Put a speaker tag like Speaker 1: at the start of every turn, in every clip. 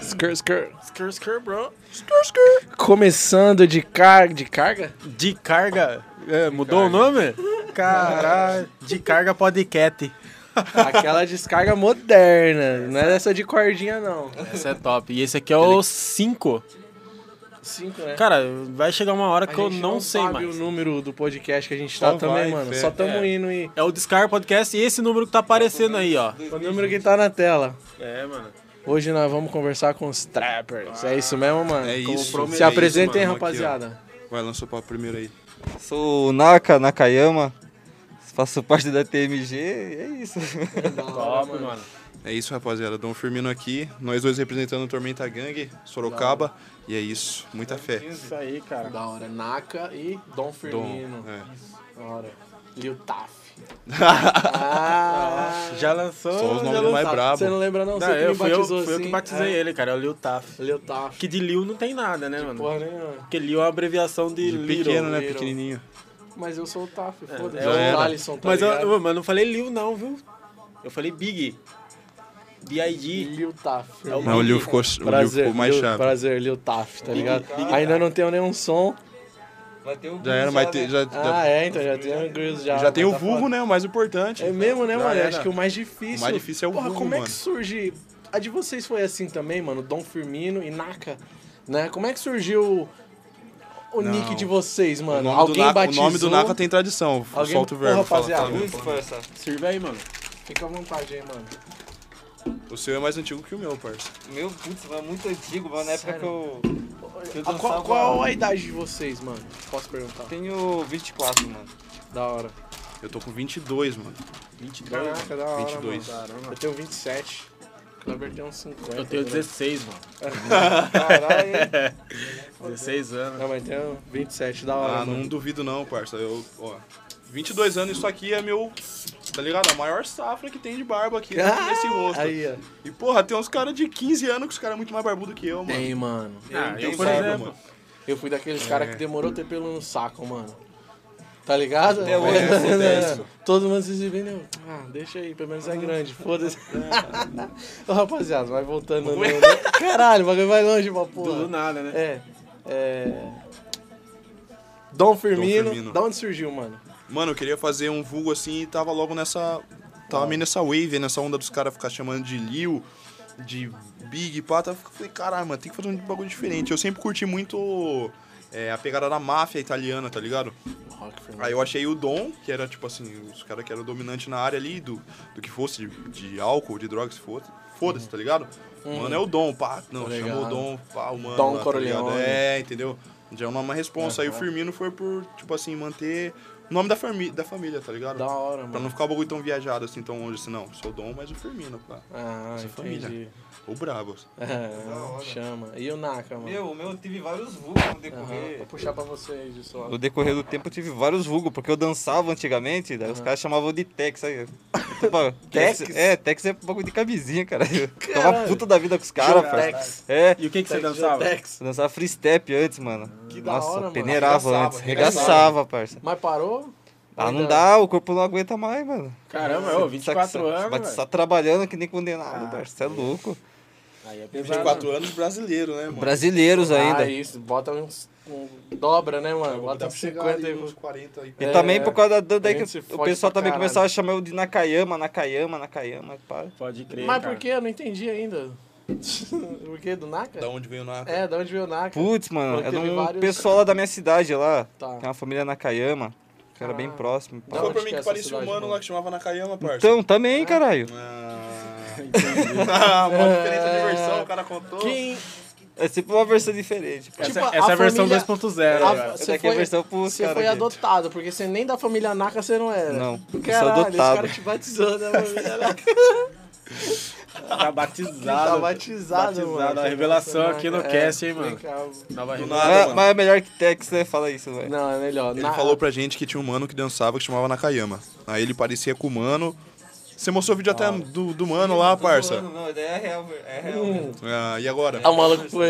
Speaker 1: Skr, skr.
Speaker 2: Skr, skr, bro.
Speaker 1: Começando de, car... de carga?
Speaker 2: De carga. É, mudou o nome? Caralho. De carga podcast.
Speaker 1: Aquela descarga moderna. Não é dessa de cordinha, não.
Speaker 2: Esse é top. E esse aqui é o 5.
Speaker 1: Cinco, né?
Speaker 2: Cara, vai chegar uma hora que
Speaker 1: A
Speaker 2: eu
Speaker 1: gente
Speaker 2: não sei
Speaker 1: sabe
Speaker 2: mais.
Speaker 1: o número do podcast que a gente tá
Speaker 3: Só
Speaker 1: também,
Speaker 3: vai,
Speaker 1: mano.
Speaker 3: fé.
Speaker 1: Só tamo indo e...
Speaker 2: É o Descar Podcast e esse número que tá aparecendo aí, ó.
Speaker 1: O número que tá na tela.
Speaker 2: É, mano.
Speaker 1: Hoje nós vamos conversar com os trappers. é isso mesmo, mano?
Speaker 3: é isso.
Speaker 1: Se
Speaker 3: Comprometido,
Speaker 1: apresentem,
Speaker 3: mano, aqui, ó.
Speaker 1: rapaziada.
Speaker 3: Vai, lança o papo primeiro aí.
Speaker 4: Sou o Naka Nakayama, faço parte da TMG, é isso.
Speaker 2: Top, mano.
Speaker 3: É isso, rapaziada. Dom Firmino aqui. Nós dois representando o Tormenta Gang, Sorocaba. E é isso. Muita fé.
Speaker 2: Isso aí, cara.
Speaker 1: Da hora. Naka e Dom Firmino.
Speaker 3: Dom. É.
Speaker 1: Da hora. E o Taf. ah,
Speaker 2: Já lançou.
Speaker 3: Só os
Speaker 2: já
Speaker 3: nomes mais
Speaker 2: lançou.
Speaker 1: você não
Speaker 3: brabos.
Speaker 1: lembra não? Você
Speaker 2: Não,
Speaker 1: que
Speaker 2: eu,
Speaker 1: me
Speaker 2: fui, eu,
Speaker 1: batizou
Speaker 2: fui eu
Speaker 1: assim.
Speaker 2: que batizei
Speaker 1: É.
Speaker 2: ele, cara. É o Lil Taf.
Speaker 1: Lil Taf.
Speaker 2: Que de Lil não tem nada, né, mano?
Speaker 1: Porra nenhuma.
Speaker 2: Porque Lil é uma abreviação de,
Speaker 3: De
Speaker 2: Little.
Speaker 3: pequeno, né?
Speaker 1: Little.
Speaker 3: Pequenininho.
Speaker 1: Mas eu sou o Taf, foda-se.
Speaker 2: já
Speaker 1: É
Speaker 3: era.
Speaker 1: o Alisson, tá
Speaker 2: Mas eu,
Speaker 1: ligado?
Speaker 2: eu- mano, não falei Lil não, viu? Eu falei Big. B.I.G.
Speaker 1: Lil Taf.
Speaker 2: É o
Speaker 3: Mas o Liu ficou, o Liu ficou mais
Speaker 1: Lil-
Speaker 3: chato.
Speaker 1: prazer, Lil Taf, tá ligado? Ainda não tenho nenhum som.
Speaker 3: Já era, mas
Speaker 4: né?
Speaker 3: te- já, já,
Speaker 1: Ah, é, então já tem o Grills já.
Speaker 3: já tem o
Speaker 1: tá
Speaker 3: vulgo,
Speaker 1: foda.
Speaker 3: né? O mais importante.
Speaker 1: É mesmo, né,
Speaker 3: Já
Speaker 1: mano? Eu
Speaker 3: era.
Speaker 1: Acho que o mais difícil.
Speaker 3: O mais difícil é o
Speaker 1: Porra,
Speaker 3: vulgo,
Speaker 1: como é
Speaker 3: mano.
Speaker 1: que surge. A de vocês foi assim também, mano? Dom Firmino e Naka, né? Como é que surgiu o
Speaker 3: Não.
Speaker 1: nick de vocês,
Speaker 3: O
Speaker 1: mano?
Speaker 3: nome, do
Speaker 1: Alguém
Speaker 3: Naka- o
Speaker 1: batizou.
Speaker 3: nome do Naka tem tradição.
Speaker 1: Alguém-
Speaker 3: Solta o
Speaker 1: Ô,
Speaker 3: verbo. fala, tá?
Speaker 1: rapaziada,
Speaker 3: fala.
Speaker 1: muito
Speaker 2: Sirve aí, mano.
Speaker 1: Fica à vontade aí, mano.
Speaker 3: O seu é mais antigo que o meu, parça.
Speaker 4: Meu, putz, é muito antigo, mano, na época
Speaker 1: Sério?
Speaker 4: que eu... Eu
Speaker 1: Ah, qual,
Speaker 4: dançava-
Speaker 1: qual a idade de vocês, mano? Posso perguntar?
Speaker 4: Tenho 24, mano.
Speaker 1: Da hora.
Speaker 3: Eu tô com 22, mano.
Speaker 2: 22, mano.
Speaker 1: Caraca, da hora.
Speaker 3: 22.
Speaker 1: mano.
Speaker 2: Caramba.
Speaker 1: Eu tenho 27. O Kleber tem uns 50.
Speaker 2: Eu tenho
Speaker 1: né?
Speaker 2: 16, mano.
Speaker 1: Caralho. hein?
Speaker 2: 16 anos.
Speaker 1: Não, mas tenho 27, da hora.
Speaker 3: Ah,
Speaker 1: mano.
Speaker 3: não duvido não, parça. Eu, ó, 22 anos, isso aqui é meu, tá ligado? A maior safra que tem de barba aqui
Speaker 1: Ah,
Speaker 3: nesse rosto.
Speaker 1: Aí, ó.
Speaker 3: E porra, tem uns caras de 15 anos que os caras é muito mais barbudo que eu, mano.
Speaker 1: Tem, mano.
Speaker 2: Ah, eu,
Speaker 3: Tem
Speaker 2: por
Speaker 3: barba,
Speaker 2: exemplo.
Speaker 3: mano.
Speaker 1: Eu fui daqueles
Speaker 3: É.
Speaker 1: cara que demorou ter pelo no saco, mano. Tá ligado? é,
Speaker 4: Até hoje acontece.
Speaker 1: Todo mundo se exibindo. Ah, deixa aí, pelo menos é grande. Foda-se. Ô, rapaziada, vai voltando. no- no- Caralho, o bagulho vai longe pra
Speaker 2: Do
Speaker 1: porra.
Speaker 2: nada, né?
Speaker 1: É. É. Dom Firmino.
Speaker 3: Dom Firmino.
Speaker 1: Da onde surgiu, mano?
Speaker 3: Mano, eu queria fazer um vulgo assim e tava logo nessa... Tava meio nessa wave, nessa onda dos caras ficar chamando de Liu, de Big, pá. Tava, falei, caralho, mano, tem que fazer um bagulho diferente. Eu sempre curti muito é, a pegada da máfia italiana, tá ligado?
Speaker 1: Rock Firmino.
Speaker 3: Aí eu achei o Dom, que era tipo assim, os caras que eram dominantes na área ali, do, do que fosse, de, de álcool, de drogas, se fosse. Foda-se, tá ligado? Mano, é o Dom, pá. Não,
Speaker 1: Tá
Speaker 3: chamou
Speaker 1: Uhum. ligado.
Speaker 3: o Dom, pá, o mano.
Speaker 1: Dom
Speaker 3: lá, tá ligado?
Speaker 1: Corleone.
Speaker 3: é, entendeu? Já é uma responsa. Aí o Firmino foi por, tipo assim, manter o nome da, fami da família, tá ligado?
Speaker 1: Da hora,
Speaker 3: Pra
Speaker 1: mano.
Speaker 3: não ficar o bagulho tão viajado assim, tão longe assim, não. Sou o Dom, mas o Firmino, pá.
Speaker 1: Ah,
Speaker 2: é
Speaker 3: Essa
Speaker 1: entendi.
Speaker 3: família. O Brabo. assim.
Speaker 1: Ah, chama. E o Naka, mano?
Speaker 4: Meu, o meu, eu tive vários vulgos no
Speaker 1: Aham. Vou
Speaker 4: decorrer...
Speaker 1: puxar pra vocês de só.
Speaker 4: No decorrer do tempo eu tive vários vulgos, porque eu dançava antigamente, daí os caras chamavam de Tex, aí... Tipo, tex? É, Tex é um bagulho de camisinha, cara. Eu tava
Speaker 1: Caralho.
Speaker 4: puto da vida com os caras,
Speaker 1: Tex.
Speaker 4: parceiro. É,
Speaker 2: E o que, que você dançava?
Speaker 1: Tex.
Speaker 4: eu dançava free step antes, mano.
Speaker 1: Que da
Speaker 4: Nossa,
Speaker 1: hora, mano.
Speaker 4: peneirava
Speaker 1: Arregaçava,
Speaker 4: antes,
Speaker 1: arregaçava.
Speaker 4: regaçava, parça.
Speaker 1: Mas parou?
Speaker 4: Ah, não
Speaker 1: Ainda-
Speaker 4: dá, o corpo não aguenta mais, mano.
Speaker 2: Caramba, ô,
Speaker 4: Só que
Speaker 2: 24
Speaker 4: só-
Speaker 2: anos.
Speaker 4: Mas só
Speaker 2: velho.
Speaker 4: trabalhando que nem
Speaker 1: Ah.
Speaker 4: condenado, parça. Você é louco.
Speaker 2: Aí é pesado.
Speaker 3: 24 anos brasileiro, né, mano?
Speaker 4: Brasileiros ainda.
Speaker 1: Ah, isso. Bota uns. um- dobra, né, mano? Bota
Speaker 3: Dá
Speaker 1: uns
Speaker 3: pra chegar
Speaker 1: 50
Speaker 3: ali
Speaker 1: e.
Speaker 3: uns 40 e... um.
Speaker 4: E
Speaker 1: É,
Speaker 4: também por causa da,
Speaker 1: a
Speaker 4: daí
Speaker 1: gente se
Speaker 4: que o
Speaker 1: fode
Speaker 4: pessoal
Speaker 1: pra
Speaker 4: também
Speaker 1: caralho.
Speaker 4: começava a chamar eu de Nakayama, Nakayama, Nakayama. Pá.
Speaker 2: Pode crer.
Speaker 1: Mas
Speaker 2: cara.
Speaker 1: por que? Eu não entendi ainda. por que? Do Naka?
Speaker 3: Da onde veio o Naka?
Speaker 1: É, da onde veio o Naka?
Speaker 4: Putz, mano,
Speaker 1: Porque
Speaker 4: era
Speaker 1: teve
Speaker 4: um
Speaker 1: vários-
Speaker 4: pessoal lá da minha cidade lá.
Speaker 1: Tá.
Speaker 4: Tem uma família Nakayama, que era bem
Speaker 1: Caralho.
Speaker 4: próximo. pá.
Speaker 1: Da
Speaker 3: Foi
Speaker 1: onde
Speaker 3: pra
Speaker 1: que
Speaker 3: mim
Speaker 1: é
Speaker 3: que
Speaker 1: essa
Speaker 3: parecia um
Speaker 1: cidade,
Speaker 3: mano
Speaker 1: mano?
Speaker 3: lá que chamava Nakayama, parça.
Speaker 4: Então,
Speaker 1: É.
Speaker 4: também, caralho.
Speaker 3: Ah, uma diferença de versão, o cara contou.
Speaker 1: É. Quem.
Speaker 4: É sempre uma versão diferente. pá.
Speaker 2: Essa,
Speaker 1: Tipo,
Speaker 2: essa é
Speaker 1: a
Speaker 2: a versão
Speaker 1: família-
Speaker 2: 2.0.
Speaker 1: a-
Speaker 2: velho.
Speaker 1: você
Speaker 4: Essa aqui
Speaker 1: foi,
Speaker 4: é a versão pros
Speaker 1: você
Speaker 4: caras
Speaker 1: foi
Speaker 4: aqui.
Speaker 1: adotado, porque você nem da família Naka você não era.
Speaker 4: Não, eu sou
Speaker 1: Caralho, esse
Speaker 4: adotado.
Speaker 1: cara te batizou da família Naka. Tá
Speaker 2: Tá batizado.
Speaker 1: batizado,
Speaker 2: Batizado,
Speaker 1: mano.
Speaker 2: a revelação aqui no
Speaker 1: É,
Speaker 2: cast, hein, mano.
Speaker 1: legal.
Speaker 2: Nova
Speaker 3: Do
Speaker 2: rede.
Speaker 3: nada,
Speaker 4: Mas,
Speaker 3: mano.
Speaker 4: mas é melhor que Tex, né? Fala isso, velho.
Speaker 1: Não, é melhor.
Speaker 3: Ele falou pra gente que tinha um mano que dançava que chamava Nakayama. Aí ele parecia com o mano. Você mostrou o vídeo
Speaker 1: Ah.
Speaker 3: até do, do mano lá, parça.
Speaker 4: Não, é real, é real.
Speaker 3: Ah, e agora?
Speaker 1: Ah, o maluco foi.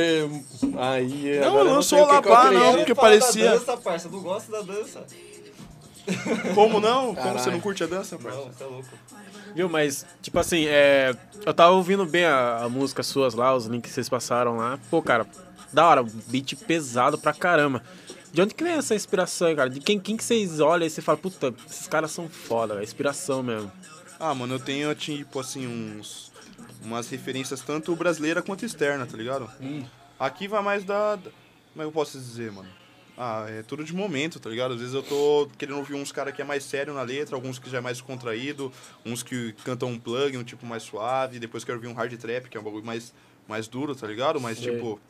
Speaker 1: Aí.
Speaker 3: Não,
Speaker 1: agora eu
Speaker 3: não
Speaker 1: sei
Speaker 3: sou
Speaker 1: o que que eu
Speaker 3: lá, pá,
Speaker 1: acredito.
Speaker 3: não. porque parecia-
Speaker 4: dança, parça. Não gosto da dança.
Speaker 3: Como não? Como você não curte a dança, parça?
Speaker 4: Não, tá louco.
Speaker 2: Viu, mas, tipo assim, é, eu tava ouvindo bem a, a música suas lá, os links que vocês passaram lá. Pô, cara, da hora, beat pesado pra caramba. De onde que vem essa inspiração, aí, cara? De quem, quem que vocês olham e você fala, puta, esses caras são foda, é inspiração mesmo.
Speaker 3: Ah, mano, eu tenho, tipo assim, uns. Umas referências tanto brasileira quanto externa, tá ligado? Aqui vai mais da. da- Como é que eu posso dizer, mano? Ah, é tudo de momento, tá ligado? Às vezes eu tô querendo ouvir uns caras que é mais sério na letra, alguns que já é mais contraído, uns que cantam um plug, um tipo mais suave, depois quero ouvir um hard trap, que é um bagulho mais, mais duro, tá ligado? Mas,
Speaker 2: Sei.
Speaker 3: tipo.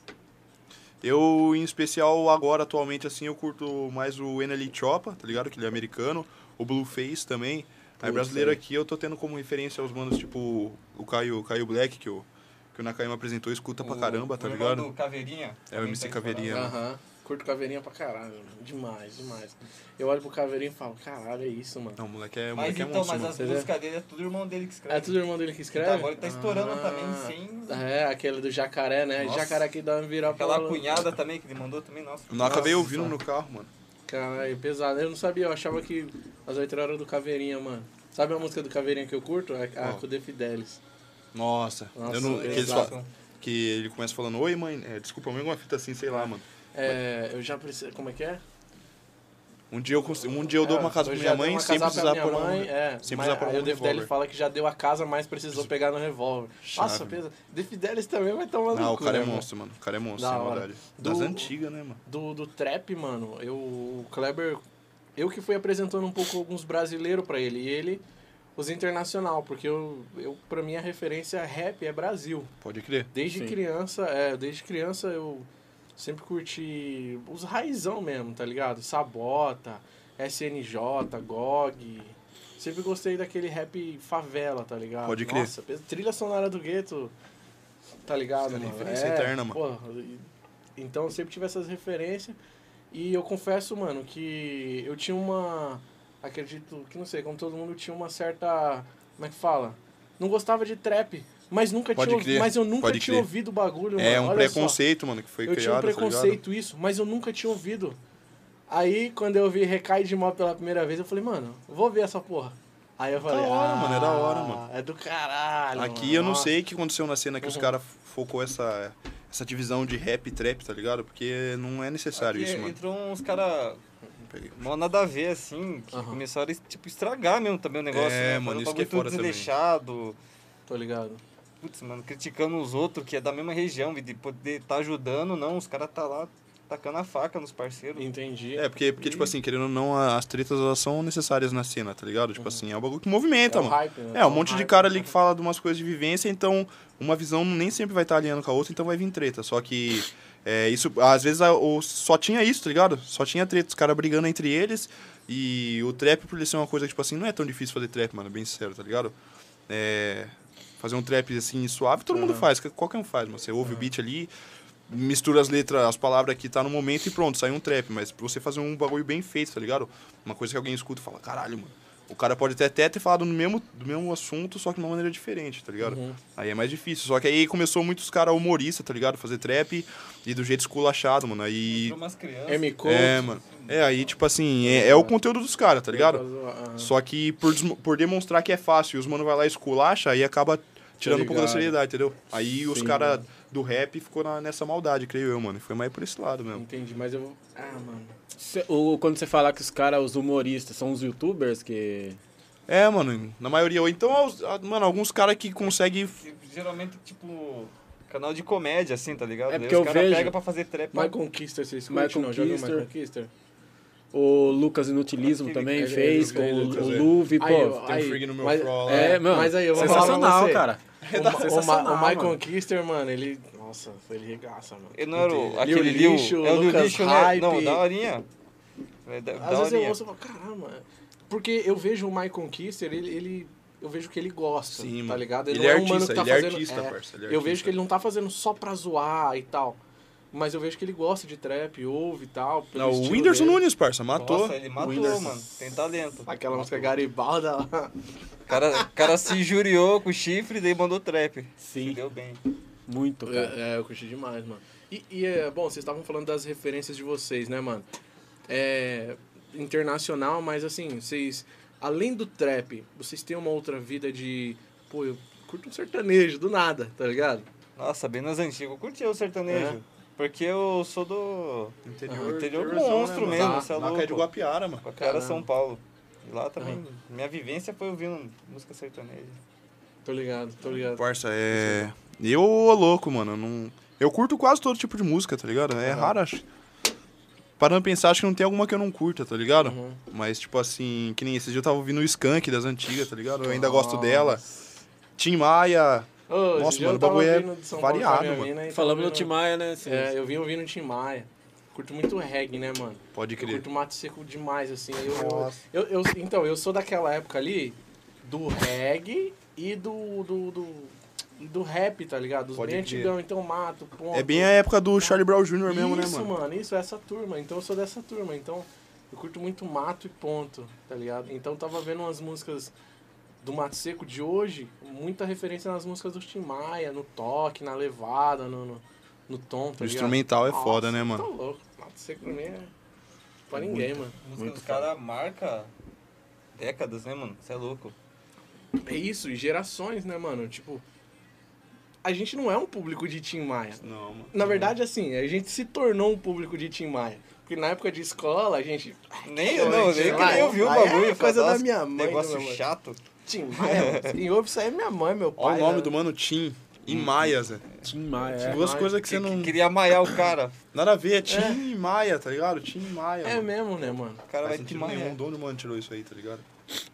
Speaker 3: Eu, em especial, agora, atualmente, assim, eu curto mais o NLE Choppa, tá ligado? Que ele é americano. O Blueface também. Aí, brasileiro aqui, eu tô tendo como referência os manos, tipo, o Caio, o Caio Black, que o, que o Nakaima apresentou, escuta pra
Speaker 4: O-
Speaker 3: caramba, tá
Speaker 4: o irmão
Speaker 3: ligado?
Speaker 4: do Caveirinha. Tá
Speaker 3: É o MC Caveirinha.
Speaker 1: Aham. Curto caveirinha pra caralho. mano. Demais, demais. Eu olho pro caveirinha e falo, caralho, é isso, mano.
Speaker 3: Não, moleque é,
Speaker 4: Mas
Speaker 3: moleque é
Speaker 4: então,
Speaker 3: monstro,
Speaker 4: mas
Speaker 3: mano.
Speaker 4: as
Speaker 1: Entendeu?
Speaker 4: músicas dele é tudo irmão dele que escreve.
Speaker 1: É tudo o irmão dele que escreve?
Speaker 4: Então agora ele tá estourando
Speaker 3: Ah.
Speaker 4: também,
Speaker 1: sim.
Speaker 4: sem-
Speaker 1: É, aquele do jacaré, né?
Speaker 4: Nossa.
Speaker 1: Jacaré que dá uma virar pra
Speaker 4: Aquela
Speaker 1: lá.
Speaker 4: cunhada também que ele mandou também, nossa.
Speaker 3: Eu não acabei
Speaker 4: Nossa.
Speaker 3: ouvindo no carro, mano.
Speaker 1: Caralho, pesado. Eu não sabia, eu achava que as 8 horas do Caveirinha, mano. Sabe a música do Caveirinha que eu curto? A, a
Speaker 3: Qual?
Speaker 1: com o De Fidelis.
Speaker 3: Nossa,
Speaker 1: Nossa,
Speaker 3: eu não, que, eles
Speaker 1: exato.
Speaker 3: falam- que ele começa falando, oi mãe, é, desculpa, mãe, alguma fita assim, sei lá, mano.
Speaker 1: É, eu já preciso. Como é que é?
Speaker 3: Um dia eu, cons- um dia eu dou
Speaker 1: É,
Speaker 3: uma casa pra
Speaker 1: eu
Speaker 3: minha
Speaker 1: já dei
Speaker 3: mãe
Speaker 1: uma casa
Speaker 3: sem
Speaker 1: pra
Speaker 3: precisar
Speaker 1: minha
Speaker 3: pôr um-
Speaker 1: mãe, é,
Speaker 3: sem
Speaker 1: mas
Speaker 3: precisar pôr
Speaker 1: Aí o
Speaker 3: um
Speaker 1: De Fidelis
Speaker 3: revólver.
Speaker 1: fala que já deu a casa, mas precisou pegar no revólver.
Speaker 3: Chave,
Speaker 1: Nossa,
Speaker 3: mano.
Speaker 1: pesa. De Fidelis também vai tomar no
Speaker 3: Não, o
Speaker 1: cu, né,
Speaker 3: cara é
Speaker 1: mano?
Speaker 3: monstro, mano. O cara é monstro,
Speaker 1: Da
Speaker 3: sem
Speaker 1: hora.
Speaker 3: maldade.
Speaker 1: Do-
Speaker 3: Das antigas, né, mano?
Speaker 1: do, do trap, mano, eu, o Kleber, eu que fui apresentando um pouco alguns brasileiros pra ele, e ele os internacional, porque eu, eu para mim a referência rap é Brasil.
Speaker 3: Pode crer.
Speaker 1: Desde
Speaker 2: Sim.
Speaker 1: criança, é, desde criança eu sempre curti os raizão mesmo, tá ligado? Sabota, SNJ, GOG. Sempre gostei daquele rap favela, tá ligado?
Speaker 3: Pode crer.
Speaker 1: Nossa, pes- trilha sonora do gueto, tá ligado?
Speaker 3: Essa
Speaker 1: mano?
Speaker 3: é referência eterna, mano.
Speaker 1: porra, e- então eu sempre tive essas referências. E eu confesso, mano, que eu tinha uma. Acredito que não sei, como todo mundo tinha uma certa. Como é que fala? Não gostava de trap, mas nunca
Speaker 3: Pode
Speaker 1: tinha. ouvi-
Speaker 3: crer,
Speaker 1: Mas eu nunca
Speaker 3: pode
Speaker 1: tinha
Speaker 3: crer.
Speaker 1: ouvido o bagulho,
Speaker 3: É
Speaker 1: mano.
Speaker 3: um
Speaker 1: olha
Speaker 3: preconceito, mano, que
Speaker 1: Só.
Speaker 3: foi
Speaker 1: Eu tinha um
Speaker 3: criado, tá ligado?
Speaker 1: preconceito isso, mas eu nunca tinha ouvido. Aí, quando eu vi Recai de Mó pela primeira vez, eu falei, mano, vou ver essa porra. Aí eu falei,
Speaker 3: hora,
Speaker 1: ah,
Speaker 3: mano, é da hora, mano."
Speaker 1: É do caralho.
Speaker 3: Aqui
Speaker 1: mano,
Speaker 3: eu não
Speaker 1: nossa. Uhum.
Speaker 3: sei o que aconteceu na cena que os caras focou essa, essa divisão de rap e trap, tá ligado? Porque não é necessário
Speaker 4: Aqui
Speaker 3: isso, mano.
Speaker 4: Entrou uns caras
Speaker 3: Peguei.
Speaker 4: mó nada a ver, assim, que
Speaker 1: Aham.
Speaker 4: começaram a tipo, estragar mesmo também o negócio.
Speaker 3: É,
Speaker 4: né?
Speaker 3: mano,
Speaker 4: Fazer um
Speaker 3: isso que é
Speaker 4: bagulho
Speaker 3: foda
Speaker 4: tudo
Speaker 3: também.
Speaker 4: desleixado.
Speaker 1: Tô ligado.
Speaker 4: Putz, mano, criticando os outros que é da mesma região, de poder tá ajudando, não, os caras tá lá tacando a faca nos parceiros.
Speaker 1: Entendi.
Speaker 3: É, porque, porque tipo assim, querendo ou não, a- as tretas elas são necessárias na cena, tá ligado? Tipo assim, é um bagulho que movimenta,
Speaker 1: Uhum. É um
Speaker 3: mano.
Speaker 1: hype, né?
Speaker 3: É,
Speaker 1: É
Speaker 3: um
Speaker 1: um
Speaker 3: monte de
Speaker 1: hype,
Speaker 3: cara
Speaker 1: né?
Speaker 3: ali que fala de umas coisas de vivência, então uma visão nem sempre vai estar alinhando com a outra, então vai vir treta. Só que é, isso, às vezes a- o- só tinha isso, tá ligado? Só tinha treta, os caras brigando entre eles. E o trap, por ele ser uma coisa que, tipo assim, não é tão difícil fazer trap, mano, bem sincero, tá ligado? É, fazer um trap assim suave, todo
Speaker 1: Uhum.
Speaker 3: mundo faz, qualquer um faz, mano. Você ouve o beat ali, mistura as letras, as palavras que tá no momento e pronto, sai um trap. Mas pra você fazer um bagulho bem feito, tá ligado? Uma coisa que alguém escuta e fala, caralho, mano. O cara pode até, até ter falado no mesmo, do mesmo assunto, só que de uma maneira diferente, tá ligado? Aí é mais difícil. Só que aí começou muitos caras humoristas, tá ligado? Fazer trap e do jeito esculachado, mano. Aí.
Speaker 4: Entrou umas crianças.
Speaker 1: M. tá Cole.
Speaker 3: É, mano. É, aí, tipo assim, é, é o conteúdo dos caras, tá ligado?
Speaker 1: Ah,
Speaker 3: Só que por, desmo- por demonstrar que é fácil, e os mano vai lá e esculacha, aí acaba tirando um pouco da
Speaker 1: Tá ligado.
Speaker 3: seriedade, entendeu? Aí os
Speaker 1: Sim,
Speaker 3: caras do rap ficou na- nessa maldade, creio eu, mano. E Foi mais por esse lado mesmo.
Speaker 1: Entendi, mas eu vou. Ah, mano.
Speaker 2: Cê- o, quando você falar que os caras, os humoristas, são os youtubers que.
Speaker 3: É, mano, na maioria. Ou então, aos- a- mano, alguns caras que conseguem.
Speaker 4: Que Geralmente, tipo, canal de comédia, assim, tá ligado?
Speaker 2: É
Speaker 4: Aí
Speaker 2: porque eu
Speaker 4: os caras
Speaker 2: vejo-
Speaker 4: pegam pra fazer trap.
Speaker 1: My Conquista, vocês
Speaker 2: My
Speaker 1: curtem? Não, já viu My
Speaker 2: Conquista.
Speaker 1: Conquista?
Speaker 2: O Lucas Inutilismo
Speaker 4: Aquele
Speaker 2: também
Speaker 1: cara,
Speaker 2: fez,
Speaker 1: eu
Speaker 2: com
Speaker 1: vi
Speaker 2: o,
Speaker 3: Lucas,
Speaker 2: o
Speaker 3: é.
Speaker 2: Luve,
Speaker 1: Aí,
Speaker 2: pô.
Speaker 1: ó,
Speaker 3: tem um
Speaker 1: aí,
Speaker 3: frig no meu
Speaker 1: mas-
Speaker 3: pro lá.
Speaker 2: É, mano,
Speaker 1: mas aí, eu vou falar pra
Speaker 2: sensacional,
Speaker 1: você.
Speaker 2: cara.
Speaker 1: O, Ma- o, Ma- o My
Speaker 2: mano.
Speaker 1: Conquista, mano, ele. Nossa, ele regaça, mano.
Speaker 4: Ele não era o,
Speaker 1: Entendi.
Speaker 4: aquele
Speaker 1: Lil
Speaker 4: Lil,
Speaker 1: Lixo,
Speaker 4: é o Lil
Speaker 1: Lucas
Speaker 4: Lixo, né?
Speaker 1: Hype.
Speaker 4: Não, daorinha. É, da,
Speaker 1: Às vezes eu
Speaker 4: daorinha.
Speaker 1: ouço e falo, caramba. Porque eu vejo o My Conquista, ele. ele eu vejo que ele gosta,
Speaker 3: Sim,
Speaker 1: tá
Speaker 3: mano.
Speaker 1: ligado?
Speaker 3: Ele é
Speaker 1: não um mano
Speaker 3: artista,
Speaker 1: que tá
Speaker 3: ele é
Speaker 1: fazendo-
Speaker 3: artista,
Speaker 1: é,
Speaker 3: parça, ele é
Speaker 1: Eu vejo
Speaker 3: artista.
Speaker 1: que ele não tá fazendo só pra zoar e tal. Mas eu vejo que ele gosta de trap, ouve e tal. pelo
Speaker 3: Não, o
Speaker 1: estilo
Speaker 3: Whindersson
Speaker 1: dele.
Speaker 3: Nunes, parça, matou.
Speaker 4: Nossa, ele matou,
Speaker 1: Whindersson.
Speaker 4: mano. Tem talento.
Speaker 1: Tá Aquela música Garibalda lá.
Speaker 4: O cara, o cara se injuriou com o chifre e daí mandou trap.
Speaker 2: Sim.
Speaker 4: Se deu bem.
Speaker 2: Muito, cara.
Speaker 1: É, é, eu curti demais, mano. E, e, é, bom, vocês estavam falando das referências de vocês, né, mano? É, internacional, mas assim, vocês, além do trap, vocês têm uma outra vida de, pô, eu curto um sertanejo do nada, tá ligado?
Speaker 4: Nossa, bem nas antigas. Eu curtia o sertanejo. Porque eu sou do.
Speaker 3: Interior,
Speaker 4: Ah, interior
Speaker 3: interiorzão,
Speaker 4: monstro
Speaker 3: mano?
Speaker 4: mesmo,
Speaker 3: Lá-
Speaker 1: tá
Speaker 4: cê é
Speaker 3: lá
Speaker 4: louco.
Speaker 3: que é de Guapiara, mano.
Speaker 4: Com a cara
Speaker 1: Caramba.
Speaker 4: São Paulo. E lá também. Minha vivência foi ouvindo música sertaneja.
Speaker 1: Tô ligado, tô ligado.
Speaker 3: Parça, é. Eu, ô louco, mano. Não... Eu curto quase todo tipo de música, tá ligado? É raro, acho. Parando pra pensar, acho que não tem alguma que eu não curta, tá ligado?
Speaker 1: Uhum.
Speaker 3: Mas, tipo assim, que nem esse dia eu tava ouvindo o Skank das antigas, tá ligado? Eu ainda gosto dela. Tim Maia.
Speaker 1: Ô, esse
Speaker 3: Nossa,
Speaker 1: dia
Speaker 3: mano,
Speaker 1: eu
Speaker 3: o
Speaker 1: tava
Speaker 3: bagulho é
Speaker 1: vindo de São Paulo com a
Speaker 3: variado,
Speaker 1: minha
Speaker 3: mano.
Speaker 1: mina e tava
Speaker 2: Falamos do
Speaker 1: ouvindo-
Speaker 2: Tim Maia, né? assim,
Speaker 1: É, eu vim ouvindo Tim Maia. Curto muito reggae, né, mano?
Speaker 3: Pode
Speaker 1: Eu
Speaker 3: crer.
Speaker 1: curto mato seco demais, assim. Eu,
Speaker 3: Nossa.
Speaker 1: eu, eu- então, eu sou daquela época ali do reggae e do. do, do, do rap, tá ligado? Dos
Speaker 3: Pode
Speaker 1: bem
Speaker 3: crer.
Speaker 1: antigão, então mato, ponto.
Speaker 3: É bem a época do Charlie Brown Jr. mesmo, né,
Speaker 1: Isso,
Speaker 3: mano?
Speaker 1: Isso, é essa turma. Então eu sou dessa turma. Então eu curto muito mato e ponto, tá ligado? Então eu tava vendo umas músicas do Mato Seco de hoje, muita referência nas músicas do Tim Maia, no toque, na levada, no, no, no tom, tá
Speaker 3: O
Speaker 1: ligado?
Speaker 3: instrumental é foda, né,
Speaker 1: Tá
Speaker 3: mano?
Speaker 1: louco. Mato Seco pra mim é. Pra ninguém, mano.
Speaker 4: A música dos caras marca décadas, né, mano? Você é louco.
Speaker 1: É isso, e gerações, né, mano? Tipo. A gente não é um público de Tim Maia.
Speaker 3: Não, mano.
Speaker 1: Na verdade, assim, a gente se tornou um público de Tim Maia. Porque na época de escola, a gente. "Ah,
Speaker 4: Nem eu não, nem que
Speaker 1: Vai.
Speaker 4: nem ouvi o
Speaker 1: Aí é
Speaker 4: bagulho.
Speaker 1: coisa
Speaker 4: eu falei,
Speaker 1: da
Speaker 4: "Nossa,
Speaker 1: minha mãe,
Speaker 4: Negócio
Speaker 1: do meu
Speaker 4: chato.
Speaker 1: Tim Maia, mano. quem ouve isso aí é minha mãe, meu pai.
Speaker 3: Olha o nome
Speaker 1: né?
Speaker 3: do mano Tim e Maia, Zé.
Speaker 2: Tim Maia. é.
Speaker 3: Duas
Speaker 1: É, Maia.
Speaker 3: coisas que você
Speaker 4: Que- que
Speaker 3: não.
Speaker 4: Queria amaiar o cara.
Speaker 3: Nada a ver, é Tim e Maia, tá ligado? Tim e Maia.
Speaker 1: É
Speaker 3: mano.
Speaker 1: mesmo, né, mano?
Speaker 4: O
Speaker 3: Faz
Speaker 4: cara vai te
Speaker 3: sentido nenhum.
Speaker 4: maiar.
Speaker 3: De onde o mano tirou isso aí, tá ligado?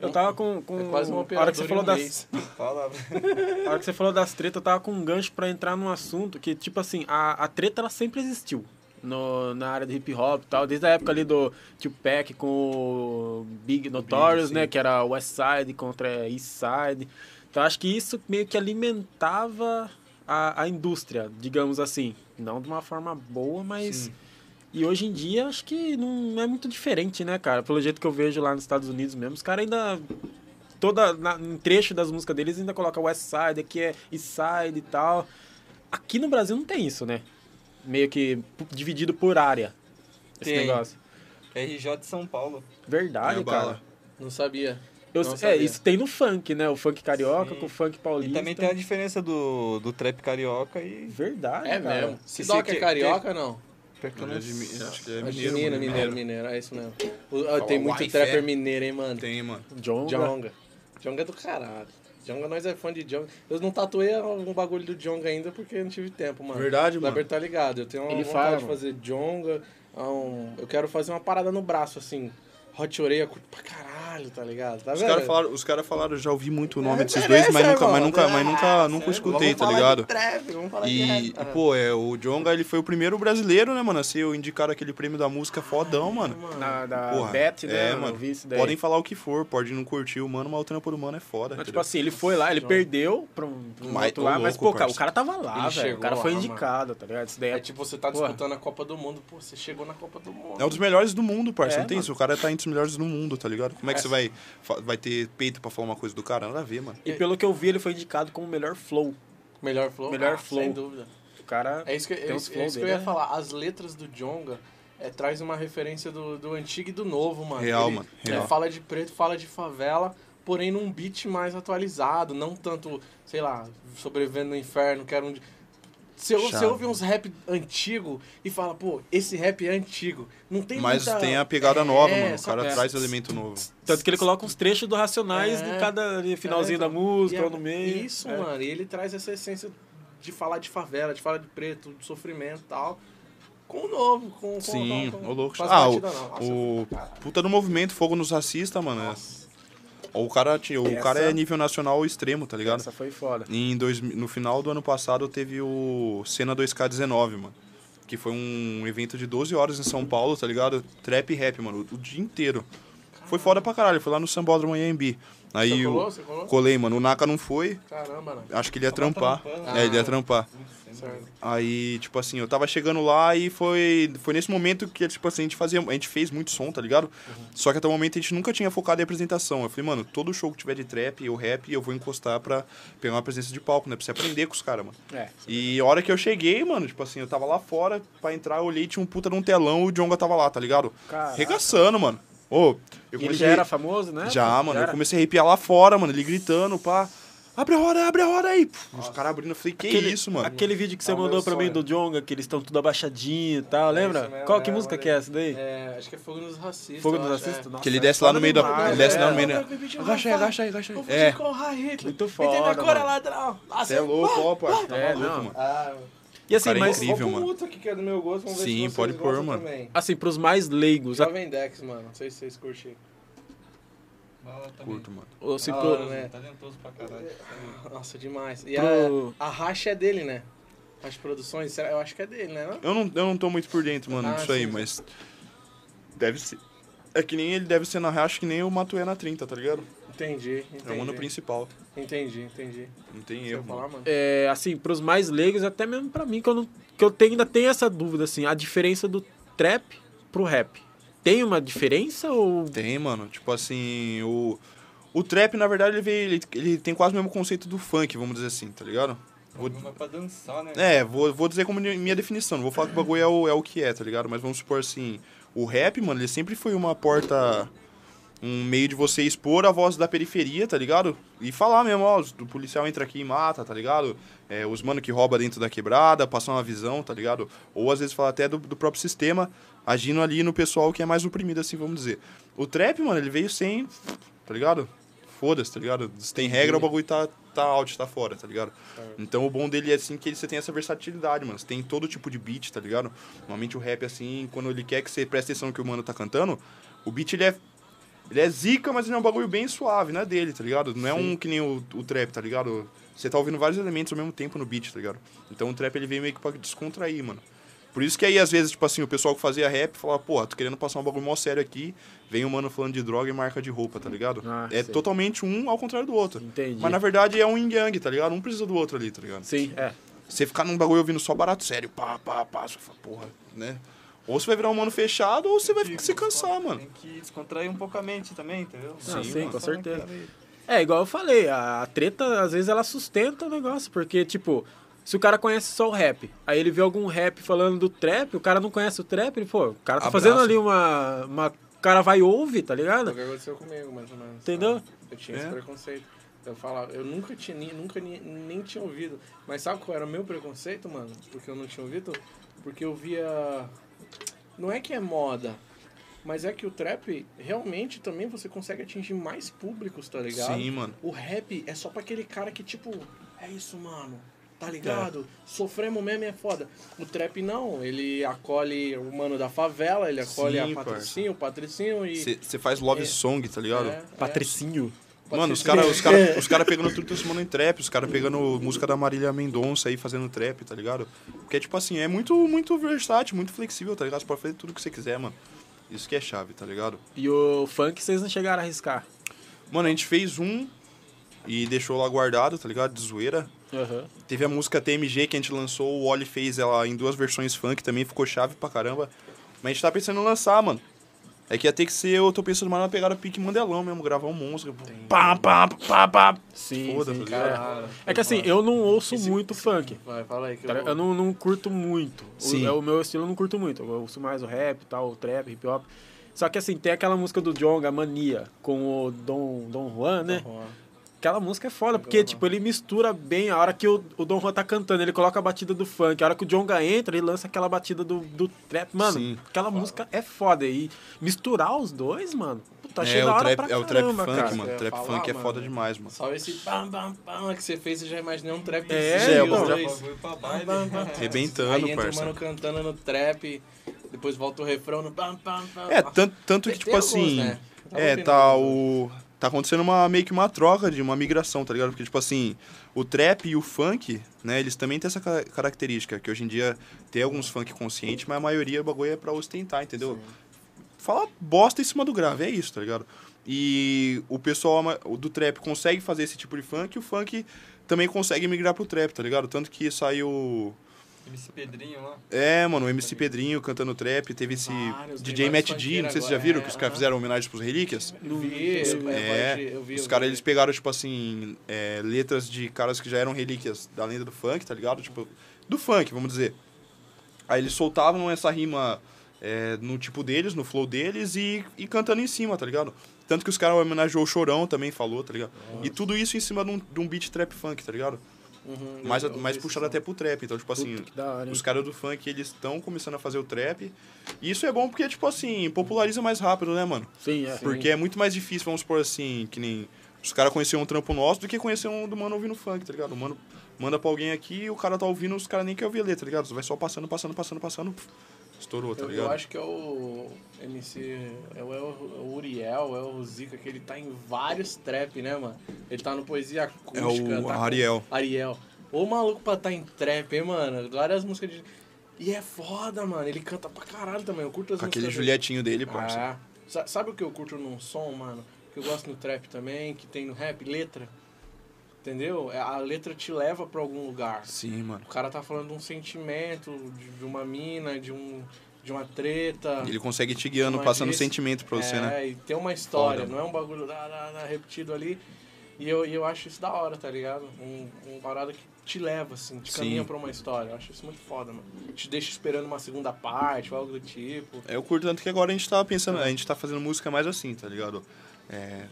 Speaker 2: Eu tava com. com
Speaker 1: É quase uma
Speaker 2: a hora
Speaker 1: operadora
Speaker 2: que você
Speaker 1: em
Speaker 2: falou
Speaker 1: um
Speaker 2: das,
Speaker 1: mês.
Speaker 4: Fala.
Speaker 2: A hora que você falou das tretas, eu tava com um gancho pra entrar num assunto que, tipo assim, a, a treta ela sempre existiu. No, na área do hip hop e tal, desde a época ali do Tupac com o Big Notorious,
Speaker 3: sim.
Speaker 2: né? Que era West Side contra East Side. Então acho que isso meio que alimentava a, a indústria, digamos assim. Não de uma forma boa, mas. E hoje em dia acho que não é muito diferente, né, cara? Pelo jeito que eu vejo lá nos Estados Unidos mesmo, os caras ainda toda na, em trecho das músicas deles ainda coloca West Side, aqui é East Side e tal. Aqui no Brasil não tem isso, né? Meio que p- dividido por área. Esse
Speaker 4: Tem.
Speaker 2: negócio.
Speaker 4: RJ de São Paulo.
Speaker 2: Verdade,
Speaker 3: É bala.
Speaker 2: Ah, cara.
Speaker 1: Não sabia.
Speaker 2: Eu-
Speaker 1: Não
Speaker 2: é,
Speaker 1: sabia.
Speaker 2: isso tem no funk, né? O funk carioca
Speaker 4: Sim.
Speaker 2: com o funk
Speaker 4: E
Speaker 2: paulista.
Speaker 4: também tem a diferença do, do trap carioca e.
Speaker 2: Verdade,
Speaker 1: É
Speaker 2: cara.
Speaker 1: mesmo. Se
Speaker 4: Que
Speaker 1: Doc
Speaker 4: se-
Speaker 1: é
Speaker 4: que-
Speaker 1: carioca, não.
Speaker 4: Porque eu
Speaker 3: Ele
Speaker 4: não
Speaker 3: é de Mi- acho que é
Speaker 1: É
Speaker 3: mineiro,
Speaker 1: mineiro,
Speaker 2: né,
Speaker 3: mano,
Speaker 1: mineiro, mineiro. É isso mesmo. O- ó,
Speaker 3: Fala,
Speaker 1: tem muito
Speaker 3: uai,
Speaker 1: trapper
Speaker 3: fé.
Speaker 1: mineiro, hein, mano?
Speaker 3: Tem, mano.
Speaker 2: Jonga.
Speaker 1: Jonga. Jonga é do caralho. Jonga, nós é fã de Jonga. Eu não tatuei algum bagulho do Jonga ainda porque não tive tempo, mano.
Speaker 3: Verdade,
Speaker 1: O
Speaker 3: mano.
Speaker 1: Kleber tá ligado. Eu tenho uma
Speaker 2: Ele
Speaker 1: vontade
Speaker 2: fala,
Speaker 1: de
Speaker 2: mano.
Speaker 1: fazer Jonga. é um- Eu quero fazer uma parada no braço, assim. Hot orelha, curto pra caralho, tá ligado? Tá
Speaker 3: Os
Speaker 1: vendo?
Speaker 3: caras falaram, os cara falaram, já ouvi muito o nome
Speaker 1: É,
Speaker 3: desses dois,
Speaker 1: merece,
Speaker 3: mas nunca,
Speaker 1: irmão.
Speaker 3: mas nunca,
Speaker 1: Ah,
Speaker 3: mas nunca, nunca
Speaker 4: sério?
Speaker 3: escutei,
Speaker 1: Vamos
Speaker 3: tá
Speaker 1: falar
Speaker 3: ligado?
Speaker 1: de trap, vamos falar de
Speaker 3: E,
Speaker 1: rap.
Speaker 3: e, pô, é, o Jonga, ele foi o primeiro brasileiro, né, mano, a ser indicado aquele prêmio da música fodão, mano.
Speaker 2: Na, da
Speaker 3: Porra,
Speaker 2: Bet, né?
Speaker 3: é,
Speaker 2: mano?
Speaker 3: mano.
Speaker 2: Eu vi isso daí.
Speaker 3: Podem falar o que for, pode não curtir o mano, mas o trampo do mano é foda.
Speaker 2: Mas, tipo
Speaker 3: entendeu?
Speaker 2: assim, ele foi lá, ele perdeu pra um, pra um
Speaker 3: Mas
Speaker 2: outro
Speaker 3: ô
Speaker 2: lá, mas,
Speaker 3: louco,
Speaker 2: pô, cara, o
Speaker 3: parça.
Speaker 2: cara tava lá,
Speaker 1: Ele
Speaker 2: velho. O
Speaker 1: chegou
Speaker 2: cara foi
Speaker 1: lá,
Speaker 2: indicado, tá ligado? Isso daí
Speaker 1: É
Speaker 2: é
Speaker 1: tipo, você tá
Speaker 2: Porra.
Speaker 1: disputando a Copa do Mundo, pô, você chegou na Copa do Mundo.
Speaker 3: É um dos melhores do mundo, parça.
Speaker 2: É,
Speaker 3: não tem
Speaker 2: mano.
Speaker 3: isso. O cara tá entre os melhores do mundo, tá ligado? Como é que você vai, fa- vai ter peito pra falar uma coisa do cara? Nada a ver, mano.
Speaker 1: é.
Speaker 2: E pelo que eu vi, ele foi indicado como o melhor flow.
Speaker 1: Melhor flow?
Speaker 2: Melhor
Speaker 1: Ah,
Speaker 2: flow.
Speaker 1: Sem dúvida.
Speaker 2: O cara.
Speaker 1: É isso que,
Speaker 2: Tem
Speaker 1: é
Speaker 2: uns
Speaker 1: isso, é
Speaker 2: flow
Speaker 1: isso que eu
Speaker 2: dele,
Speaker 1: ia
Speaker 2: né?
Speaker 1: falar. As letras do Jonga é, traz uma referência do, do antigo e do novo, mano.
Speaker 3: Real,
Speaker 1: Ele-
Speaker 3: mano,
Speaker 1: ele
Speaker 3: real.
Speaker 1: fala de preto, fala de favela, porém num beat mais atualizado. Não tanto, sei lá, sobrevivendo no inferno, quero um... di- Você, ou- você
Speaker 3: Chave.
Speaker 1: ouve uns rap antigo e fala, pô, esse rap é antigo. Não tem
Speaker 3: Mas
Speaker 1: muita...
Speaker 3: tem a pegada nova,
Speaker 1: É,
Speaker 3: mano. O
Speaker 1: essa-
Speaker 3: cara
Speaker 2: é.
Speaker 3: traz elemento novo.
Speaker 2: Tanto que ele coloca uns trechos do Racionais
Speaker 1: É.
Speaker 2: em cada ali, finalzinho
Speaker 1: É, então,
Speaker 2: da música,
Speaker 1: e é-
Speaker 2: ou no meio.
Speaker 1: Isso,
Speaker 2: É.
Speaker 1: mano. E ele traz essa essência de falar de favela, de falar de preto, de sofrimento e tal. Com o novo, com, com
Speaker 3: Sim,
Speaker 1: com, com,
Speaker 3: ô louco.
Speaker 1: com as
Speaker 3: Ah,
Speaker 1: batidas novas.
Speaker 3: o, o puta do movimento Fogo nos Racistas, mano. é-
Speaker 1: Nossa.
Speaker 3: O cara, tinha- o
Speaker 2: Essa-
Speaker 3: cara é nível nacional extremo, tá ligado?
Speaker 2: Essa foi foda.
Speaker 3: Em dois, mi- no final do ano passado teve o Cena 2K19, mano. Que foi um evento de 12 horas em São Paulo, tá ligado? Trap e rap, mano, o, o dia inteiro. Foi foda pra caralho, foi lá no Sambódromo Anhembi. Aí
Speaker 1: Você
Speaker 3: eu
Speaker 1: colou? Você colou?
Speaker 3: colei, mano. O Naka não foi,
Speaker 1: Caramba, né?
Speaker 3: acho que ele ia
Speaker 4: Tava
Speaker 3: trampar.
Speaker 4: trampando,
Speaker 3: É,
Speaker 1: né?
Speaker 3: ele ia trampar.
Speaker 1: Certo.
Speaker 3: Aí, tipo assim, eu tava chegando lá e foi, foi nesse momento que, tipo assim, a gente fazia. A gente fez muito som, tá ligado?
Speaker 2: Uhum.
Speaker 3: Só que até o momento a gente nunca tinha focado em apresentação. Eu falei, mano, todo show que tiver de trap ou rap, eu vou encostar pra pegar uma presença de palco, né? Pra você aprender com os caras, mano.
Speaker 2: É.
Speaker 3: E a hora que eu cheguei, mano, tipo assim, eu um tava lá fora pra entrar, eu olhei, tinha um puta num telão e o Jonga tava lá, tá ligado?
Speaker 2: Caraca.
Speaker 3: Regaçando, mano. Ô, eu
Speaker 2: E ele
Speaker 3: comecei-
Speaker 2: já era famoso, né?
Speaker 3: Já, mano. Eu
Speaker 2: era?
Speaker 3: comecei a arrepiar lá fora, mano. Ele gritando, pá. Abre a roda, abre a roda aí. Puf, Os caras abrindo. Eu falei, que
Speaker 2: Aquele-
Speaker 3: isso, mano?
Speaker 2: Aquele vídeo que você
Speaker 1: É o meu
Speaker 2: mandou pra mim
Speaker 1: sonho.
Speaker 2: do Jonga, que eles estão tudo abaixadinho e tal,
Speaker 1: isso
Speaker 2: lembra?
Speaker 1: mesmo,
Speaker 2: Qual que
Speaker 1: né? é,
Speaker 2: música
Speaker 1: olha
Speaker 2: que é
Speaker 1: aí.
Speaker 2: essa daí?
Speaker 1: É, acho que é Fogo nos Racistas.
Speaker 2: Fogo
Speaker 1: eu
Speaker 2: dos
Speaker 1: acho,
Speaker 2: Racistas?
Speaker 1: é.
Speaker 2: Nossa,
Speaker 3: Que ele desce lá no meio da.
Speaker 2: demais,
Speaker 3: Ele desce
Speaker 2: é.
Speaker 3: lá no meio da.
Speaker 1: É.
Speaker 3: Agacha aí, agacha aí, agacha aí.
Speaker 1: Eu vou
Speaker 3: É.
Speaker 1: te correr, Hitler.
Speaker 2: Muito
Speaker 1: Me
Speaker 2: foda,
Speaker 1: tem na cora,
Speaker 2: mano.
Speaker 1: ladrão.
Speaker 3: Você é louco, ó, pai. Tá
Speaker 2: É,
Speaker 3: maluco,
Speaker 2: não.
Speaker 3: mano.
Speaker 1: Ah,
Speaker 2: E assim,
Speaker 3: Cara, é
Speaker 2: mas,
Speaker 3: incrível.
Speaker 1: coloca
Speaker 3: mano.
Speaker 1: um outro aqui que é do meu gosto, vamos ver
Speaker 3: Sim,
Speaker 1: se vocês
Speaker 3: pode pôr,
Speaker 1: gostam
Speaker 3: mano.
Speaker 1: Também.
Speaker 2: assim, pros mais leigos, a-
Speaker 1: Jovem Dex, mano. Não sei se vocês curtem.
Speaker 3: Curto, mano.
Speaker 2: ou assim,
Speaker 1: Da
Speaker 2: pro-
Speaker 1: hora, né?
Speaker 4: Talentoso pra caralho.
Speaker 1: Nossa, demais. E
Speaker 2: Pro-
Speaker 1: a, a Racha é dele, né? Racha Produções, será? eu acho que é dele, né? Não?
Speaker 3: Eu não, eu não tô muito por dentro, mano,
Speaker 1: Ah,
Speaker 3: disso aí,
Speaker 1: sim.
Speaker 3: mas. Deve ser. É que nem ele deve ser na real, acho que nem eu mato na 30, tá ligado?
Speaker 1: Entendi, entendi.
Speaker 3: É o ano principal.
Speaker 1: Entendi, entendi.
Speaker 3: Não tem
Speaker 1: Eu
Speaker 3: erro, mano.
Speaker 1: falar, mano.
Speaker 2: é, assim, pros mais leigos, até mesmo pra mim, que eu, não, que eu tenho, ainda tenho essa dúvida, assim, a diferença do trap pro rap. Tem uma diferença ou...
Speaker 3: Tem, mano. Tipo assim, o. O trap, na verdade, ele, veio, ele, ele tem quase o mesmo conceito do funk, vamos dizer assim, tá ligado? Vou-
Speaker 4: Mas pra dançar, né?
Speaker 3: É, vou, vou dizer como minha definição. Não vou falar que o bagulho é o, é o que é, tá ligado? Mas vamos supor assim, o rap, mano, ele sempre foi uma porta. Um meio de você expor a voz da periferia, tá ligado? E falar mesmo, ó, o policial entra aqui e mata, tá ligado? É, os mano que rouba dentro da quebrada, passar uma visão, tá ligado? Ou às vezes falar até do, do próprio sistema, agindo ali no pessoal que é mais oprimido, assim, vamos dizer. O trap, mano, ele veio sem. tá ligado? Foda-se, tá ligado? Se tem regra, o bagulho tá, tá out, tá fora, tá ligado? Então o bom dele é assim que ele, você tem essa versatilidade, mano. Você tem todo tipo de beat, tá ligado? Normalmente o rap, assim, quando ele quer que você preste atenção no que o mano tá cantando, o beat ele é. Ele é zica, mas ele é um bagulho bem suave, não é dele, tá ligado? Não é um que nem o, o trap, tá ligado? Você tá ouvindo vários elementos ao mesmo tempo no beat, tá ligado? Então o trap ele veio meio que pra descontrair, mano. Por isso que aí, às vezes, tipo assim, o pessoal que fazia rap falava, porra, tô querendo passar um bagulho mó sério aqui, vem um mano falando de droga e marca de roupa, tá ligado?
Speaker 2: Ah,
Speaker 3: é
Speaker 2: sei.
Speaker 3: totalmente um ao contrário do outro.
Speaker 2: Entendi.
Speaker 3: Mas na verdade é um yin yang, tá ligado? Um precisa do outro ali, tá ligado?
Speaker 2: Sim, é.
Speaker 3: Você ficar num bagulho ouvindo só barato sério, pá, pá, pá, você fala, porra, né? Ou você vai virar um mano fechado, ou você vai se cansar, mano.
Speaker 4: Tem que descontrair um pouco a mente também, entendeu?
Speaker 2: Ah,
Speaker 3: Sim,
Speaker 2: sim,
Speaker 3: mano.
Speaker 2: com certeza. É, igual eu falei, a, a treta, às vezes, ela sustenta o negócio, porque, tipo, se o cara conhece só o rap, aí ele vê algum rap falando do trap, o cara não conhece o trap, ele, pô, o cara tá
Speaker 3: Abraça.
Speaker 2: fazendo ali uma, uma... O cara vai e ouve, tá ligado?
Speaker 1: O que aconteceu comigo, mais ou menos.
Speaker 2: Entendeu?
Speaker 1: sabe? Eu tinha
Speaker 3: É.
Speaker 1: esse preconceito. Eu falava, eu nunca tinha, nem- nunca nem, nem tinha ouvido. Mas sabe qual era o meu preconceito, mano? Porque eu não tinha ouvido? Porque eu via. Não é que é moda, mas é que o trap realmente também você consegue atingir mais públicos, tá ligado?
Speaker 3: Sim, mano.
Speaker 1: O rap é só pra aquele cara que, tipo, é isso, mano. Tá ligado? Sofremos mesmo e é foda. O trap não, ele acolhe o mano da favela, ele acolhe
Speaker 3: Sim,
Speaker 1: a patricinho, o patricinho e.
Speaker 3: Você faz love
Speaker 1: É.
Speaker 3: song, tá ligado?
Speaker 1: É,
Speaker 2: Patricinho.
Speaker 3: Mano, os caras os cara, os cara pegando tudo transformando em trap, os caras pegando música da Marília Mendonça aí fazendo trap, tá ligado? Porque, tipo assim, é muito, muito versátil, muito flexível, tá ligado? Você pode fazer tudo que você quiser, mano. Isso que é chave, tá ligado?
Speaker 2: E o funk vocês não chegaram a arriscar.
Speaker 3: Mano, a gente fez um e deixou lá guardado, tá ligado? De zoeira.
Speaker 2: Aham.
Speaker 3: Teve a música TMG que a gente lançou, o Oli fez ela em duas versões funk também, ficou chave pra caramba. Mas a gente tá pensando em lançar, mano. É que ia ter que ser, eu tô pensando mais na pegada pique Mandelão mesmo, gravar um monstro. Pá, pá, pá, pá.
Speaker 2: Sim,
Speaker 3: Foda,
Speaker 2: sim.
Speaker 3: tá ligado?
Speaker 1: Cara,
Speaker 2: É que assim, eu não ouço muito funk.
Speaker 1: Vai, fala aí que
Speaker 2: Tá ligado? Eu
Speaker 1: eu...
Speaker 2: não, não curto muito. O-
Speaker 3: Sim.
Speaker 2: é O, meu estilo eu não curto muito. Eu ouço mais o rap e tal, o trap, hip hop. Só que assim, tem aquela música do Jonga, Mania, com o Dom, Dom Juan, né? Aquela música é foda, porque, tipo, ele mistura bem a hora que o, o Dom Juan tá cantando, ele coloca a batida do funk, a hora que o Jonga entra, ele lança aquela batida do, do trap. Mano,
Speaker 3: Sim.
Speaker 2: aquela música é foda. E misturar os dois, mano, puta, achei
Speaker 3: é,
Speaker 2: da Tá
Speaker 3: o
Speaker 2: hora
Speaker 3: trap,
Speaker 2: pra
Speaker 3: é
Speaker 2: caramba,
Speaker 3: o trap funk,
Speaker 2: cara.
Speaker 1: Eu
Speaker 3: mano.
Speaker 1: ia
Speaker 3: Trap
Speaker 1: falar,
Speaker 3: funk é
Speaker 1: mano.
Speaker 3: foda demais, mano.
Speaker 1: Só esse pam, pam, pam que você fez, eu já imaginei um trap.
Speaker 2: É,
Speaker 3: É,
Speaker 1: então.
Speaker 3: bom,
Speaker 4: bagulho pra baile.
Speaker 3: Arrebentando,
Speaker 1: Aí entra o
Speaker 3: parça.
Speaker 1: mano cantando no trap, depois volta o refrão no pam, pam, pam.
Speaker 3: É, tanto, tanto
Speaker 1: Tem-
Speaker 3: que, tipo
Speaker 1: tem alguns,
Speaker 3: assim.
Speaker 1: né? Eu tava
Speaker 3: É,
Speaker 1: ouvindo um
Speaker 3: tá o.
Speaker 1: alguns.
Speaker 3: Tá acontecendo uma, meio que uma troca de uma migração, tá ligado? Porque, tipo assim, o trap e o funk, né, eles também têm essa ca- característica, que hoje em dia tem alguns funk conscientes, mas a maioria do bagulho é pra ostentar, entendeu? Fala bosta em cima do grave, é isso, tá ligado? E o pessoal ama- o do trap consegue fazer esse tipo de funk, e o funk também consegue migrar pro trap, tá ligado? Tanto que saiu.
Speaker 4: MC Pedrinho lá.
Speaker 3: É, mano, o MC Pedrinho cantando trap, teve esse
Speaker 1: Vários, tem
Speaker 3: DJ
Speaker 1: vários
Speaker 3: Matt D, não sei se vocês
Speaker 1: funkeiros
Speaker 3: já viram,
Speaker 1: agora,
Speaker 3: que os
Speaker 1: é,
Speaker 3: caras
Speaker 1: aham.
Speaker 3: fizeram homenagem pros relíquias.
Speaker 1: Eu vi, eu,
Speaker 3: É,
Speaker 1: eu, eu vi.
Speaker 3: os
Speaker 1: eu
Speaker 3: caras
Speaker 1: vi.
Speaker 3: eles pegaram, tipo assim, é, letras de caras que já eram relíquias da lenda do funk, tá ligado? Tipo, do funk, vamos dizer. Aí eles soltavam essa rima é, no tipo deles, no flow deles e, e cantando em cima, tá ligado? Tanto que os caras homenageou o Chorão também, falou, tá ligado? E tudo isso em cima de um, de um beat trap funk, tá ligado?
Speaker 1: Uhum,
Speaker 3: mais,
Speaker 1: eu- eu
Speaker 3: mais
Speaker 1: vi
Speaker 3: puxado
Speaker 1: esse
Speaker 3: até pro trap. Então, tipo assim,
Speaker 1: Puta, que da hora, hein?
Speaker 3: os caras do funk, eles estão começando a fazer o trap. E isso é bom porque, tipo assim, populariza mais rápido, né, mano?
Speaker 2: Sim, é.
Speaker 3: Porque é muito mais difícil, vamos supor assim, que nem os caras conheceram um trampo nosso do que conhecer um do mano ouvindo funk, tá ligado? O mano manda pra alguém aqui e o cara tá ouvindo, os caras nem querem ouvir a letra, tá ligado? Vai só passando, passando, passando, passando. pff, Estourou, tá
Speaker 1: Eu,
Speaker 3: ligado?
Speaker 1: eu acho que é o MC, é o, é o Uriel, é o Zica, que ele tá em vários trap, né, mano? Ele tá no Poesia Acústica.
Speaker 3: É o
Speaker 1: tá com-
Speaker 3: Ariel.
Speaker 1: Ariel. Ô maluco pra tá em trap, hein, mano? Várias músicas de... E é foda, mano. Ele canta pra caralho também. Eu curto as
Speaker 3: Com aquele
Speaker 1: músicas dele.
Speaker 3: Julietinho dele, parça.
Speaker 1: Ah, sa- sabe o que eu curto num som, mano? Que eu gosto no trap também, que tem no rap, letra. Entendeu? É, A letra te leva pra algum lugar.
Speaker 3: Sim, mano.
Speaker 1: O cara tá falando de um sentimento, de, de uma mina, de, um, de uma treta.
Speaker 3: Ele consegue te guiando,
Speaker 1: Ah. Uma
Speaker 3: passando
Speaker 1: disso.
Speaker 3: sentimento pra você,
Speaker 1: é,
Speaker 3: né?
Speaker 1: e tem uma história,
Speaker 3: Foda,
Speaker 1: não é um bagulho da, da- da repetido ali. E eu, e eu acho isso da hora, tá ligado? Um, uma parada que te leva, assim, te
Speaker 3: Sim.
Speaker 1: caminha pra uma história. Eu acho isso muito foda, mano. Te deixa esperando uma segunda parte, ou algo do tipo.
Speaker 3: Eu curto tanto que agora a gente tá
Speaker 1: Ah.
Speaker 3: pensando, a gente tá fazendo música mais assim, tá ligado? É,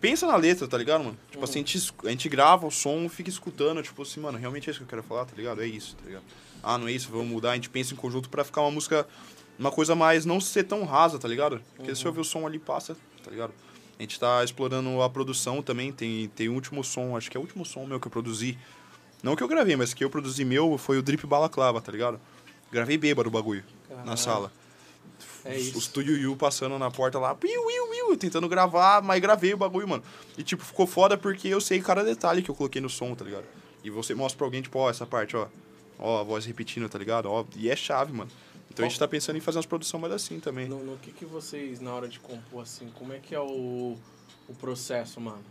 Speaker 3: Pensa na letra, tá ligado, mano? Tipo assim, a gente, esc- a gente grava o som, fica escutando, tipo assim, mano, realmente é isso que eu quero falar, tá ligado? É isso, tá ligado? Ah, não é isso, vamos mudar, a gente pensa em conjunto pra ficar uma música, uma coisa mais, não ser tão rasa, tá ligado? Porque se eu ouvir o som ali, passa, tá ligado? A gente tá explorando a produção também, tem, tem o último som, acho que é o último som meu que eu produzi. Não que eu gravei, mas que eu produzi meu foi o Drip Balaclava, tá ligado? Gravei bêbado o bagulho, na
Speaker 1: Caralho.
Speaker 3: sala.
Speaker 1: É
Speaker 3: Os-
Speaker 1: isso.
Speaker 3: Os tuyuyu passando na porta lá, piu, iu, iu, tentando gravar, mas gravei o bagulho, mano. E, tipo, ficou foda porque eu sei cada detalhe que eu coloquei no som, tá ligado? E você mostra pra alguém, tipo, ó, essa parte, ó. Ó, a voz repetindo, tá ligado? Ó, e é chave, mano. Então a gente tá pensando em fazer umas produções mais assim também.
Speaker 1: No, no que que vocês, na hora de compor, assim, como é que é o, o processo, mano?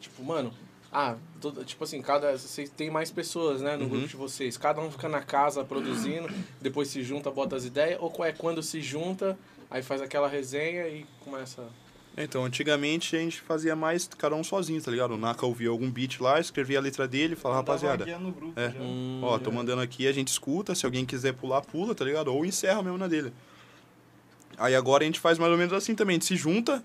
Speaker 1: Tipo, mano, ah, todo- tipo assim, cada, vocês têm mais pessoas, né, no grupo de vocês. Cada um fica na casa produzindo, depois se junta, bota as ideias, ou é quando se junta, aí faz aquela resenha e começa...
Speaker 3: Então, antigamente a gente fazia mais cada um sozinho, tá ligado? O Naka ouvia algum beat lá, escrevia a letra dele e falava, rapaziada.
Speaker 4: No grupo,
Speaker 3: É.
Speaker 4: já.
Speaker 3: Ó, tô mandando aqui, a gente escuta, se alguém quiser pular, pula, tá ligado? Ou encerra mesmo na dele. Aí agora a gente faz mais ou menos assim também, a gente se junta,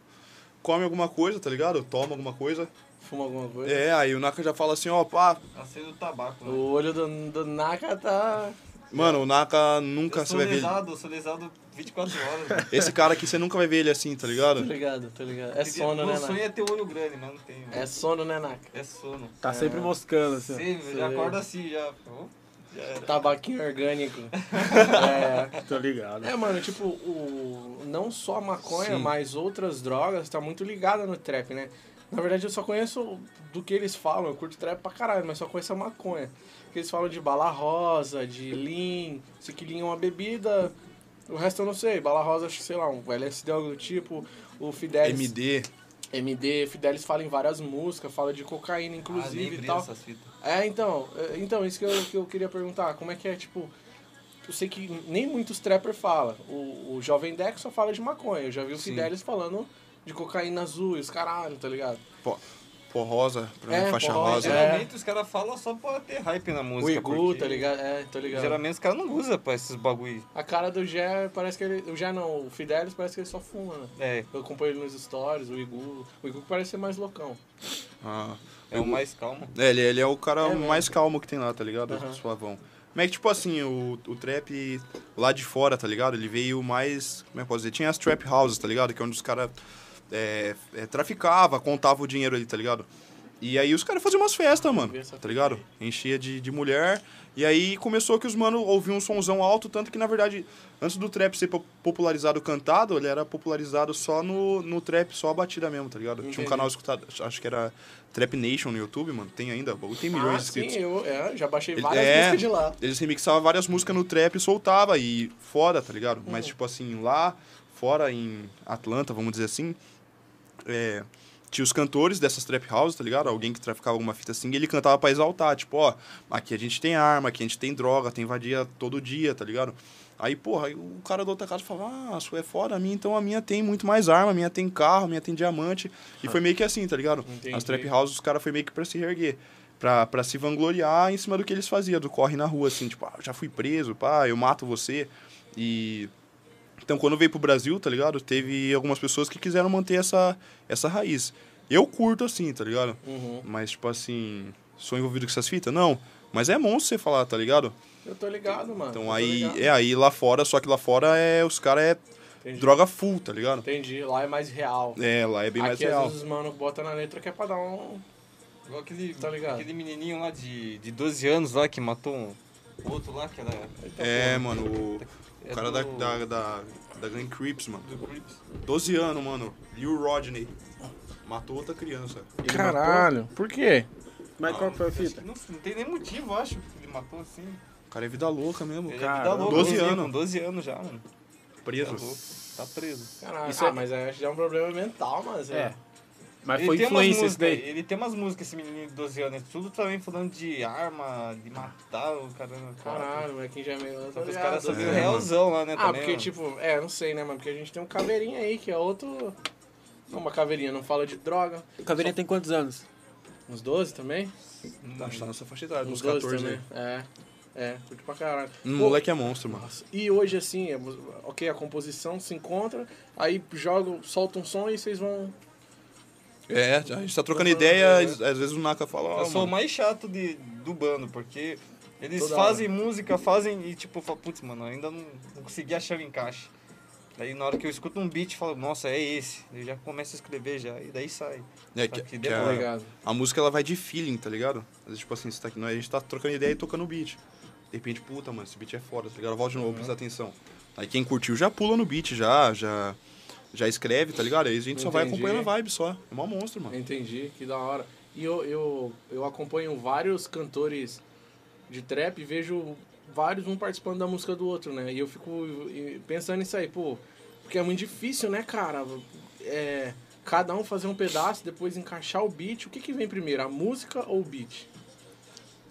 Speaker 3: come alguma coisa, tá ligado? Toma alguma coisa.
Speaker 1: Fuma alguma coisa.
Speaker 3: É, aí o Naka já fala assim, ó, pá,
Speaker 4: Acendo o tabaco, né?
Speaker 1: O olho do, do Naka tá...
Speaker 3: mano, o Naka nunca
Speaker 4: Eu
Speaker 3: você
Speaker 4: sou
Speaker 3: vai ver ele.
Speaker 4: lesado, eu sou lesado 24 horas. né? mano.
Speaker 3: Esse cara aqui você nunca vai ver ele assim, tá ligado?
Speaker 1: Tô ligado, tô ligado. É sono,
Speaker 4: Meu
Speaker 1: né,
Speaker 4: sonho
Speaker 1: Naka?
Speaker 4: é ter o olho grande, mas não tem. mano.
Speaker 1: É sono, né, Naka?
Speaker 4: É sono.
Speaker 2: Tá sempre moscando, assim. ó.
Speaker 4: Sim,
Speaker 1: sei.
Speaker 4: já acorda assim, já. Ô, já era.
Speaker 1: Tabaquinho orgânico. é...
Speaker 2: Tô ligado.
Speaker 1: É, mano, tipo, o... não só a maconha,
Speaker 3: Sim.
Speaker 1: mas outras drogas tá muito ligada no trap, né? Na verdade, eu só conheço do que eles falam, eu curto trap pra caralho, mas só conheço a maconha. Porque eles falam de bala rosa, de lean, se que lean é uma bebida, o resto eu não sei. Bala rosa, acho que, sei lá, um LSD ou algo do tipo, o Fidelis...
Speaker 3: MD.
Speaker 1: MD, Fidelis fala em várias músicas, fala de cocaína,
Speaker 4: Ah, nem
Speaker 1: inclusive, e
Speaker 4: brilha
Speaker 1: tal.
Speaker 4: essas fitas.
Speaker 1: É, então, é, então isso que eu, que eu queria perguntar. Como é que é, tipo... Eu sei que nem muitos trapper falam. O, o Jovem Dex só fala de maconha. Eu já vi o
Speaker 4: Sim.
Speaker 1: Fidelis falando de cocaína azul e os caralho, tá ligado?
Speaker 3: Pó, pó rosa, pra mim,
Speaker 1: É,
Speaker 3: faixa
Speaker 1: pó rosa.
Speaker 3: rosa.
Speaker 4: Geralmente os caras falam só pra ter hype na música.
Speaker 1: o Igu,
Speaker 4: porque
Speaker 1: tá ligado? É, tô ligado.
Speaker 4: Geralmente os caras não usam pra esses bagulho.
Speaker 1: A cara do Jé parece que ele... O Jé não, o Fidelis parece que ele só fuma, né?
Speaker 4: É,
Speaker 1: Eu acompanho ele nos stories, o Igu... O Igu parece ser mais loucão.
Speaker 3: Ah.
Speaker 4: é o mais calmo.
Speaker 3: É, ele, ele é o cara
Speaker 1: É mesmo.
Speaker 3: mais calmo que tem lá, tá ligado?
Speaker 1: Aham.
Speaker 3: Suavão. Mas é que, tipo assim, o, o trap lá de fora, tá ligado? Ele veio mais. Como é que eu posso dizer? Tinha as trap houses, tá ligado? Que é onde os caras é, é, traficava, contava o dinheiro ali, tá ligado? E aí os caras faziam umas festas, mano,
Speaker 1: vi essa
Speaker 3: tá ligado? Enchia de, de mulher. E aí começou que os mano ouviam um sonzão alto, tanto que, na verdade, antes do trap ser po- popularizado cantado, ele era popularizado só no, no trap, só a batida mesmo, tá ligado? Tinha um
Speaker 1: Entendi.
Speaker 3: canal escutado, acho que era Trap Nation no YouTube, mano. Tem ainda, o bagulho tem milhões
Speaker 1: ah,
Speaker 3: de inscritos.
Speaker 1: sim, eu é, já baixei
Speaker 3: Ele-
Speaker 1: várias
Speaker 3: é.
Speaker 1: músicas de lá.
Speaker 3: Eles remixavam várias músicas no trap e soltava e fora, tá ligado?
Speaker 1: Uhum.
Speaker 3: Mas, tipo assim, lá fora em Atlanta, vamos dizer assim, é, tinha os cantores dessas trap houses, tá ligado? Alguém que traficava alguma fita assim e ele cantava pra exaltar, tipo, ó, aqui a gente tem arma, aqui a gente tem droga, tem vadia todo dia, tá ligado? Aí, porra, aí o cara da outra casa falava, ah, a sua é fora, a minha, então a minha tem muito mais arma, a minha tem carro, a minha tem diamante. E foi meio que assim, tá ligado?
Speaker 1: Entendi.
Speaker 3: As trap houses, os caras foi meio que pra se reerguer. Pra, pra se vangloriar em cima do que eles faziam, do corre na rua, assim, tipo, ah, eu já fui preso, pá, eu mato você. E Então, quando veio pro Brasil, tá ligado? Teve algumas pessoas que quiseram manter essa, essa raiz. Eu curto assim, tá ligado?
Speaker 1: Uhum.
Speaker 3: Mas, tipo assim, sou envolvido com essas fitas? Não. Mas é monstro você falar, tá ligado?
Speaker 1: Eu tô ligado, mano. eu
Speaker 3: Então
Speaker 1: tô
Speaker 3: aí,
Speaker 1: ligado.
Speaker 3: é aí lá fora, só que lá fora é os caras é
Speaker 1: Entendi.
Speaker 3: droga full, tá ligado?
Speaker 1: Entendi, lá é mais real.
Speaker 3: É, lá é bem mais
Speaker 1: Aqui
Speaker 3: real.
Speaker 1: às vezes os mano bota na letra que é pra dar um.
Speaker 4: Igual aquele,
Speaker 1: Tá ligado.
Speaker 4: aquele menininho lá de, de 12 anos lá que matou um outro lá que era.
Speaker 1: tá
Speaker 3: É, mano, o, o
Speaker 4: É
Speaker 3: cara da,
Speaker 4: do-
Speaker 3: da, da, da Glen Creeps, mano.
Speaker 4: do Crips.
Speaker 3: 12 anos, mano. Lil Rodney. Matou outra criança.
Speaker 1: Caralho, por quê?
Speaker 2: Mas qual que foi a fita?
Speaker 4: Não, não tem nem motivo, eu acho, que ele matou assim.
Speaker 3: O cara é vida louca mesmo.
Speaker 4: Ele é
Speaker 2: Cara,
Speaker 4: vida louca,
Speaker 3: 12
Speaker 4: inclusive,
Speaker 3: anos.
Speaker 4: com 12 anos já, mano. Tá louco,
Speaker 3: Preso.
Speaker 4: tá preso.
Speaker 1: Caralho,
Speaker 2: Isso
Speaker 1: ah,
Speaker 2: é-
Speaker 1: mas aí acho que é um problema mental, mas
Speaker 2: É.
Speaker 1: é.
Speaker 2: Mas
Speaker 4: Ele
Speaker 2: foi
Speaker 4: tem umas
Speaker 2: influência isso
Speaker 4: músicas-
Speaker 2: daí.
Speaker 4: Ele tem umas músicas, esse menino de 12 anos, tudo também falando de arma, de matar o caramba.
Speaker 1: Caralho, mas quem já é meio.
Speaker 4: Só que os
Speaker 1: tá ligado,
Speaker 4: caras só
Speaker 1: né?
Speaker 4: viram
Speaker 3: mano.
Speaker 4: realzão lá, né?
Speaker 1: Ah,
Speaker 4: também,
Speaker 1: porque
Speaker 4: mano.
Speaker 1: tipo, é, não sei, né, mano? Porque a gente tem um caveirinha aí, que é outro. Não, uma caveirinha, não fala de droga.
Speaker 2: Caveirinha tem quantos anos?
Speaker 1: Uns 12 também?
Speaker 3: Tá,
Speaker 1: tipo,
Speaker 3: Acho que tá nessa faixa etária,
Speaker 1: Uns
Speaker 3: uns
Speaker 1: 12
Speaker 3: 14 aí.
Speaker 1: também. É. É, curte pra caralho.
Speaker 3: Hum,
Speaker 1: Pô,
Speaker 3: moleque é monstro, mano.
Speaker 1: Nossa, E hoje, assim, é, mus- ok, a composição se encontra, aí joga, solta um som e vocês vão.
Speaker 3: É, a gente tá trocando
Speaker 1: falando,
Speaker 3: ideia,
Speaker 1: né?
Speaker 3: às às vezes o Naka fala, ó,
Speaker 4: Eu sou o
Speaker 3: mano,
Speaker 4: mais chato de, do bando, porque eles
Speaker 1: Toda
Speaker 4: fazem música, fazem e tipo, eu falo, putz, mano, eu ainda não, não consegui achar o encaixe. Daí na hora que eu escuto um beat, eu falo, nossa, é esse. Eu já começo a escrever já, e daí sai.
Speaker 3: é, que,
Speaker 4: aqui
Speaker 3: que
Speaker 4: dentro,
Speaker 1: Tá
Speaker 3: a,
Speaker 1: ligado?
Speaker 3: a música ela vai de feeling, tá ligado? Às vezes, tipo assim, você tá aqui, nós- a gente tá trocando ideia e tocando o beat. De repente, puta, mano, esse beat é foda, tá ligado? Volta de novo, presta atenção. Aí quem curtiu já pula no beat, já, já, já escreve, tá ligado? Aí a gente só vai
Speaker 1: Entendi.
Speaker 3: acompanhando a vibe só. É mó monstro, mano.
Speaker 1: Entendi, que da hora. E eu, eu, eu acompanho vários cantores de trap e vejo vários um participando da música do outro, né? E eu fico e- pensando nisso aí, pô, porque é muito difícil, né, cara? É, cada um fazer um pedaço, depois encaixar o beat. O que, que vem primeiro, a música ou o beat?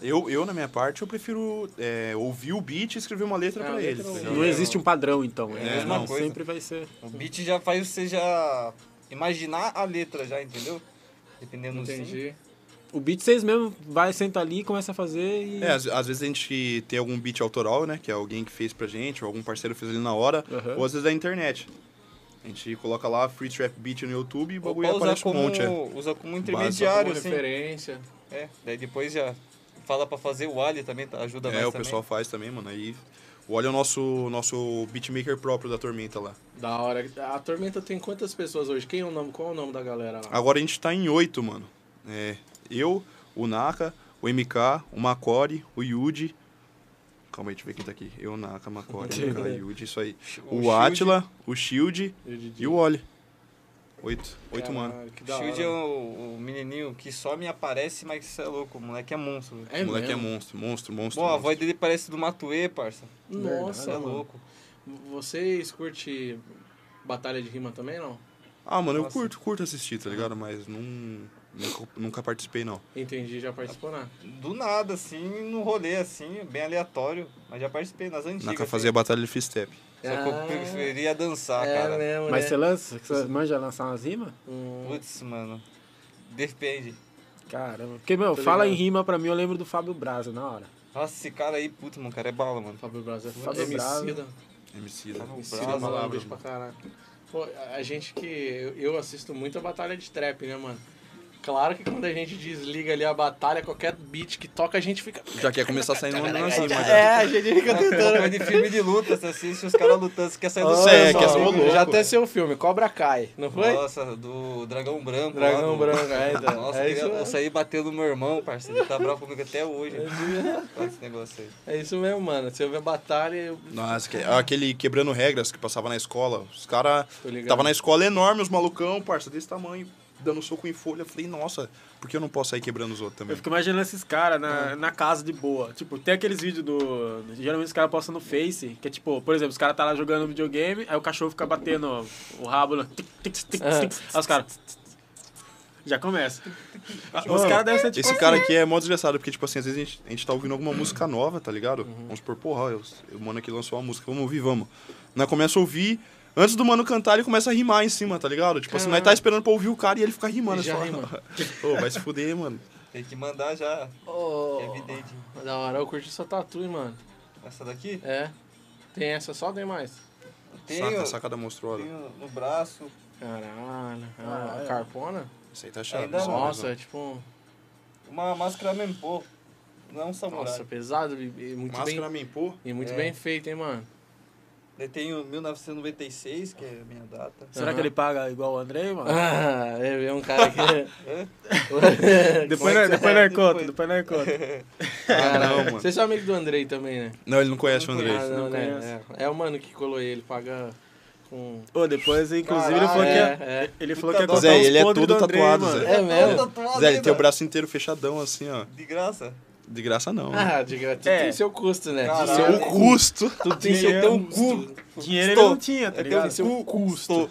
Speaker 3: Eu, eu, na minha parte, eu prefiro é, ouvir o beat e escrever uma letra
Speaker 1: É,
Speaker 3: pra
Speaker 1: a
Speaker 3: ele,
Speaker 1: letra
Speaker 3: tá
Speaker 1: ou-
Speaker 3: ligado?
Speaker 2: Não existe um padrão, então.
Speaker 4: É,
Speaker 2: É,
Speaker 4: mesma
Speaker 2: não,
Speaker 4: coisa.
Speaker 2: sempre vai ser.
Speaker 4: O beat já faz você já imaginar a letra já, entendeu? Dependendo do sim.
Speaker 1: Entendi.
Speaker 2: O beat vocês mesmo vai, senta ali, começa a fazer e.
Speaker 3: É, às, às vezes a gente tem algum beat autoral, né? Que é alguém que fez pra gente, ou algum parceiro fez ali na hora,
Speaker 2: Aham.
Speaker 3: ou às vezes da internet. A gente coloca lá Free Trap Beat no YouTube e o
Speaker 4: Ou
Speaker 3: bagulho
Speaker 4: usa
Speaker 3: aparece um
Speaker 4: como,
Speaker 3: monte. É.
Speaker 4: usa como
Speaker 1: Como
Speaker 4: intermediário, assim.
Speaker 1: referência.
Speaker 4: É, daí depois já fala pra fazer o ali também, tá? ajuda
Speaker 3: É,
Speaker 4: nós
Speaker 3: o
Speaker 4: também.
Speaker 3: pessoal faz também, mano. Aí olha o nosso, nosso beatmaker próprio da Tormenta lá.
Speaker 1: Da hora. A Tormenta tem quantas pessoas hoje? Quem é o nome? Qual é o nome da galera lá?
Speaker 3: Agora a gente tá em oito, mano. É, eu, o Naka, o MK, o Makori, o Yuji. Calma aí, deixa eu ver quem tá aqui. Eu, Naka, Makori, MK, Yuji, isso aí. O,
Speaker 4: Shield.
Speaker 3: Atila, o Shield
Speaker 1: Eu, Didi.
Speaker 3: e o Oli. Oito. Ah, Oito, mano.
Speaker 1: Caralho, que
Speaker 4: O
Speaker 1: da
Speaker 4: Shield é
Speaker 1: hora.
Speaker 4: o, o menininho que só me aparece, mas isso é louco, o moleque é monstro. velho.
Speaker 3: o moleque
Speaker 1: mesmo?
Speaker 3: é monstro, monstro, monstro.
Speaker 4: Bom, a
Speaker 3: monstro.
Speaker 4: voz dele parece do Matuê, parça.
Speaker 1: Nossa,
Speaker 4: Isso é
Speaker 1: mano.
Speaker 4: louco.
Speaker 1: Vocês curtem batalha de rima também, não?
Speaker 3: Ah, mano, eu
Speaker 4: Nossa.
Speaker 3: curto, curto assistir, tá ligado? Mas não, nunca, nunca participei, não.
Speaker 1: Entendi, já participou né? na.
Speaker 4: Do nada, assim, num rolê, assim, bem aleatório. Mas já participei nas antigas.
Speaker 3: Nunca
Speaker 4: assim.
Speaker 3: fazia batalha de freestep.
Speaker 4: Só que eu
Speaker 1: Ah. é
Speaker 4: preferia dançar, tá, cara.
Speaker 1: mesmo, né?
Speaker 2: Mas você lança? é. Você manja lançar umas rimas?
Speaker 1: Hum,
Speaker 4: Putz, mano. Depende.
Speaker 2: Caramba. Porque, meu,
Speaker 1: Tô
Speaker 2: fala em
Speaker 1: ligado.
Speaker 2: rima pra mim, eu lembro do Fábio Braza na hora.
Speaker 4: Nossa, esse cara aí, puto, mano, cara é bala, mano. Tá
Speaker 1: Fábio Brasil.
Speaker 2: Fábio
Speaker 1: Emicida.
Speaker 3: MC, né?
Speaker 4: Fala
Speaker 1: Emicida,
Speaker 4: Braz,
Speaker 1: mano, um
Speaker 3: palavra,
Speaker 1: beijo pra
Speaker 3: mano.
Speaker 1: caralho. Pô, a a gente que. Eu eu assisto muito a batalha de trap, né, mano? Claro que quando a gente desliga ali a batalha, qualquer beat que toca, a gente fica.
Speaker 3: Já quer começar saindo uma nas rimas. já.
Speaker 1: É, a gente fica tentando.
Speaker 4: Coisa de filme de luta, você assiste os caras lutando, você quer sair do
Speaker 3: Nossa,
Speaker 4: céu,
Speaker 3: é, que
Speaker 4: mano.
Speaker 3: as maluco.
Speaker 1: Já até seu filme, Cobra Cai, não foi?
Speaker 4: Nossa, do Dragão Branco. lá
Speaker 1: Dragão
Speaker 4: do-
Speaker 1: Branco, é, então.
Speaker 4: Nossa,
Speaker 1: é,
Speaker 4: eu
Speaker 1: isso,
Speaker 4: queria- eu saí batendo no meu irmão, parceiro. Ele tá bravo comigo até hoje. Olha esse negócio aí.
Speaker 1: é isso mesmo, mano. Se eu ver batalha, eu.
Speaker 3: Nossa, que- aquele quebrando regras que passava na escola. Os caras.
Speaker 1: Tô Tá ligado.
Speaker 3: Tava na escola enorme, os malucão, parça, desse tamanho, dando soco em folha. Falei, nossa, por que eu não posso sair quebrando os outros
Speaker 2: Eu
Speaker 3: também?
Speaker 2: fico imaginando esses caras na, na casa de boa. Tipo, tem aqueles vídeos do. Geralmente os caras postam no Face, que é tipo, por exemplo, os caras tá lá jogando videogame, aí o cachorro fica batendo o rabo. no tic, tic, tic, tic.
Speaker 1: Ah.
Speaker 2: Aí os caras. Já começa. os caras devem ser tipo.
Speaker 3: Esse cara aqui é mó desgraçado, porque, tipo assim, às vezes a gente, a gente tá ouvindo alguma música nova, tá ligado? Vamos supor, porra, eu, o mano aqui lançou uma música, vamos ouvir, vamos. Nós começa a ouvir, antes do mano cantar, ele começa a rimar em cima, tá ligado? Tipo assim, nós tá esperando pra ouvir o cara e ele fica rimando.
Speaker 1: Ele
Speaker 3: você
Speaker 1: já
Speaker 3: fala, Ô, vai se fuder, mano.
Speaker 4: Tem que mandar já.
Speaker 1: Oh,
Speaker 4: É evidente.
Speaker 1: Da hora, eu curti sua tatu, hein, mano.
Speaker 4: Essa daqui?
Speaker 1: É. Tem essa só, tem mais.
Speaker 4: Tenho,
Speaker 3: Saca, sacada monstruosa.
Speaker 4: tenho no braço.
Speaker 1: Caralho. Ah,
Speaker 4: Caralho.
Speaker 1: a carpona?
Speaker 3: Isso aí tá chato.
Speaker 4: Ainda
Speaker 3: só
Speaker 4: é. não.
Speaker 3: mais
Speaker 1: Nossa, é tipo.
Speaker 4: Uma máscara Mempô. Não é um samurai.
Speaker 1: Nossa, pesado e, e
Speaker 3: um.
Speaker 1: muito
Speaker 3: Máscara
Speaker 1: bem.
Speaker 3: Mempô?
Speaker 1: E muito
Speaker 4: É.
Speaker 1: bem feito, hein, mano.
Speaker 4: Eu tenho 1996, que é a minha data.
Speaker 2: Será
Speaker 1: Aham.
Speaker 2: que ele paga igual o Andrei, mano?
Speaker 1: Ah, é, é um cara que. é
Speaker 4: Hã?
Speaker 2: Depois,
Speaker 4: Pode
Speaker 2: nós-
Speaker 4: ser.
Speaker 2: depois nós conta,
Speaker 4: Depois.
Speaker 2: depois nós conta.
Speaker 3: Ah,
Speaker 1: Caralho.
Speaker 3: não, mano.
Speaker 1: Vocês são amigos é do Andrei também, né?
Speaker 3: Não, ele não conhece
Speaker 4: Não
Speaker 3: o Andrei.
Speaker 1: ah,
Speaker 2: não
Speaker 1: não, né?
Speaker 2: conheço.
Speaker 1: É, é o mano que colou ele, paga com.
Speaker 2: Ô, depois, inclusive, ele
Speaker 4: Caralho,
Speaker 2: falou que ia,
Speaker 1: é, é.
Speaker 2: ele falou que
Speaker 4: Puta
Speaker 2: ia
Speaker 4: dó.
Speaker 2: contar
Speaker 3: Zé,
Speaker 2: uns
Speaker 3: ele é
Speaker 2: podres
Speaker 3: todo
Speaker 2: do Andrei,
Speaker 3: tatuado,
Speaker 2: mano.
Speaker 3: Zé.
Speaker 1: É mesmo?
Speaker 4: Tá tatuado
Speaker 3: Zé, ele tem o
Speaker 4: ainda.
Speaker 3: braço inteiro fechadão, assim, ó.
Speaker 4: De graça?
Speaker 3: De graça, não. né?
Speaker 1: Ah, de gratuito
Speaker 2: É.
Speaker 1: tem seu custo, né?
Speaker 4: Caralho.
Speaker 1: Tem
Speaker 3: o
Speaker 1: seu
Speaker 4: é.
Speaker 3: um custo.
Speaker 1: Tudo tem seu
Speaker 2: Dinheiro.
Speaker 1: teu custo.
Speaker 2: Dinheiro ele
Speaker 4: Estou.
Speaker 2: não tinha, tá
Speaker 1: Tem
Speaker 4: Eu
Speaker 2: ligado?
Speaker 1: seu custo.
Speaker 4: Estou.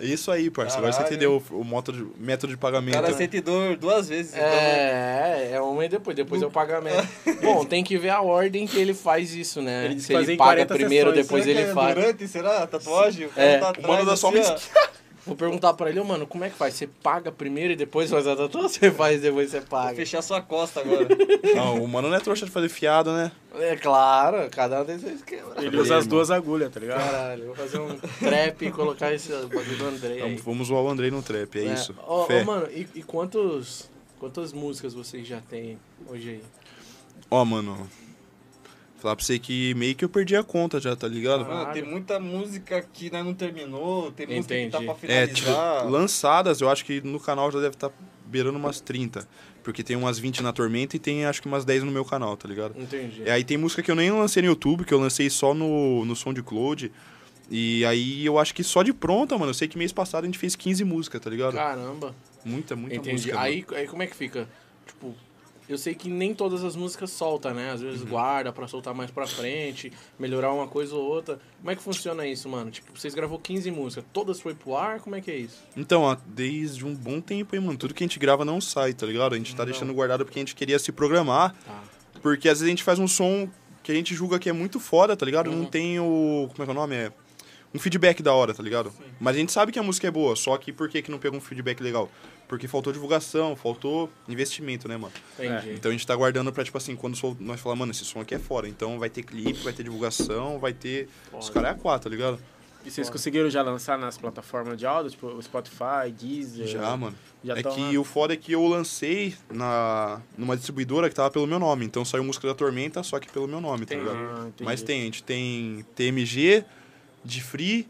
Speaker 3: É Isso aí, parça. Agora você
Speaker 4: Caralho.
Speaker 3: entendeu o, o método de- método de pagamento.
Speaker 4: cara
Speaker 3: né?
Speaker 4: sente dor duas vezes. então.
Speaker 1: É, é um mês depois, depois é o pagamento. Bom, tem que ver a ordem que ele faz isso, né?
Speaker 2: Ele diz
Speaker 1: Se
Speaker 2: fazer
Speaker 1: ele
Speaker 2: em
Speaker 1: paga
Speaker 2: 40
Speaker 1: primeiro,
Speaker 2: sessões.
Speaker 4: Será
Speaker 1: depois
Speaker 4: que
Speaker 1: ele
Speaker 4: é
Speaker 1: faz.
Speaker 4: Durante, será? A tatuagem? O cara
Speaker 1: É.
Speaker 4: tá
Speaker 3: O mano
Speaker 4: atrás,
Speaker 3: dá só
Speaker 4: assim,
Speaker 3: uma
Speaker 4: ó.
Speaker 1: Vou perguntar pra ele, ô mano, como é que faz? Você paga primeiro e depois faz a tatuagem? Ou você faz e depois você
Speaker 4: Vou
Speaker 1: paga?
Speaker 4: fechar sua costa agora.
Speaker 3: Não, o mano não é trouxa de fazer fiado, né?
Speaker 1: É claro, cada um tem seu esquema.
Speaker 2: Ele usa as duas agulhas, tá ligado?
Speaker 1: Caralho, vou fazer um trap e colocar esse bagulho do André
Speaker 3: Então,
Speaker 1: aí.
Speaker 3: vamos zoar o Andrei no trap, é,
Speaker 1: É.
Speaker 3: isso.
Speaker 1: Ô, ô,
Speaker 3: Fé.
Speaker 1: mano, e, e quantos, quantas músicas vocês já têm hoje aí?
Speaker 3: Ó, mano. Falar pra você que meio que eu perdi a conta já, tá ligado?
Speaker 1: Caralho.
Speaker 4: Mano, tem muita música que né, não terminou, tem música que tá
Speaker 1: Entendi.
Speaker 4: pra
Speaker 3: É, tipo,
Speaker 4: finalizar.
Speaker 3: lançadas, eu acho que no canal já deve estar beirando umas 30. Porque tem umas 20 na Tormenta e tem acho que umas 10 no meu canal, tá ligado?
Speaker 1: Entendi.
Speaker 3: E aí tem música que eu nem lancei no YouTube, que eu lancei só no, no SoundCloud. E aí eu acho que só de pronta, mano. Eu sei que mês passado a gente fez 15 músicas, tá ligado?
Speaker 1: Caramba.
Speaker 3: Muita, muita
Speaker 1: Entendi.
Speaker 3: música.
Speaker 1: aí, aí como é que fica? Tipo, eu sei que nem todas as músicas solta, né? Às vezes guarda pra soltar mais pra frente, melhorar uma coisa ou outra. Como é que funciona isso, mano? Tipo, vocês gravou 15 músicas, todas foi pro ar, como é que é isso?
Speaker 3: Então, ó, desde um bom tempo, hein, mano. Tudo que a gente grava não sai, tá ligado? A gente tá deixando guardado porque a gente queria se programar.
Speaker 1: Tá.
Speaker 3: Porque às vezes a gente faz um som que a gente julga que é muito foda, tá ligado? Não
Speaker 1: Uhum.
Speaker 3: tem o. Como é que é o nome? É. Um feedback da hora, tá ligado? Mas a gente sabe que a música é boa, só que por que, que não pegou um feedback legal? Porque faltou divulgação, faltou investimento, né, mano?
Speaker 1: Entendi.
Speaker 3: Então a gente tá guardando pra, tipo assim, quando sol- nós falar, mano, esse som aqui é fora. Então vai ter clipe, vai ter divulgação, vai ter. Os caras é a quatro, tá ligado?
Speaker 2: E vocês conseguiram já lançar nas plataformas de áudio, tipo o Spotify, Deezer?
Speaker 3: Já, mano.
Speaker 2: Já
Speaker 3: é
Speaker 2: tão
Speaker 3: que
Speaker 2: lá.
Speaker 3: o foda é que eu lancei na, numa distribuidora que tava pelo meu nome. Então saiu música da Tormenta, só que pelo meu nome, tá ligado?
Speaker 2: Ah, entendi.
Speaker 3: Mas tem, a gente tem TMG, de Free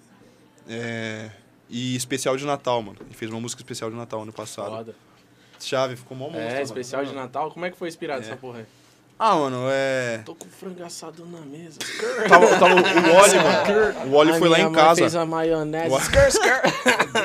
Speaker 3: é, e especial de Natal, mano. Ele fez uma música especial de Natal ano passado.
Speaker 1: Foda.
Speaker 3: Chave, ficou mó monstro,
Speaker 1: É,
Speaker 3: mano.
Speaker 1: especial de Natal. Como é que foi inspirado
Speaker 3: É.
Speaker 1: essa porra aí?
Speaker 3: Ah, mano, é.
Speaker 1: Tô com frango assado na mesa.
Speaker 3: Tava, tava o Wally, mano. O Wally
Speaker 1: A
Speaker 3: foi lá
Speaker 1: minha
Speaker 3: em
Speaker 1: mãe
Speaker 3: casa.
Speaker 1: fez a maionese.
Speaker 3: Uau.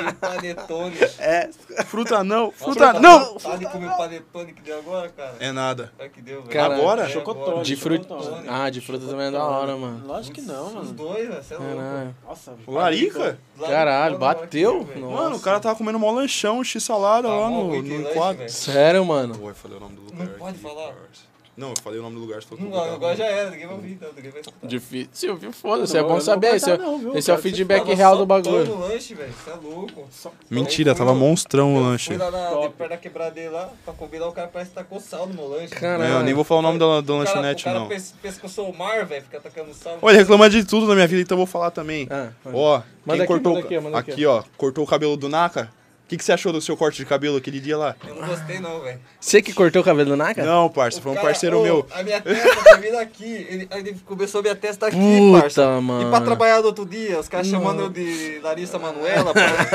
Speaker 4: Tem panetone.
Speaker 3: É, fruta não,
Speaker 4: Nossa,
Speaker 3: fruta não!
Speaker 4: Tá de comer panetone que deu agora, cara?
Speaker 3: É nada.
Speaker 4: Olha que deu, velho.
Speaker 1: Cara,
Speaker 3: Agora?
Speaker 4: É,
Speaker 2: Chocotone.
Speaker 1: De fruta. Ah, de fruta também é da hora, mano.
Speaker 2: Lógico que não,
Speaker 4: Os
Speaker 2: mano.
Speaker 4: dois, velho, você é louco.
Speaker 1: Caralho.
Speaker 2: Nossa, né?
Speaker 3: Larica?
Speaker 4: Lá no
Speaker 1: Caralho,
Speaker 4: Paulo,
Speaker 1: bateu?
Speaker 4: aqui, velho.
Speaker 1: Não.
Speaker 3: Mano, o cara tava comendo mó lanchão, x-salada
Speaker 4: Tá
Speaker 3: lá
Speaker 4: mó
Speaker 3: no,
Speaker 4: ruim de
Speaker 3: no
Speaker 4: lanche,
Speaker 3: quadro.
Speaker 4: velho.
Speaker 1: Sério, mano.
Speaker 3: Pô, eu falei o nome do lugar.
Speaker 4: Não pode falar.
Speaker 3: parça. Não, eu falei o nome do lugar, só tô
Speaker 4: Não, agora já era, ninguém vai ouvir, então, ninguém vai escutar.
Speaker 1: Difícil, viu? Foda-se.
Speaker 2: Não,
Speaker 1: É
Speaker 2: eu
Speaker 1: bom
Speaker 2: não
Speaker 1: saber.
Speaker 2: vou
Speaker 1: Esse é,
Speaker 2: cortar não, viu,
Speaker 1: esse é o
Speaker 2: cara? Você
Speaker 1: feedback
Speaker 4: Tava
Speaker 1: real
Speaker 4: só
Speaker 1: do
Speaker 4: pão
Speaker 1: bagulho.
Speaker 4: no lanche, velho, você é louco.
Speaker 3: Mentira, tava monstrão o lanche.
Speaker 4: Fui lá na
Speaker 2: Top.
Speaker 4: de perna quebradeira lá, pra combinar, o cara parece que tacou sal no meu lanche.
Speaker 1: Caralho.
Speaker 3: Não, Né, eu nem vou falar o nome da, da
Speaker 4: O cara,
Speaker 3: lanchonete,
Speaker 4: o cara
Speaker 3: não.
Speaker 4: pes- pescoçou o mar, velho, fica atacando sal.
Speaker 3: Olha, reclama de tudo na minha vida, então eu vou falar também.
Speaker 1: Ah, manda.
Speaker 3: Ó, quem
Speaker 1: Manda aqui,
Speaker 3: cortou.
Speaker 1: manda aqui, manda
Speaker 3: aqui,
Speaker 1: aqui.
Speaker 3: ó, cortou o cabelo do Naka. O que, que você achou do seu corte de cabelo aquele dia lá?
Speaker 4: Eu não gostei não, velho.
Speaker 1: Você que cortou o cabelo do Naka?
Speaker 3: Não, parça, foi um
Speaker 4: Cara,
Speaker 3: parceiro
Speaker 4: ô,
Speaker 3: meu.
Speaker 4: A minha testa termina aqui. Ele, ele começou a minha testa aqui,
Speaker 1: Puta,
Speaker 4: parça. E pra
Speaker 1: mano.
Speaker 4: trabalhar no outro dia, os caras chamando eu de Larissa Manuela. pô. Ô,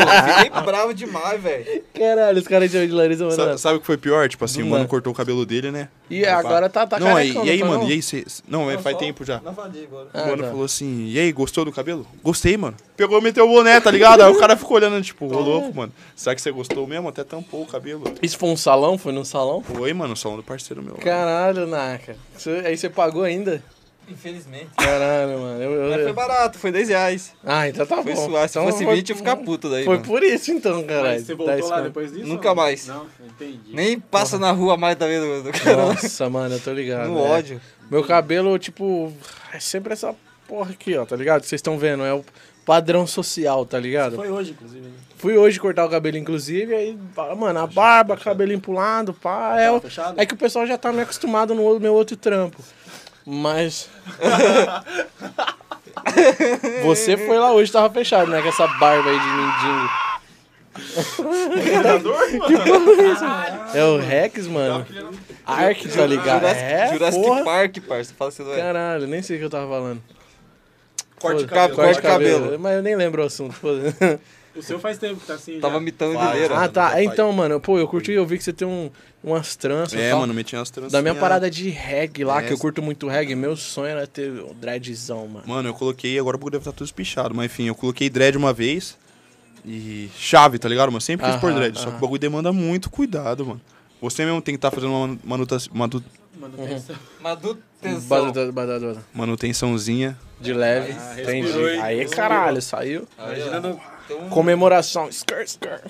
Speaker 4: eu fiquei bravo demais, velho.
Speaker 1: Caralho, os caras chamam de Larissa
Speaker 3: Sa-
Speaker 1: Manoela.
Speaker 3: Sabe o que foi pior? Tipo assim,
Speaker 1: Do
Speaker 3: o mano
Speaker 1: nada.
Speaker 3: cortou o cabelo dele, né?
Speaker 1: E agora tá, tá
Speaker 3: não, aí,
Speaker 1: carecão,
Speaker 3: e aí,
Speaker 1: tá
Speaker 3: mano,
Speaker 1: não?
Speaker 3: e aí, cê, não, é,
Speaker 4: Não,
Speaker 3: faz
Speaker 4: só
Speaker 3: tempo já.
Speaker 4: Na fadia agora.
Speaker 1: Ah,
Speaker 3: o mano
Speaker 1: tá.
Speaker 3: falou assim, e aí, gostou do cabelo? Gostei, mano. Pegou e meteu o boné, tá ligado? Aí o cara ficou olhando, tipo, ô louco, mano. Será que você gostou mesmo? Até tampou o cabelo.
Speaker 1: Isso foi um salão? Foi num salão?
Speaker 3: Foi, mano, o salão do parceiro meu. lá.
Speaker 1: Caralho, Naka. Isso- Aí você pagou ainda?
Speaker 4: Infelizmente.
Speaker 1: Caralho, mano. Eu, eu-
Speaker 4: Mas foi barato, foi 10 reais.
Speaker 1: Ah, então tá
Speaker 4: Foi
Speaker 1: bom.
Speaker 4: suave. Se
Speaker 1: Então
Speaker 4: fosse
Speaker 1: foi-
Speaker 4: 20, eu ia ficar puto daí.
Speaker 1: Foi
Speaker 4: mano.
Speaker 1: por isso então, caralho.
Speaker 2: Mas você
Speaker 1: Dá
Speaker 2: voltou lá
Speaker 1: esse-
Speaker 2: depois disso?
Speaker 4: Nunca
Speaker 2: ou não?
Speaker 4: mais.
Speaker 2: Não, entendi.
Speaker 4: Nem passa na rua mais da vez do cara.
Speaker 1: Nossa, mano, eu tô ligado.
Speaker 4: No
Speaker 1: é.
Speaker 4: ódio.
Speaker 1: Meu cabelo, tipo, é sempre essa porra aqui, ó, tá ligado? Vocês estão vendo, é o padrão social, tá ligado?
Speaker 2: Foi hoje, inclusive. né?
Speaker 1: Fui hoje cortar o cabelo, inclusive, aí, mano, a barba, cabelinho pro lado, pá. É, o-
Speaker 2: Tá fechado?
Speaker 1: é que o pessoal já tá me acostumado no meu outro trampo. Mas. Você foi lá hoje, tava fechado, né? Com essa barba aí de mendigo.
Speaker 3: Predador, mano.
Speaker 1: É o Rex, mano. Ark, tá ligado?
Speaker 4: Jurassic,
Speaker 1: É,
Speaker 4: Jurassic
Speaker 1: porra.
Speaker 4: Park, parça. Fala assim, é.
Speaker 1: Caralho, nem sei o que eu tava falando.
Speaker 3: Corte
Speaker 1: Foda-se.
Speaker 3: de cabelo.
Speaker 4: Corte de cabelo.
Speaker 1: Mas eu nem lembro o assunto. foda-se.
Speaker 2: O seu faz tempo que tá assim.
Speaker 4: Tava mitando
Speaker 3: Vai,
Speaker 4: de
Speaker 1: Ah,
Speaker 3: mano,
Speaker 1: tá.
Speaker 3: papai.
Speaker 1: Então, mano, pô, eu curti, eu vi que você tem um, umas tranças. e
Speaker 3: É,
Speaker 1: tal.
Speaker 3: mano, meti umas trancinhas.
Speaker 1: tá Da minha parada de reggae lá,
Speaker 3: É.
Speaker 1: que eu curto muito reggae, meu sonho era ter um dreadzão, mano.
Speaker 3: Mano, eu coloquei, agora o bagulho deve estar tudo espichado, mas enfim, eu coloquei dread uma vez e chave, tá ligado, mano? Sempre quis pôr
Speaker 1: Aham,
Speaker 3: dread, só que
Speaker 1: aham.
Speaker 3: o bagulho demanda muito cuidado, mano. Você mesmo tem que estar fazendo uma manuta- manu-
Speaker 2: Manutenção.
Speaker 4: Manutenção.
Speaker 1: Badada- badada-
Speaker 3: manutençãozinha.
Speaker 1: De leve,
Speaker 2: Ah,
Speaker 1: entendi.
Speaker 2: respirou, hein?
Speaker 1: Aí,
Speaker 2: Respirou.
Speaker 1: caralho, saiu.
Speaker 4: Imagina no... Então,
Speaker 1: Comemoração. Skr, skr.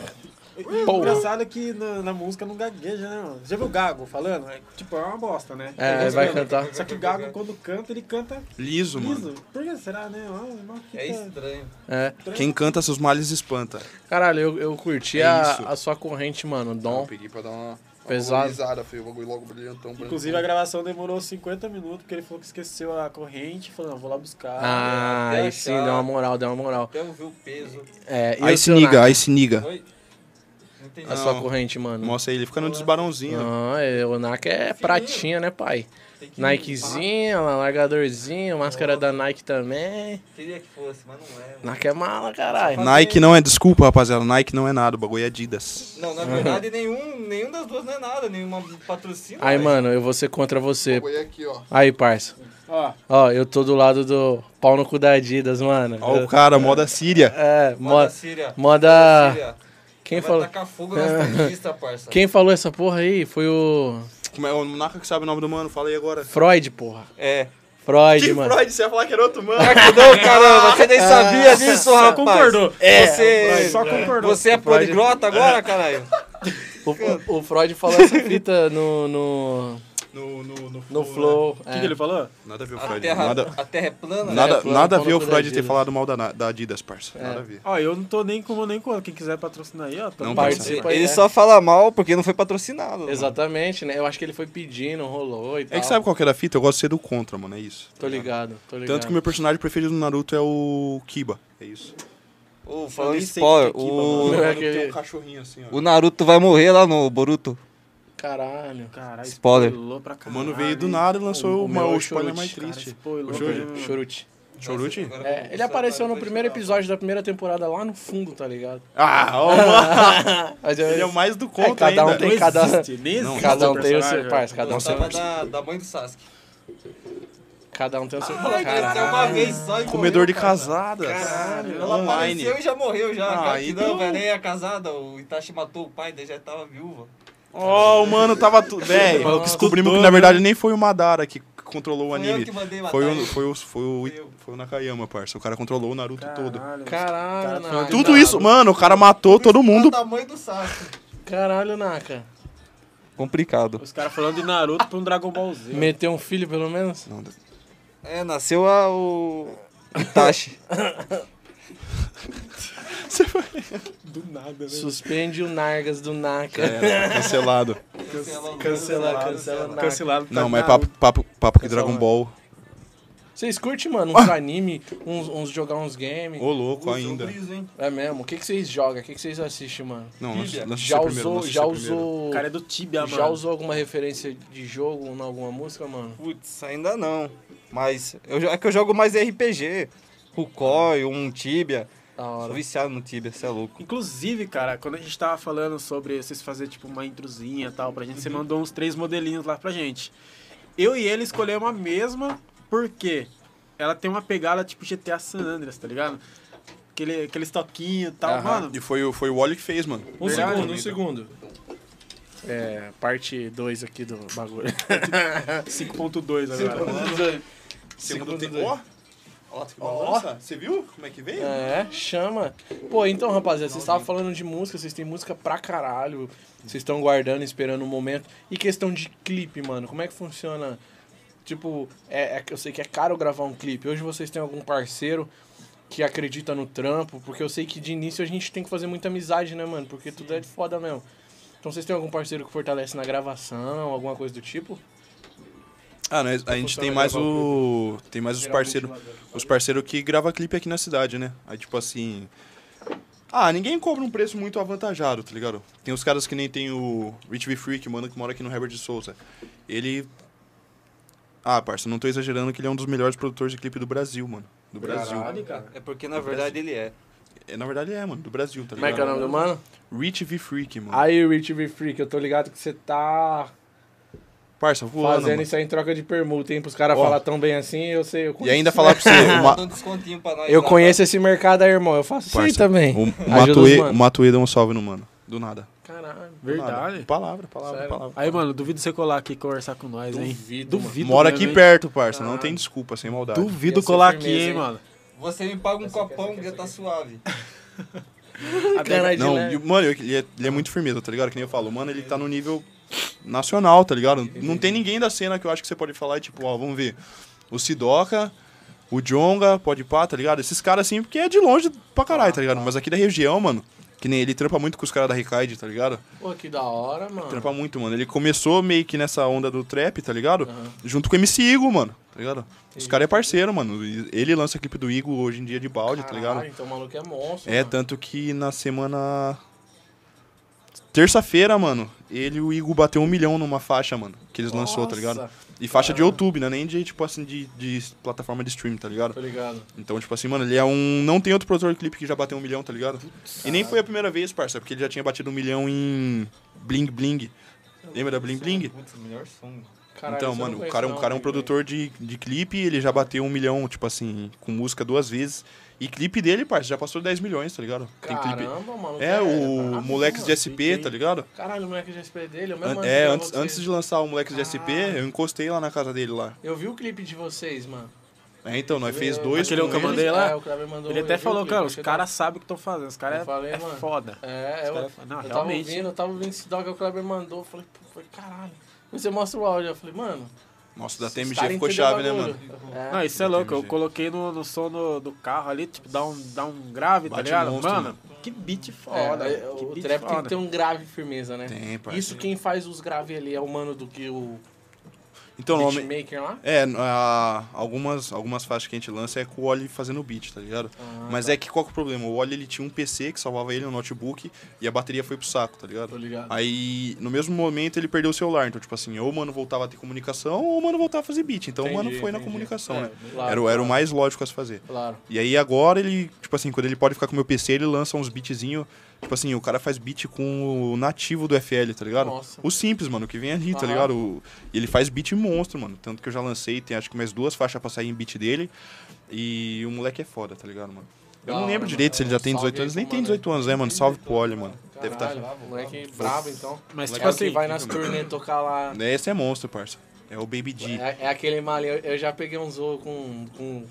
Speaker 5: O
Speaker 1: Pô.
Speaker 5: engraçado é que na, na música não gagueja, né, mano? Já viu o Gago falando? É, tipo, é uma bosta, né?
Speaker 1: É,
Speaker 5: Ele
Speaker 1: vai
Speaker 5: canta.
Speaker 1: cantar.
Speaker 5: Só que o Gago, quando canta, ele canta
Speaker 3: Liso, mano.
Speaker 5: liso. Por que será, né? Uma- uma fita-
Speaker 4: é estranho.
Speaker 1: É.
Speaker 3: Quem canta seus males espanta.
Speaker 1: Caralho, eu, eu curti
Speaker 3: É
Speaker 1: a,
Speaker 3: isso.
Speaker 1: a sua corrente, mano. Dom.
Speaker 3: peguei pra dar uma
Speaker 1: Pesado.
Speaker 3: foi o bagulho logo brilhantão.
Speaker 5: Inclusive, a gravação demorou 50 minutos, porque ele falou que esqueceu a corrente. Falou, não, vou lá buscar.
Speaker 1: Ah,
Speaker 3: né?
Speaker 4: até
Speaker 1: aí
Speaker 4: achar.
Speaker 1: sim, deu uma moral, deu uma moral.
Speaker 4: Até ouvir o Então, peso.
Speaker 1: É, e
Speaker 3: Aí
Speaker 1: o
Speaker 3: se
Speaker 1: seu,
Speaker 3: niga,
Speaker 1: Nath?
Speaker 3: aí se niga.
Speaker 4: Oi? Não entendi.
Speaker 1: A sua corrente, mano.
Speaker 3: Mostra aí, ele fica no desbarãozinho.
Speaker 1: Não, é, o NAC é pratinha, né, pai? Nikezinha, largadorzinho, máscara da Nike também.
Speaker 4: Queria que fosse, mas não é. mano.
Speaker 1: NAC é mala, caralho.
Speaker 3: Nike não é, desculpa, rapaziada, Nike não é nada, o bagulho é Adidas.
Speaker 4: Não, na verdade, nenhum, nenhum das duas não é nada. Nenhuma patrocina.
Speaker 1: Aí,
Speaker 4: velho.
Speaker 1: mano, eu vou ser contra você.
Speaker 3: aqui, ó.
Speaker 1: Aí, parça.
Speaker 5: Ó,
Speaker 1: Ó, eu tô do lado do pau no cu da Adidas, mano.
Speaker 3: Ó
Speaker 1: Eu-
Speaker 3: o cara, moda síria.
Speaker 1: É,
Speaker 4: Moda
Speaker 1: moda.
Speaker 4: Síria.
Speaker 1: Moda.
Speaker 4: Síria.
Speaker 1: Quem
Speaker 4: Vai
Speaker 1: falou?
Speaker 4: tacar fogo nas taxistas, parça.
Speaker 1: Quem falou essa porra aí foi o
Speaker 3: Como é o Naka que sabe o nome do mano? Fala aí agora.
Speaker 1: Freud, porra.
Speaker 4: É.
Speaker 1: Freud,
Speaker 3: Que
Speaker 1: mano. Ah,
Speaker 3: Freud, você ia falar que era outro mano.
Speaker 4: Não, caramba, você nem sabia disso,
Speaker 5: só
Speaker 4: rapaz.
Speaker 5: concordou.
Speaker 4: É. Ah. Você,
Speaker 5: só concordou.
Speaker 4: você é poliglota agora, caralho?
Speaker 1: O, o Freud falou essa fita no. no.
Speaker 3: No, no, no,
Speaker 1: no Flow. É,
Speaker 5: O que, que ele falou?
Speaker 3: Nada a ver o
Speaker 4: A
Speaker 3: Freud.
Speaker 4: terra,
Speaker 3: Nada,
Speaker 4: a terra é plana?
Speaker 1: Nada-
Speaker 4: né?
Speaker 1: Flávio nada a ver falou o
Speaker 3: ver o
Speaker 1: Freud
Speaker 3: Freud
Speaker 1: da ter
Speaker 3: ter
Speaker 1: Adidas. É.
Speaker 3: falado
Speaker 1: falado
Speaker 3: mal da, Adidas, parça. Nada
Speaker 1: Nada
Speaker 3: a
Speaker 1: a
Speaker 3: ver.
Speaker 2: Ó, eu não tô nem com nem contra. Quem quiser patrocinar aí, ó.
Speaker 3: Não
Speaker 2: Tamo
Speaker 1: Parte-
Speaker 2: junto.
Speaker 1: participa aí,
Speaker 4: Ele
Speaker 1: né?
Speaker 4: só fala mal porque não foi patrocinado. né?
Speaker 1: Exatamente, né? Eu acho que ele foi pedindo, rolou e tal.
Speaker 3: É que sabe qual que era a fita? Eu gosto de ser do contra, mano. É isso.
Speaker 1: Tô ligado, tô ligado.
Speaker 3: Tanto que o meu personagem preferido do Naruto é o Kiba. É isso.
Speaker 4: Ô,
Speaker 2: Eu
Speaker 4: falando em
Speaker 2: nem sei
Speaker 4: spoiler,
Speaker 2: quem é
Speaker 4: o,
Speaker 2: Kiba,
Speaker 1: mano. É aquele-
Speaker 3: cachorrinho assim,
Speaker 4: o Naruto vai morrer lá no Boruto.
Speaker 1: Caralho.
Speaker 2: Caralho,
Speaker 4: Spoiler.
Speaker 2: spoilou pra
Speaker 3: O
Speaker 2: caralho.
Speaker 3: mano veio do nada e lançou
Speaker 1: O
Speaker 3: o,
Speaker 1: meu é
Speaker 3: o
Speaker 1: o
Speaker 3: spoiler
Speaker 1: Chorute,
Speaker 3: mais
Speaker 1: cara,
Speaker 3: triste.
Speaker 2: Spoilou.
Speaker 3: O Jorge.
Speaker 2: pra-
Speaker 1: Chorute.
Speaker 3: Chorute?
Speaker 1: É, ele apareceu no primeiro episódio da primeira temporada lá no fundo, tá ligado?
Speaker 3: Ah, ó, mano.
Speaker 1: Mas eu-
Speaker 3: Ele é o mais do
Speaker 1: É,
Speaker 3: contra
Speaker 1: cada um
Speaker 3: ainda.
Speaker 1: tem cada-
Speaker 2: existe, nem
Speaker 3: Não,
Speaker 2: existe
Speaker 1: Cada
Speaker 2: esse
Speaker 1: um tem o seu
Speaker 2: personagem.
Speaker 1: parça, cada um tem,
Speaker 4: Gostava da, da mãe do Sasuke.
Speaker 1: cada um tem o seu
Speaker 4: Cara,
Speaker 1: cara.
Speaker 4: uma vez só e
Speaker 3: Comedor de
Speaker 4: morreu, cara.
Speaker 3: casada.
Speaker 4: Caralho, ela
Speaker 3: Online.
Speaker 4: apareceu e já morreu já.
Speaker 3: Ah,
Speaker 4: cara, que
Speaker 3: então-
Speaker 4: não, velho, nem é casada. O Itachi matou o pai, daí já tava viúva.
Speaker 3: Ó, o mano tava
Speaker 2: Falou
Speaker 3: tudo. Velho,
Speaker 2: que
Speaker 3: descobrimos
Speaker 2: estudou,
Speaker 3: que na
Speaker 2: né?
Speaker 3: verdade nem foi o Madara que controlou o
Speaker 4: Foi eu
Speaker 3: anime.
Speaker 4: que mandei matar
Speaker 3: Foi o,
Speaker 4: ele.
Speaker 3: foi, o, foi,
Speaker 4: Foi
Speaker 3: o,
Speaker 4: eu.
Speaker 3: foi o Nakayama, parça. O cara controlou o Naruto todo.
Speaker 5: Caralho.
Speaker 1: Caralho, Naka.
Speaker 3: Tudo isso, mano, o cara matou todo mundo.
Speaker 4: Da mãe do Sasuke.
Speaker 1: Caralho, Naka.
Speaker 4: Complicado.
Speaker 2: Os caras falando de Naruto pra um Dragon Ball Z.
Speaker 1: Meteu um filho, pelo menos?
Speaker 4: É, nasceu a, o Itachi.
Speaker 5: Do nada, né?
Speaker 1: Suspende o Nargas do Naka.
Speaker 3: Era É, cancelado.
Speaker 1: Cancela, cancela, Naka.
Speaker 5: Cancelado. por
Speaker 3: Não,
Speaker 5: causa
Speaker 3: mas
Speaker 5: do
Speaker 3: papo,
Speaker 5: Naruto.
Speaker 3: papo, papo que
Speaker 1: Cancelado.
Speaker 3: Dragon Ball.
Speaker 1: Vocês curtem, mano, uns anime, uns, uns jogar uns games?
Speaker 3: Ah. Ô, louco ainda.
Speaker 1: É mesmo? O que, que vocês jogam? O que, que vocês assistem, mano?
Speaker 3: Não, lança lança
Speaker 1: Já
Speaker 3: você primeiro.
Speaker 1: usou,
Speaker 3: lança
Speaker 1: já
Speaker 3: você primeiro.
Speaker 1: usou.
Speaker 2: O cara é do Tibia, mano.
Speaker 1: Já usou alguma referência de jogo em alguma música, mano?
Speaker 4: Putz, ainda não. Mas eu, jo- é que eu jogo mais RPG. Rukoi, um Tibia.
Speaker 1: Da
Speaker 4: Sou
Speaker 1: hora.
Speaker 4: viciado no Tibia, você é louco.
Speaker 2: Inclusive, cara, quando a gente tava falando sobre vocês fazer tipo uma introzinha e tal pra gente, você
Speaker 1: Uhum.
Speaker 2: mandou uns três modelinhos lá pra gente. Eu e ele escolhemos a mesma porque ela tem uma pegada tipo GTA San Andreas, tá ligado? Aquele, aqueles toquinhos e tal,
Speaker 1: Aham.
Speaker 2: mano.
Speaker 3: E foi, o- foi o Wally que fez, mano.
Speaker 1: Um
Speaker 2: Verdade,
Speaker 1: segundo, um
Speaker 2: amigo.
Speaker 1: segundo. É, parte 2 aqui do bagulho.
Speaker 2: 5.2 agora.
Speaker 3: Segundo
Speaker 1: Segundo
Speaker 3: tempo.
Speaker 1: dois.
Speaker 3: Ó, ó, que balança. Você viu como é que veio?
Speaker 1: É, chama. Pô, então, rapaziada, vocês estavam falando de música, vocês têm música pra caralho. Vocês estão guardando, esperando o momento. E questão de clipe, mano, como é que funciona? Tipo, é, é que eu sei que é caro gravar um clipe. Hoje vocês têm algum parceiro que acredita no trampo? Porque eu sei que de início a gente tem que fazer muita amizade, né, mano? Porque tudo é de foda mesmo. Então vocês têm algum parceiro que fortalece na gravação, alguma coisa do tipo?
Speaker 3: Ah, nós, a gente tem mais o. Tem mais os parceiros. Os parceiros que gravam clipe aqui na cidade, né? Aí tipo assim. Ah, ninguém cobra um preço muito avantajado, tá ligado? Tem os caras que nem tem o Rich B Free, que manda que mora aqui no Herbert de Souza. Ele. Ah, parça, não tô exagerando que ele é um dos melhores produtores de clipe do Brasil, mano. Do Brasil.
Speaker 1: Caralho, cara.
Speaker 4: É porque na verdade ele é.
Speaker 3: É, na verdade é, mano, do Brasil, tá
Speaker 1: Como é
Speaker 3: ligado?
Speaker 1: que é o nome do mano?
Speaker 3: Rich V Freak, mano.
Speaker 1: Aí, Rich V Freak, eu tô ligado que você tá
Speaker 3: Parça, voando.
Speaker 1: fazendo
Speaker 3: mano.
Speaker 1: isso aí em troca de permuta, hein? Pros caras
Speaker 3: Ó.
Speaker 1: falar tão bem assim, eu sei. Eu
Speaker 3: E
Speaker 1: conheço,
Speaker 3: ainda falar pra você, o, Ma-
Speaker 4: Dá um descontinho pra nós.
Speaker 1: eu
Speaker 4: lá,
Speaker 1: conheço esse mercado aí, irmão. Eu faço isso aí
Speaker 3: Parça,
Speaker 1: também.
Speaker 3: o, o,
Speaker 1: Ajuda os
Speaker 3: Matue,
Speaker 1: mano.
Speaker 3: o Matue deu um salve no mano. Do nada.
Speaker 1: Caralho.
Speaker 3: Do nada.
Speaker 2: Verdade.
Speaker 3: Palavra, palavra,
Speaker 1: Sério?
Speaker 3: palavra.
Speaker 2: Aí, mano, duvido você colar aqui e conversar com nós, hein?
Speaker 1: Duvido, mano.
Speaker 2: Duvido.
Speaker 3: Mora
Speaker 2: mesmo,
Speaker 3: aqui
Speaker 2: hein?
Speaker 3: perto, parça. Não
Speaker 1: Caralho.
Speaker 3: tem desculpa, sem maldade.
Speaker 2: Duvido
Speaker 1: Ia ser
Speaker 2: colar aqui,
Speaker 1: firmeza,
Speaker 2: hein,
Speaker 1: hein?
Speaker 2: mano.
Speaker 4: tá? Você me paga um
Speaker 1: Essa aqui,
Speaker 4: copão
Speaker 1: essa
Speaker 4: que
Speaker 1: aqui,
Speaker 4: já
Speaker 1: essa
Speaker 4: tá
Speaker 1: aqui.
Speaker 4: suave.
Speaker 1: Caralho, de
Speaker 3: Não,
Speaker 1: leve.
Speaker 3: e, mano, eu- ele é, ele é muito firmeza, tá ligado? Que nem eu falo, mano, ele tá no nível nacional, tá ligado? Não tem ninguém da cena que eu acho que você pode falar, e tipo, ó, vamos ver. O Sidoca, o Jonga, pode pá, tá ligado? Esses caras assim, porque é de longe pra caralho, tá ligado? Mas aqui da região, mano, que nem ele trampa muito com os caras da Recaide, tá ligado?
Speaker 1: Pô, que da hora, mano.
Speaker 3: Trampa muito, mano. Ele começou meio que nessa onda do trap, tá ligado?
Speaker 1: Aham.
Speaker 3: Junto com o MC Igo, mano, tá ligado? Os caras é parceiro, mano. E Ele lança a clipe do Igo hoje em dia de balde, tá ligado?
Speaker 1: Caralho, então o maluco é monstro.
Speaker 3: É,
Speaker 1: mano.
Speaker 3: tanto que na semana. Terça-feira, mano, ele e o Igor bateu um milhão numa faixa, mano, que eles lançou, tá ligado?
Speaker 1: Nossa,
Speaker 3: E faixa de YouTube, né? Nem de, tipo assim, de, de plataforma de stream, tá ligado?
Speaker 1: Tô ligado.
Speaker 3: Então, tipo assim, mano, ele é um. Não tem outro produtor de clipe que já bateu um milhão, tá ligado? e nem foi a primeira vez, parça, porque ele já tinha batido um milhão em Bling Bling. Lembra da Bling Bling?
Speaker 4: Putz, melhor som.
Speaker 1: Caralho,
Speaker 3: então,
Speaker 1: isso eu não
Speaker 3: mano, o
Speaker 1: conheço
Speaker 3: cara, é um-
Speaker 1: não,
Speaker 3: o cara é um
Speaker 1: Big Bang.
Speaker 3: produtor de, de clipe, ele já bateu um milhão, tipo assim, com música duas vezes. E clipe dele, parça, já passou 10 milhões, tá ligado? Tem clipe.
Speaker 1: Caramba, mano.
Speaker 3: É,
Speaker 1: tá
Speaker 3: o
Speaker 1: afim,
Speaker 3: Moleques de
Speaker 1: mano.
Speaker 3: SP, tá ligado?
Speaker 1: Caralho, o moleque de SP dele, eu
Speaker 3: An-
Speaker 1: mesmo ano
Speaker 3: é,
Speaker 1: que eu
Speaker 3: antes,
Speaker 1: vocês.
Speaker 3: antes de lançar o Moleques de SP,
Speaker 1: Caralho.
Speaker 3: eu encostei lá na casa dele lá.
Speaker 1: Eu vi o clipe de vocês, mano.
Speaker 3: É, então, nós fez
Speaker 1: Eu-
Speaker 3: dois
Speaker 2: Aquele é o
Speaker 3: com
Speaker 2: que eu
Speaker 3: ele.
Speaker 2: mandei lá?
Speaker 1: É, o Kleber mandou.
Speaker 2: Ele até
Speaker 1: eu vi o
Speaker 2: falou,
Speaker 1: clipe,
Speaker 2: cara,
Speaker 1: eu
Speaker 2: os
Speaker 1: achei
Speaker 2: caras sabem o que estão fazendo. Os
Speaker 1: da-
Speaker 2: caras
Speaker 1: Eu falei,
Speaker 2: é
Speaker 1: mano.
Speaker 2: foda.
Speaker 1: É,
Speaker 2: Os
Speaker 1: eu,
Speaker 2: cara- não,
Speaker 1: eu tava
Speaker 2: realmente.
Speaker 1: ouvindo, eu tava ouvindo esse dog que o Kleber mandou. Eu falei, pô, falei, caralho. Você mostra o áudio. Eu falei, mano.
Speaker 3: Nossa, da
Speaker 1: os
Speaker 3: TMG
Speaker 1: caras
Speaker 3: ficou
Speaker 1: entendem
Speaker 3: chave, né,
Speaker 1: o
Speaker 3: mano?
Speaker 1: bagulho.
Speaker 2: Não,
Speaker 1: É.
Speaker 2: isso é louco. Eu coloquei no, no som do, do carro ali, tipo, dá um, dá um grave, tá
Speaker 3: Bate
Speaker 2: ligado?
Speaker 3: monstro, né?
Speaker 2: mano, que beat foda.
Speaker 1: é,
Speaker 2: velho, que
Speaker 1: o
Speaker 2: beat
Speaker 1: trap tem
Speaker 2: foda.
Speaker 1: que ter um grave firmeza, né?
Speaker 3: Tem, parça.
Speaker 1: Isso quem faz os graves ali é o mano do que o
Speaker 3: Então, o nome.
Speaker 1: beatmaker lá?
Speaker 3: É, a- algumas, algumas faixas que a gente lança é com o Oli fazendo beat, tá ligado?
Speaker 1: Ah,
Speaker 3: Mas é que qual que é o problema? O Oli ele tinha um PC que salvava ele, um notebook, e a bateria foi pro saco,
Speaker 1: Tô
Speaker 3: tá ligado?
Speaker 1: ligado.
Speaker 3: Aí, no mesmo momento, ele perdeu o celular. Então, tipo assim, ou o mano voltava a ter comunicação, ou o mano voltava a fazer beat. Então, o mano
Speaker 1: Entendi,
Speaker 3: foi na
Speaker 1: entendi.
Speaker 3: comunicação,
Speaker 1: É,
Speaker 3: né?
Speaker 1: claro,
Speaker 3: era, o- era o mais lógico a se fazer.
Speaker 1: Claro.
Speaker 3: E aí agora ele, tipo assim, quando ele pode ficar com o meu PC, ele lança uns beatzinho. Tipo assim, o cara faz beat com o nativo do FL, tá ligado?
Speaker 1: Nossa.
Speaker 3: O simples, mano, que vem ali, tá
Speaker 1: Aham.
Speaker 3: ligado? O- e ele faz beat monstro, mano. Tanto que eu já lancei, tem acho que mais duas faixas pra sair em beat dele. E o moleque é foda, tá ligado, mano? Eu
Speaker 1: Da
Speaker 3: não
Speaker 1: hora,
Speaker 3: lembro
Speaker 1: mano.
Speaker 3: direito se ele já tem
Speaker 1: Salve
Speaker 3: 18
Speaker 1: aí
Speaker 3: anos.
Speaker 1: pro
Speaker 3: Nem tem
Speaker 1: mano.
Speaker 3: 18 anos, né, mano? Salve pro Oli, mano. Deve tá estar.
Speaker 1: Caralho, moleque brabo, então.
Speaker 2: Mas,
Speaker 1: É
Speaker 2: tipo
Speaker 1: o que
Speaker 2: assim,
Speaker 1: vai nas turnê tocar lá.
Speaker 3: Esse é monstro, parça. É o Baby G.
Speaker 1: É, é aquele malinho. Eu, eu já peguei uns zoos com, com,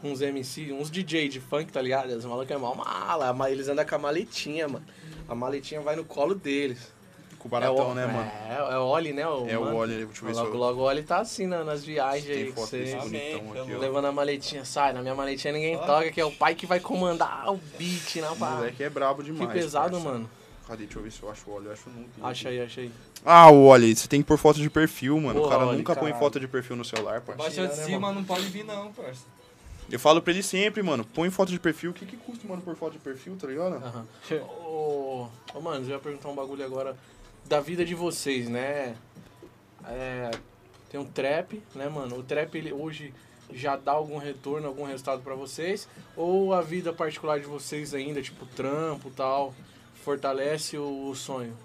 Speaker 1: com uns MC, uns DJ de funk, tá ligado? Os malucos é mal mala. ma- Eles andam com a maletinha, mano. A maletinha vai no colo deles.
Speaker 3: Com o baratão,
Speaker 1: é o,
Speaker 3: né, mano?
Speaker 1: É, é o Oli, né? O,
Speaker 3: É o
Speaker 1: mano?
Speaker 3: Oli, deixa eu ver se
Speaker 1: Logo,
Speaker 3: eu-
Speaker 1: logo o Oli tá assim na- nas viagens aí
Speaker 3: Tem
Speaker 1: que
Speaker 3: foto
Speaker 1: você. tá
Speaker 3: desse
Speaker 4: Amém,
Speaker 3: bonitão aqui,
Speaker 4: pelo
Speaker 3: ó.
Speaker 1: Levando a maletinha, sai. Na minha maletinha ninguém toca, que é o pai que vai comandar o beat na
Speaker 3: O
Speaker 1: barra.
Speaker 3: moleque é brabo
Speaker 1: Que
Speaker 3: demais.
Speaker 1: pesado,
Speaker 3: parça.
Speaker 1: mano.
Speaker 3: Cadê? Deixa eu ver se eu acho o óleo. Eu acho nunca.
Speaker 1: Acha aí, acha aí.
Speaker 3: Ah, o Oli, você tem que pôr foto de perfil, mano. o
Speaker 1: Porra,
Speaker 3: cara
Speaker 1: Oli,
Speaker 3: nunca põe
Speaker 1: caralho.
Speaker 3: foto de perfil no celular, parça.
Speaker 4: Baixa de
Speaker 1: né,
Speaker 4: cima, não pode vir não, parça. Tá
Speaker 3: Eu falo pra ele sempre, mano, põe foto de perfil. O que, que custa, mano, por foto de perfil, tá ligado?
Speaker 1: Aham. Ô, ô, mano, eu ia perguntar um bagulho agora da vida de vocês, né? É, tem um trap, né, mano? O trap ele hoje já dá algum retorno, algum resultado pra vocês? Ou a vida particular de vocês ainda, tipo trampo e tal, fortalece o, o sonho?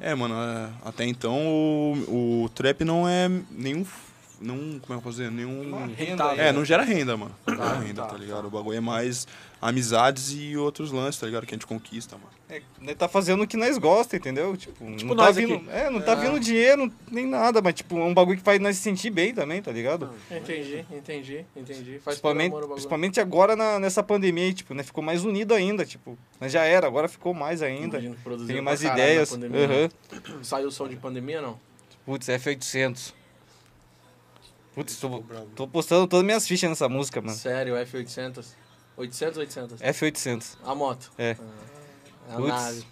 Speaker 3: É, mano, é, até então o, o trap não é nenhum. f- Nenhum. Como é que eu posso dizer?
Speaker 1: Hum,
Speaker 3: Nenhum.
Speaker 4: Renda
Speaker 1: tá,
Speaker 4: né? aí,
Speaker 3: É, não gera renda, mano. Não gera
Speaker 1: Ah,
Speaker 3: renda,
Speaker 1: tá,
Speaker 3: tá ligado? O bagulho é mais amizades e outros lances, tá ligado? Que a gente conquista, mano.
Speaker 4: É, nós tá fazendo o que nós gosta, entendeu? Tipo,
Speaker 2: Tipo
Speaker 4: não tá
Speaker 2: nós
Speaker 4: vindo,
Speaker 2: aqui.
Speaker 4: é, não tá vindo dinheiro nem nada, mas tipo, é um bagulho que faz nós se sentir bem também, tá ligado?
Speaker 1: Entendi, entendi, entendi. Faz Ah, por
Speaker 4: principalmente,
Speaker 1: amor o bagulho.
Speaker 4: principalmente agora na- nessa pandemia aí, tipo, né, ficou mais unido ainda, tipo, nós já era, agora ficou mais ainda.
Speaker 1: Imagino que produziu
Speaker 4: Tem
Speaker 1: pra
Speaker 4: mais
Speaker 1: caralho na
Speaker 4: ideias.
Speaker 1: pandemia,
Speaker 4: Aham.
Speaker 1: né? Saiu o som de pandemia, não?
Speaker 4: Putz, F800. Putz, tô, tô postando todas minhas fichas nessa música, mano.
Speaker 1: Sério, F800? 800, 800?
Speaker 4: F800.
Speaker 1: A moto.
Speaker 4: É.
Speaker 1: A
Speaker 4: Putz,
Speaker 1: nave.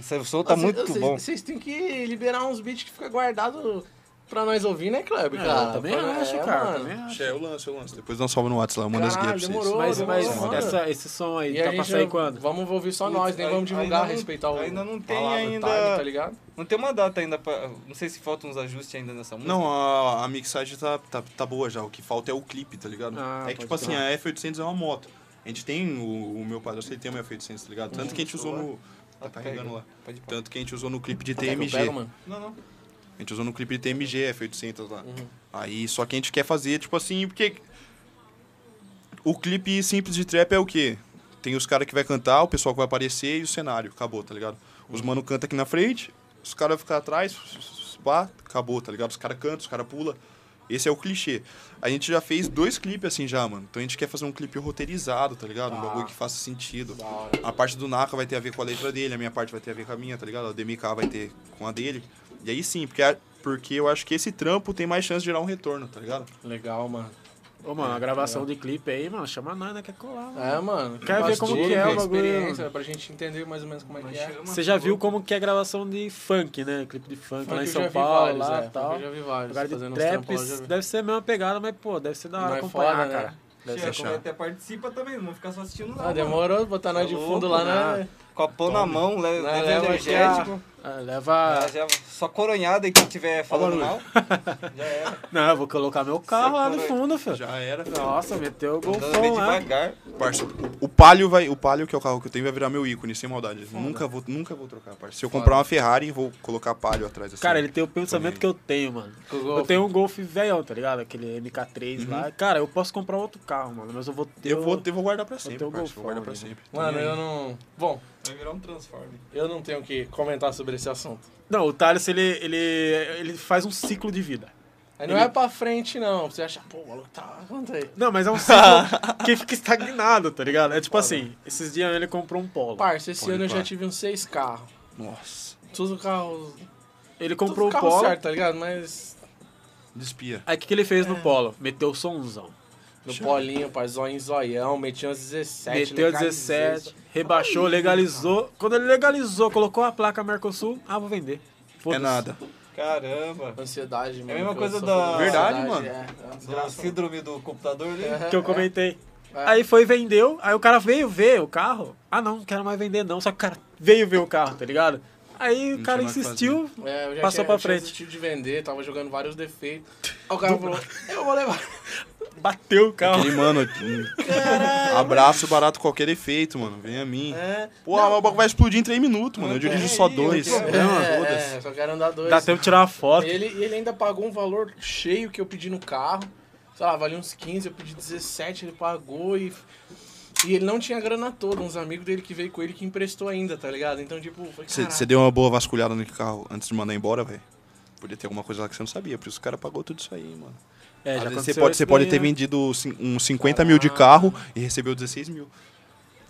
Speaker 4: Esse som tá
Speaker 1: Vocês-
Speaker 4: muito
Speaker 1: vocês-
Speaker 4: bom.
Speaker 1: Vocês têm que liberar uns beats que fica guardado pra nós ouvir, né, Kleber?
Speaker 2: É,
Speaker 1: cara?
Speaker 2: eu também
Speaker 1: Pra-
Speaker 2: acho,
Speaker 1: é,
Speaker 2: cara.
Speaker 1: mano.
Speaker 2: Também acho.
Speaker 3: É, eu lanço, eu lanço. Depois nós salva no WhatsApp lá, eu mando as
Speaker 1: Caralho,
Speaker 3: guias pra vocês.
Speaker 1: demorou.
Speaker 2: Mas, mas
Speaker 1: Demorou.
Speaker 2: essa, esse som aí
Speaker 1: E
Speaker 2: tá
Speaker 1: a
Speaker 2: pra
Speaker 1: gente
Speaker 2: sair
Speaker 1: já-
Speaker 2: quando?
Speaker 1: Vamos ouvir só
Speaker 4: Putz,
Speaker 1: nós, nem
Speaker 4: ai-
Speaker 1: vamos divulgar,
Speaker 4: ainda não-
Speaker 1: respeitar o.
Speaker 4: ainda não tem
Speaker 1: palavra,
Speaker 4: ainda-
Speaker 1: time, tá ligado?
Speaker 4: Não tem uma data ainda pra. Não sei se faltam uns ajustes ainda nessa música.
Speaker 2: Uhum.
Speaker 3: Não, a, a mixagem tá, tá, tá boa já. O que falta é o clipe, tá ligado?
Speaker 2: Ah,
Speaker 3: é que, tipo
Speaker 2: pode
Speaker 3: assim,
Speaker 2: crer.
Speaker 3: a F800 é uma moto. A gente tem o, o meu padrasto, ele tem uma F800, tá ligado?
Speaker 2: Uhum.
Speaker 3: Tanto que a gente usou no... Tá
Speaker 4: Ah,
Speaker 3: carregando
Speaker 4: pega.
Speaker 3: lá.
Speaker 4: Pode ir pra-
Speaker 3: Tanto que a gente usou no clipe de
Speaker 1: Quer É que eu
Speaker 3: TMG.
Speaker 1: pego, mano?
Speaker 4: Não, não.
Speaker 3: A gente usou no clipe de TMG, F800 lá.
Speaker 1: Uhum.
Speaker 3: Aí, só que a gente quer fazer, tipo assim, porque... O clipe simples de trap é o quê? Tem os caras que vai cantar, o pessoal que vai aparecer e o cenário. Acabou, tá ligado? Os mano canta aqui na frente, os caras ficam atrás, pá, acabou, tá ligado? Os caras cantam, os caras pulam. Esse é o clichê. A gente já fez dois clipes assim já, mano. Então a gente quer fazer um clipe roteirizado, tá ligado? Um bagulho que faça sentido.
Speaker 1: Da hora.
Speaker 3: A parte do Naka vai ter a ver com a letra dele, a minha parte vai ter a ver com a minha, tá ligado? A DMK vai ter com a dele. E aí sim, porque, a- porque eu acho que esse trampo tem mais chance de gerar um retorno, tá ligado?
Speaker 1: Legal, mano.
Speaker 2: Ô, mano, a
Speaker 3: É.
Speaker 2: gravação de clipe aí, mano, chama nós, né? Quer colar, mano.
Speaker 1: É, mano.
Speaker 2: Quero ver como
Speaker 1: bastante,
Speaker 2: que é o
Speaker 1: ver a
Speaker 2: bagulho.
Speaker 1: experiência, pra gente entender mais ou menos como é que é.
Speaker 2: Você já viu como que é a gravação de funk, né? Clipe de funk,
Speaker 1: Funk
Speaker 2: lá
Speaker 1: eu
Speaker 2: em São
Speaker 1: já vi
Speaker 2: Paulo,
Speaker 1: vários,
Speaker 2: lá
Speaker 1: é.
Speaker 2: e tal.
Speaker 1: Funk Eu já vi vários.
Speaker 2: Agora de
Speaker 1: fazendo uns
Speaker 2: trap,
Speaker 1: trampos lá, eu já vi.
Speaker 2: deve ser a mesma pegada, mas, pô, deve ser da hora
Speaker 1: Não é
Speaker 2: acompanhar,
Speaker 1: foda, né?
Speaker 2: cara. Deve
Speaker 4: Chega,
Speaker 2: ser
Speaker 4: é como
Speaker 2: chato.
Speaker 4: até participa também, não vão ficar só assistindo
Speaker 1: Ah,
Speaker 4: nada.
Speaker 1: demorou botar nós de
Speaker 4: Tá
Speaker 1: fundo
Speaker 4: louco,
Speaker 1: lá, né?
Speaker 4: Copão na mão, le-
Speaker 1: Não, é,
Speaker 4: leva
Speaker 1: leva
Speaker 4: energético.
Speaker 2: Ah, leva...
Speaker 4: Ah, já- Só coronhada e quem tiver falando mal. Já era.
Speaker 1: é-
Speaker 2: Não, eu vou colocar meu carro lá no
Speaker 4: Secou,
Speaker 2: fundo, filho.
Speaker 3: Já era.
Speaker 2: Nossa, meteu o
Speaker 4: Andando bem
Speaker 2: golfão lá.
Speaker 4: devagar.
Speaker 3: Parça, o Palio vai. O Palio, que é o carro que eu tenho, vai virar meu ícone, sem maldade. Nunca vou, nunca vou trocar, parça. Se eu comprar uma Ferrari, vou colocar Palio atrás assim.
Speaker 2: Cara, ele tem o pensamento que eu tenho, mano.
Speaker 1: Com o
Speaker 2: Eu
Speaker 1: golfe.
Speaker 2: tenho um Golf velhão, tá ligado? Aquele MK3 lá. Cara, eu posso comprar outro carro, mano, mas eu vou ter...
Speaker 3: Eu
Speaker 2: o-
Speaker 3: vou, eu vou guardar pra
Speaker 2: tenho
Speaker 3: sempre,
Speaker 2: o
Speaker 3: parça.
Speaker 2: Golfão
Speaker 3: Vou guardar pra
Speaker 2: ali, né?
Speaker 3: sempre.
Speaker 1: Mano, eu não. Bom,
Speaker 4: Vai virar um transforme.
Speaker 1: eu não tenho o que comentar sobre esse assunto.
Speaker 2: Não, o Thales, ele, ele, ele faz um ciclo de vida.
Speaker 1: Aí não
Speaker 2: Ele-
Speaker 1: é pra frente, não. Você acha, pô, maluco, tá, conta aí.
Speaker 2: Não, mas é um ciclo que fica estagnado, tá ligado? É tipo assim, esses dias ele comprou um Polo.
Speaker 1: Parça, esse
Speaker 3: Pode
Speaker 1: ano eu já
Speaker 3: pá.
Speaker 1: tive uns seis carros.
Speaker 3: Nossa.
Speaker 1: Todos os carros.
Speaker 2: Ele
Speaker 1: todos
Speaker 2: comprou
Speaker 1: os
Speaker 2: um
Speaker 1: carros
Speaker 2: Polo.
Speaker 1: certo, tá ligado? Mas.
Speaker 3: Despia. É
Speaker 2: Aí o que, que ele fez no Polo? Meteu o somzão.
Speaker 1: No polinho, pai, zóio em zoião, meti uns né, 17.
Speaker 2: Meteu
Speaker 1: legalizei.
Speaker 2: 17, rebaixou, legalizou. Quando ele legalizou, colocou a placa Mercosul, ah, vou vender.
Speaker 3: É
Speaker 2: Foda-se.
Speaker 3: nada.
Speaker 4: Caramba.
Speaker 1: Ansiedade,
Speaker 2: É
Speaker 1: mano.
Speaker 4: a mesma
Speaker 1: que eu
Speaker 4: coisa
Speaker 1: sofro
Speaker 4: da-
Speaker 1: com
Speaker 3: Verdade,
Speaker 1: ansiedade, É, é uma
Speaker 4: Do
Speaker 1: desgraça.
Speaker 4: síndrome do computador ali.
Speaker 1: É,
Speaker 2: Que eu
Speaker 1: é.
Speaker 2: comentei.
Speaker 1: É.
Speaker 2: Aí foi, vendeu, aí o cara veio ver o carro. Ah, não, não quero mais vender não. Só que o cara veio ver o carro, tá ligado? Aí o
Speaker 3: Não
Speaker 2: cara
Speaker 3: tinha mais o que
Speaker 2: insistiu,
Speaker 1: É, eu já
Speaker 2: passou
Speaker 1: tinha,
Speaker 2: pra
Speaker 1: eu tinha
Speaker 2: frente.
Speaker 1: desistido de vender, tava jogando vários defeitos. Aí o cara falou, eu vou levar.
Speaker 2: Bateu o carro.
Speaker 3: Aquele mano. hum. Abraço barato qualquer efeito, mano. Vem a mim.
Speaker 1: É,
Speaker 3: Pô, mas o bagulho vai explodir em 3 minutos, mano. Eu dirijo só
Speaker 4: aí,
Speaker 3: dois.
Speaker 4: eu
Speaker 1: é,
Speaker 3: Foda-se.
Speaker 1: é, só quero andar dois.
Speaker 2: Dá tempo de tirar uma foto.
Speaker 1: E ele, e ele ainda pagou um valor cheio que eu pedi no carro. Sei lá, valia uns 15, eu pedi 17, ele pagou e. E ele não tinha grana toda, uns amigos dele que veio com ele que emprestou ainda, tá ligado? Então, tipo, foi caraca.
Speaker 3: Você deu uma boa vasculhada no carro antes de mandar embora, velho? Podia ter alguma coisa lá que você não sabia, por isso o cara pagou tudo isso aí, mano.
Speaker 2: É,
Speaker 3: Às vezes você
Speaker 2: aconteceu
Speaker 3: pode,
Speaker 2: isso
Speaker 3: você pode
Speaker 2: daí,
Speaker 3: ter
Speaker 2: né?
Speaker 3: vendido cin- uns 50 mil de carro e recebeu 16 mil.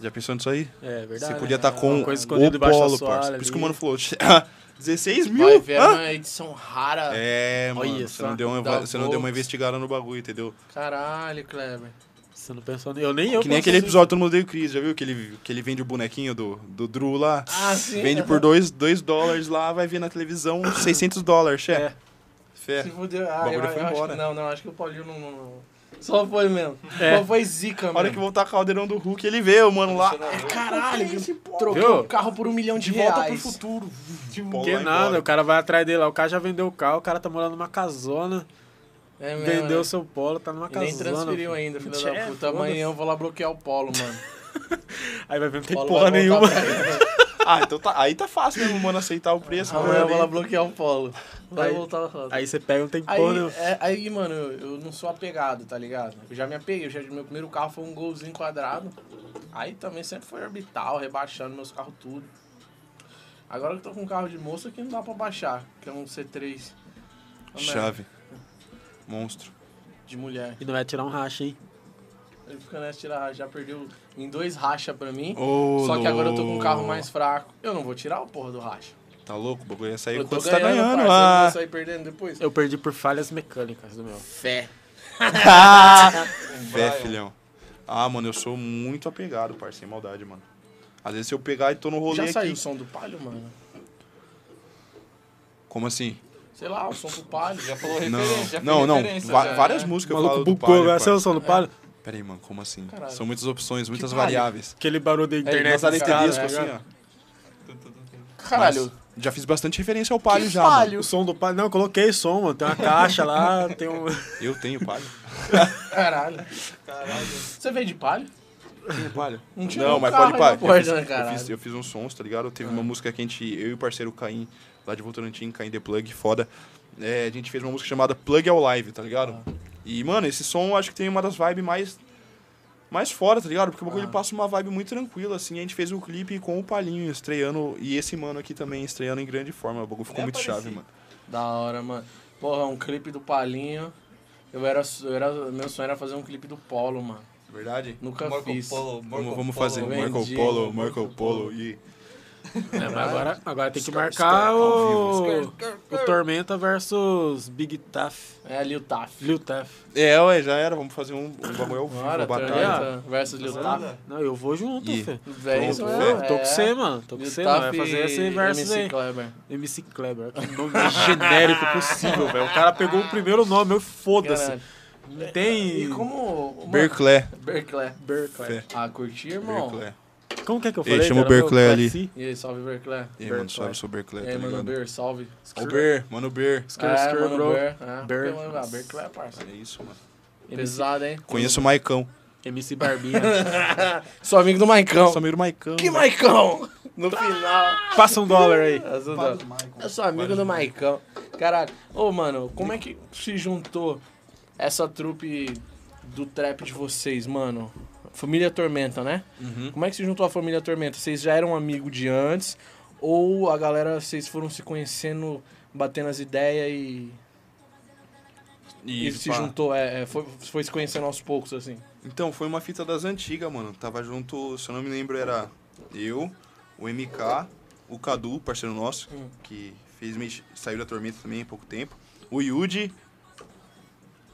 Speaker 3: Já pensou nisso aí?
Speaker 2: É verdade.
Speaker 3: você podia estar com
Speaker 2: Uma coisa escondida
Speaker 3: o
Speaker 2: debaixo da
Speaker 3: polo,
Speaker 2: soalha
Speaker 3: parça. Por isso que o
Speaker 2: ali. né?
Speaker 3: mano falou, 16 mil?
Speaker 1: Vai ver, é
Speaker 3: Hã?
Speaker 1: uma edição rara.
Speaker 3: É,
Speaker 2: Olha
Speaker 3: mano,
Speaker 2: isso,
Speaker 3: você, não
Speaker 2: ó.
Speaker 3: deu uma,
Speaker 1: Dá
Speaker 3: você não deu uma
Speaker 1: volta.
Speaker 3: investigada no bagulho, entendeu?
Speaker 1: Caralho, Kleber.
Speaker 2: Você não pensou nem. Eu nem eu.
Speaker 3: que nem
Speaker 2: pensei
Speaker 3: aquele
Speaker 2: nisso.
Speaker 3: episódio Todo Mundo Deu Crise, já viu? Que ele, que ele vende o bonequinho do, do Drew lá.
Speaker 1: Ah, sim.
Speaker 3: Vende por 2 dólares lá, vai ver na televisão 600 dólares, chefe.
Speaker 2: É.
Speaker 3: Fé.
Speaker 1: Se fudeu. Ah,
Speaker 3: bagulho
Speaker 1: eu,
Speaker 3: foi
Speaker 1: eu acho
Speaker 3: embora.
Speaker 1: que, não, não, acho que o Paulinho não. não- não. Só foi mesmo.
Speaker 2: É.
Speaker 1: Só foi zica,
Speaker 3: A
Speaker 1: mano.
Speaker 3: hora que voltar caldeirão do Hulk, ele vê o mano lá.
Speaker 1: Caralho, que
Speaker 2: Viu?
Speaker 1: trocou o carro por um milhão de,
Speaker 3: De volta pro
Speaker 1: reais.
Speaker 3: futuro. Tipo,
Speaker 2: Que nada, o cara vai atrás dele lá. O cara já vendeu o carro, o cara tá morando numa casona,
Speaker 1: É mesmo,
Speaker 2: vendeu
Speaker 1: né?
Speaker 2: seu polo, tá numa
Speaker 1: E
Speaker 2: casona.
Speaker 1: nem transferiu ainda, filho da puta. Amanhã eu vou lá bloquear o Polo, mano.
Speaker 2: Aí vai ver, não tem
Speaker 1: Polo tá
Speaker 2: porra
Speaker 1: vai voltar
Speaker 2: nenhuma.
Speaker 1: pra ele.
Speaker 3: Ah, então tá. Aí tá fácil mesmo, mano, aceitar o preço. né?
Speaker 1: Amanhã eu vou lá bloquear o Polo. Vai
Speaker 2: Aí-
Speaker 1: voltar a roda.
Speaker 2: Aí você pega, não tem
Speaker 1: Aí,
Speaker 2: porra nenhuma.
Speaker 1: é, aí, mano, eu, eu não sou apegado, tá ligado? Eu já me apeguei, eu já, meu primeiro carro foi um golzinho quadrado. Aí também sempre foi orbital, rebaixando meus carros tudo. Agora que eu tô com um carro de moça que não dá pra baixar, que é um C3. Uma merda
Speaker 3: Chave. Monstro.
Speaker 1: De mulher.
Speaker 2: E não vai tirar um racha, hein?
Speaker 1: Ele fica nessa tirar racha, já perdeu em dois racha pra mim.
Speaker 3: Ô,
Speaker 1: Só que agora eu tô com um carro
Speaker 3: louco.
Speaker 1: mais fraco. Eu não vou tirar o porra do racha.
Speaker 3: Tá louco? O bagulho ia sair
Speaker 1: Eu tô
Speaker 3: quando você tá ganhando
Speaker 1: parça, eu não
Speaker 3: lá.
Speaker 1: vou sair perdendo depois.
Speaker 2: Eu perdi por falhas mecânicas do meu.
Speaker 1: Fé.
Speaker 3: Vé, filhão. Ah, mano, eu sou muito apegado, parceiro. Sem maldade, mano. Às vezes se eu pegar e tô no rolê
Speaker 1: Já saiu o
Speaker 3: aqui.
Speaker 1: som do palho, mano?
Speaker 3: Como assim?
Speaker 1: Sei lá, o som do palio.
Speaker 4: Já falou referência, já
Speaker 3: Não,
Speaker 4: fez
Speaker 3: não, não.
Speaker 4: referência,
Speaker 3: Va-
Speaker 4: já,
Speaker 3: várias
Speaker 4: né?
Speaker 2: O
Speaker 3: músicas eu
Speaker 2: maluco
Speaker 3: falo do
Speaker 2: bugou,
Speaker 3: palio,
Speaker 2: agora saiu
Speaker 3: pai.
Speaker 2: o som do palio.
Speaker 3: Pera aí, mano, como assim?
Speaker 1: Caralho.
Speaker 3: São muitas opções, muitas
Speaker 1: palio?
Speaker 3: variáveis.
Speaker 2: Aquele barulho da internet.
Speaker 1: nossa,
Speaker 2: dos
Speaker 1: esse
Speaker 2: caras,
Speaker 1: disco,
Speaker 2: tá
Speaker 3: assim,
Speaker 2: ligado?
Speaker 4: né?
Speaker 3: ó.
Speaker 1: Caralho,
Speaker 3: Já fiz bastante referência ao palio
Speaker 1: que
Speaker 3: já. mano.
Speaker 1: palio?
Speaker 2: assim, O som do palio. Não, eu coloquei som, mano. Tem uma caixa lá, tem um.
Speaker 3: Eu tenho palio.
Speaker 1: Caralho. Caralho. Você vende palio?
Speaker 3: Tenho palio.
Speaker 1: Não tinha
Speaker 3: Não,
Speaker 1: um
Speaker 3: mas
Speaker 1: carro na
Speaker 3: pode palio.
Speaker 1: porta,
Speaker 3: Eu fiz,
Speaker 1: né,
Speaker 3: eu,
Speaker 1: caralho?
Speaker 3: fiz, eu fiz uns sons, tá ligado? Teve uma música que a gente, eu e o parceiro Caim, lá de Votorantim, Caim The Plug, foda. É, a gente fez uma música chamada Plug ao Live, tá ligado? E, mano, esse som eu acho que tem uma das vibes mais. Mais fora, tá ligado? Porque o bagulho passa uma vibe muito tranquila, assim. A gente fez um clipe com o Palinho estreando, e esse mano aqui também estreando em grande forma. O bagulho ficou
Speaker 4: Nem
Speaker 3: muito
Speaker 4: apareci.
Speaker 3: chave, mano.
Speaker 1: Da hora, mano. Porra, um clipe do Palinho. Eu era, eu era. Meu sonho era fazer um clipe do Polo, mano.
Speaker 3: Verdade?
Speaker 1: Nunca
Speaker 4: Marco
Speaker 1: fiz.
Speaker 4: Polo, Marco
Speaker 3: Vamos, vamos
Speaker 4: Polo,
Speaker 3: fazer
Speaker 1: vendi.
Speaker 3: Marco Polo, Marco Polo e.
Speaker 2: É, mas agora, agora tem que
Speaker 3: Scar-
Speaker 2: marcar
Speaker 3: Scar- ao
Speaker 2: o, o Tormenta versus Big Taf.
Speaker 1: É Lil Taf.
Speaker 2: Lil Taf.
Speaker 3: É, ué, já era. Vamos fazer um, um bagulho ao vivo,
Speaker 1: Bora, tá
Speaker 3: uma
Speaker 2: ligado?
Speaker 3: batalha.
Speaker 1: Tormenta versus Lil Taf.
Speaker 4: Nada.
Speaker 2: Não, eu vou junto,
Speaker 3: Ih.
Speaker 2: fê.
Speaker 1: Véi, isso
Speaker 3: Pronto,
Speaker 1: mesmo,
Speaker 2: É, tô com
Speaker 1: é.
Speaker 2: você, mano. Tô com
Speaker 1: Lil
Speaker 2: você, mano. Vai
Speaker 1: Taf
Speaker 2: fazer esse
Speaker 1: e
Speaker 2: versus
Speaker 1: MC
Speaker 2: aí.
Speaker 1: Kleber.
Speaker 2: MC Kleber. Que nome mais genérico possível, velho. O cara pegou o primeiro nome, eu foda-se.
Speaker 1: Caralho.
Speaker 2: Não tem.
Speaker 1: E como. mano,
Speaker 3: Berclé.
Speaker 1: Berkeley.
Speaker 2: Berkeley.
Speaker 3: Fé.
Speaker 1: Ah, curti, irmão.
Speaker 3: Berclé.
Speaker 2: Como que é que eu
Speaker 3: Ei,
Speaker 2: falei?
Speaker 3: chama o
Speaker 2: cara?
Speaker 3: Berkeley ali.
Speaker 2: Plexi?
Speaker 1: E aí, salve Berkeley.
Speaker 3: E aí, mano,
Speaker 2: Berclé.
Speaker 3: sabe, sou Berclé,
Speaker 1: E
Speaker 3: tá
Speaker 1: aí, mano,
Speaker 3: ligado?
Speaker 1: Ber, salve.
Speaker 3: Ô, Ber, mano, Ber.
Speaker 2: Skr, skr,
Speaker 1: mano,
Speaker 2: bro.
Speaker 1: Ber. É,
Speaker 2: Ber.
Speaker 1: porque, mano, ah, Berkeley, parça.
Speaker 3: É isso, mano.
Speaker 1: Pesado, hein?
Speaker 3: Conheço o Maicão.
Speaker 2: MC Barbinha.
Speaker 1: Sou amigo do Maicão.
Speaker 3: Sou amigo do Maicão.
Speaker 1: Então, Que Maicão? No final.
Speaker 2: Passa um dólar aí.
Speaker 1: Azul da- Eu sou amigo do Maicão. Caralho. Ô, mano, como é que se juntou essa trupe do trap de vocês, mano? Família Tormenta, né?
Speaker 2: Uhum.
Speaker 1: Como é que se juntou a família Tormenta? Vocês já eram amigo de antes? Ou a galera, vocês foram se conhecendo, batendo as ideias e, e
Speaker 3: Isso,
Speaker 1: se
Speaker 3: pá.
Speaker 1: juntou? É, é, foi, foi se conhecendo aos poucos, assim.
Speaker 3: Então, foi uma fita das antigas, mano. Tava junto, se eu não me lembro, era eu, o MK, o Cadu, parceiro nosso,
Speaker 1: Hum.
Speaker 3: que felizmente saiu da tormenta também há pouco tempo, o Yudi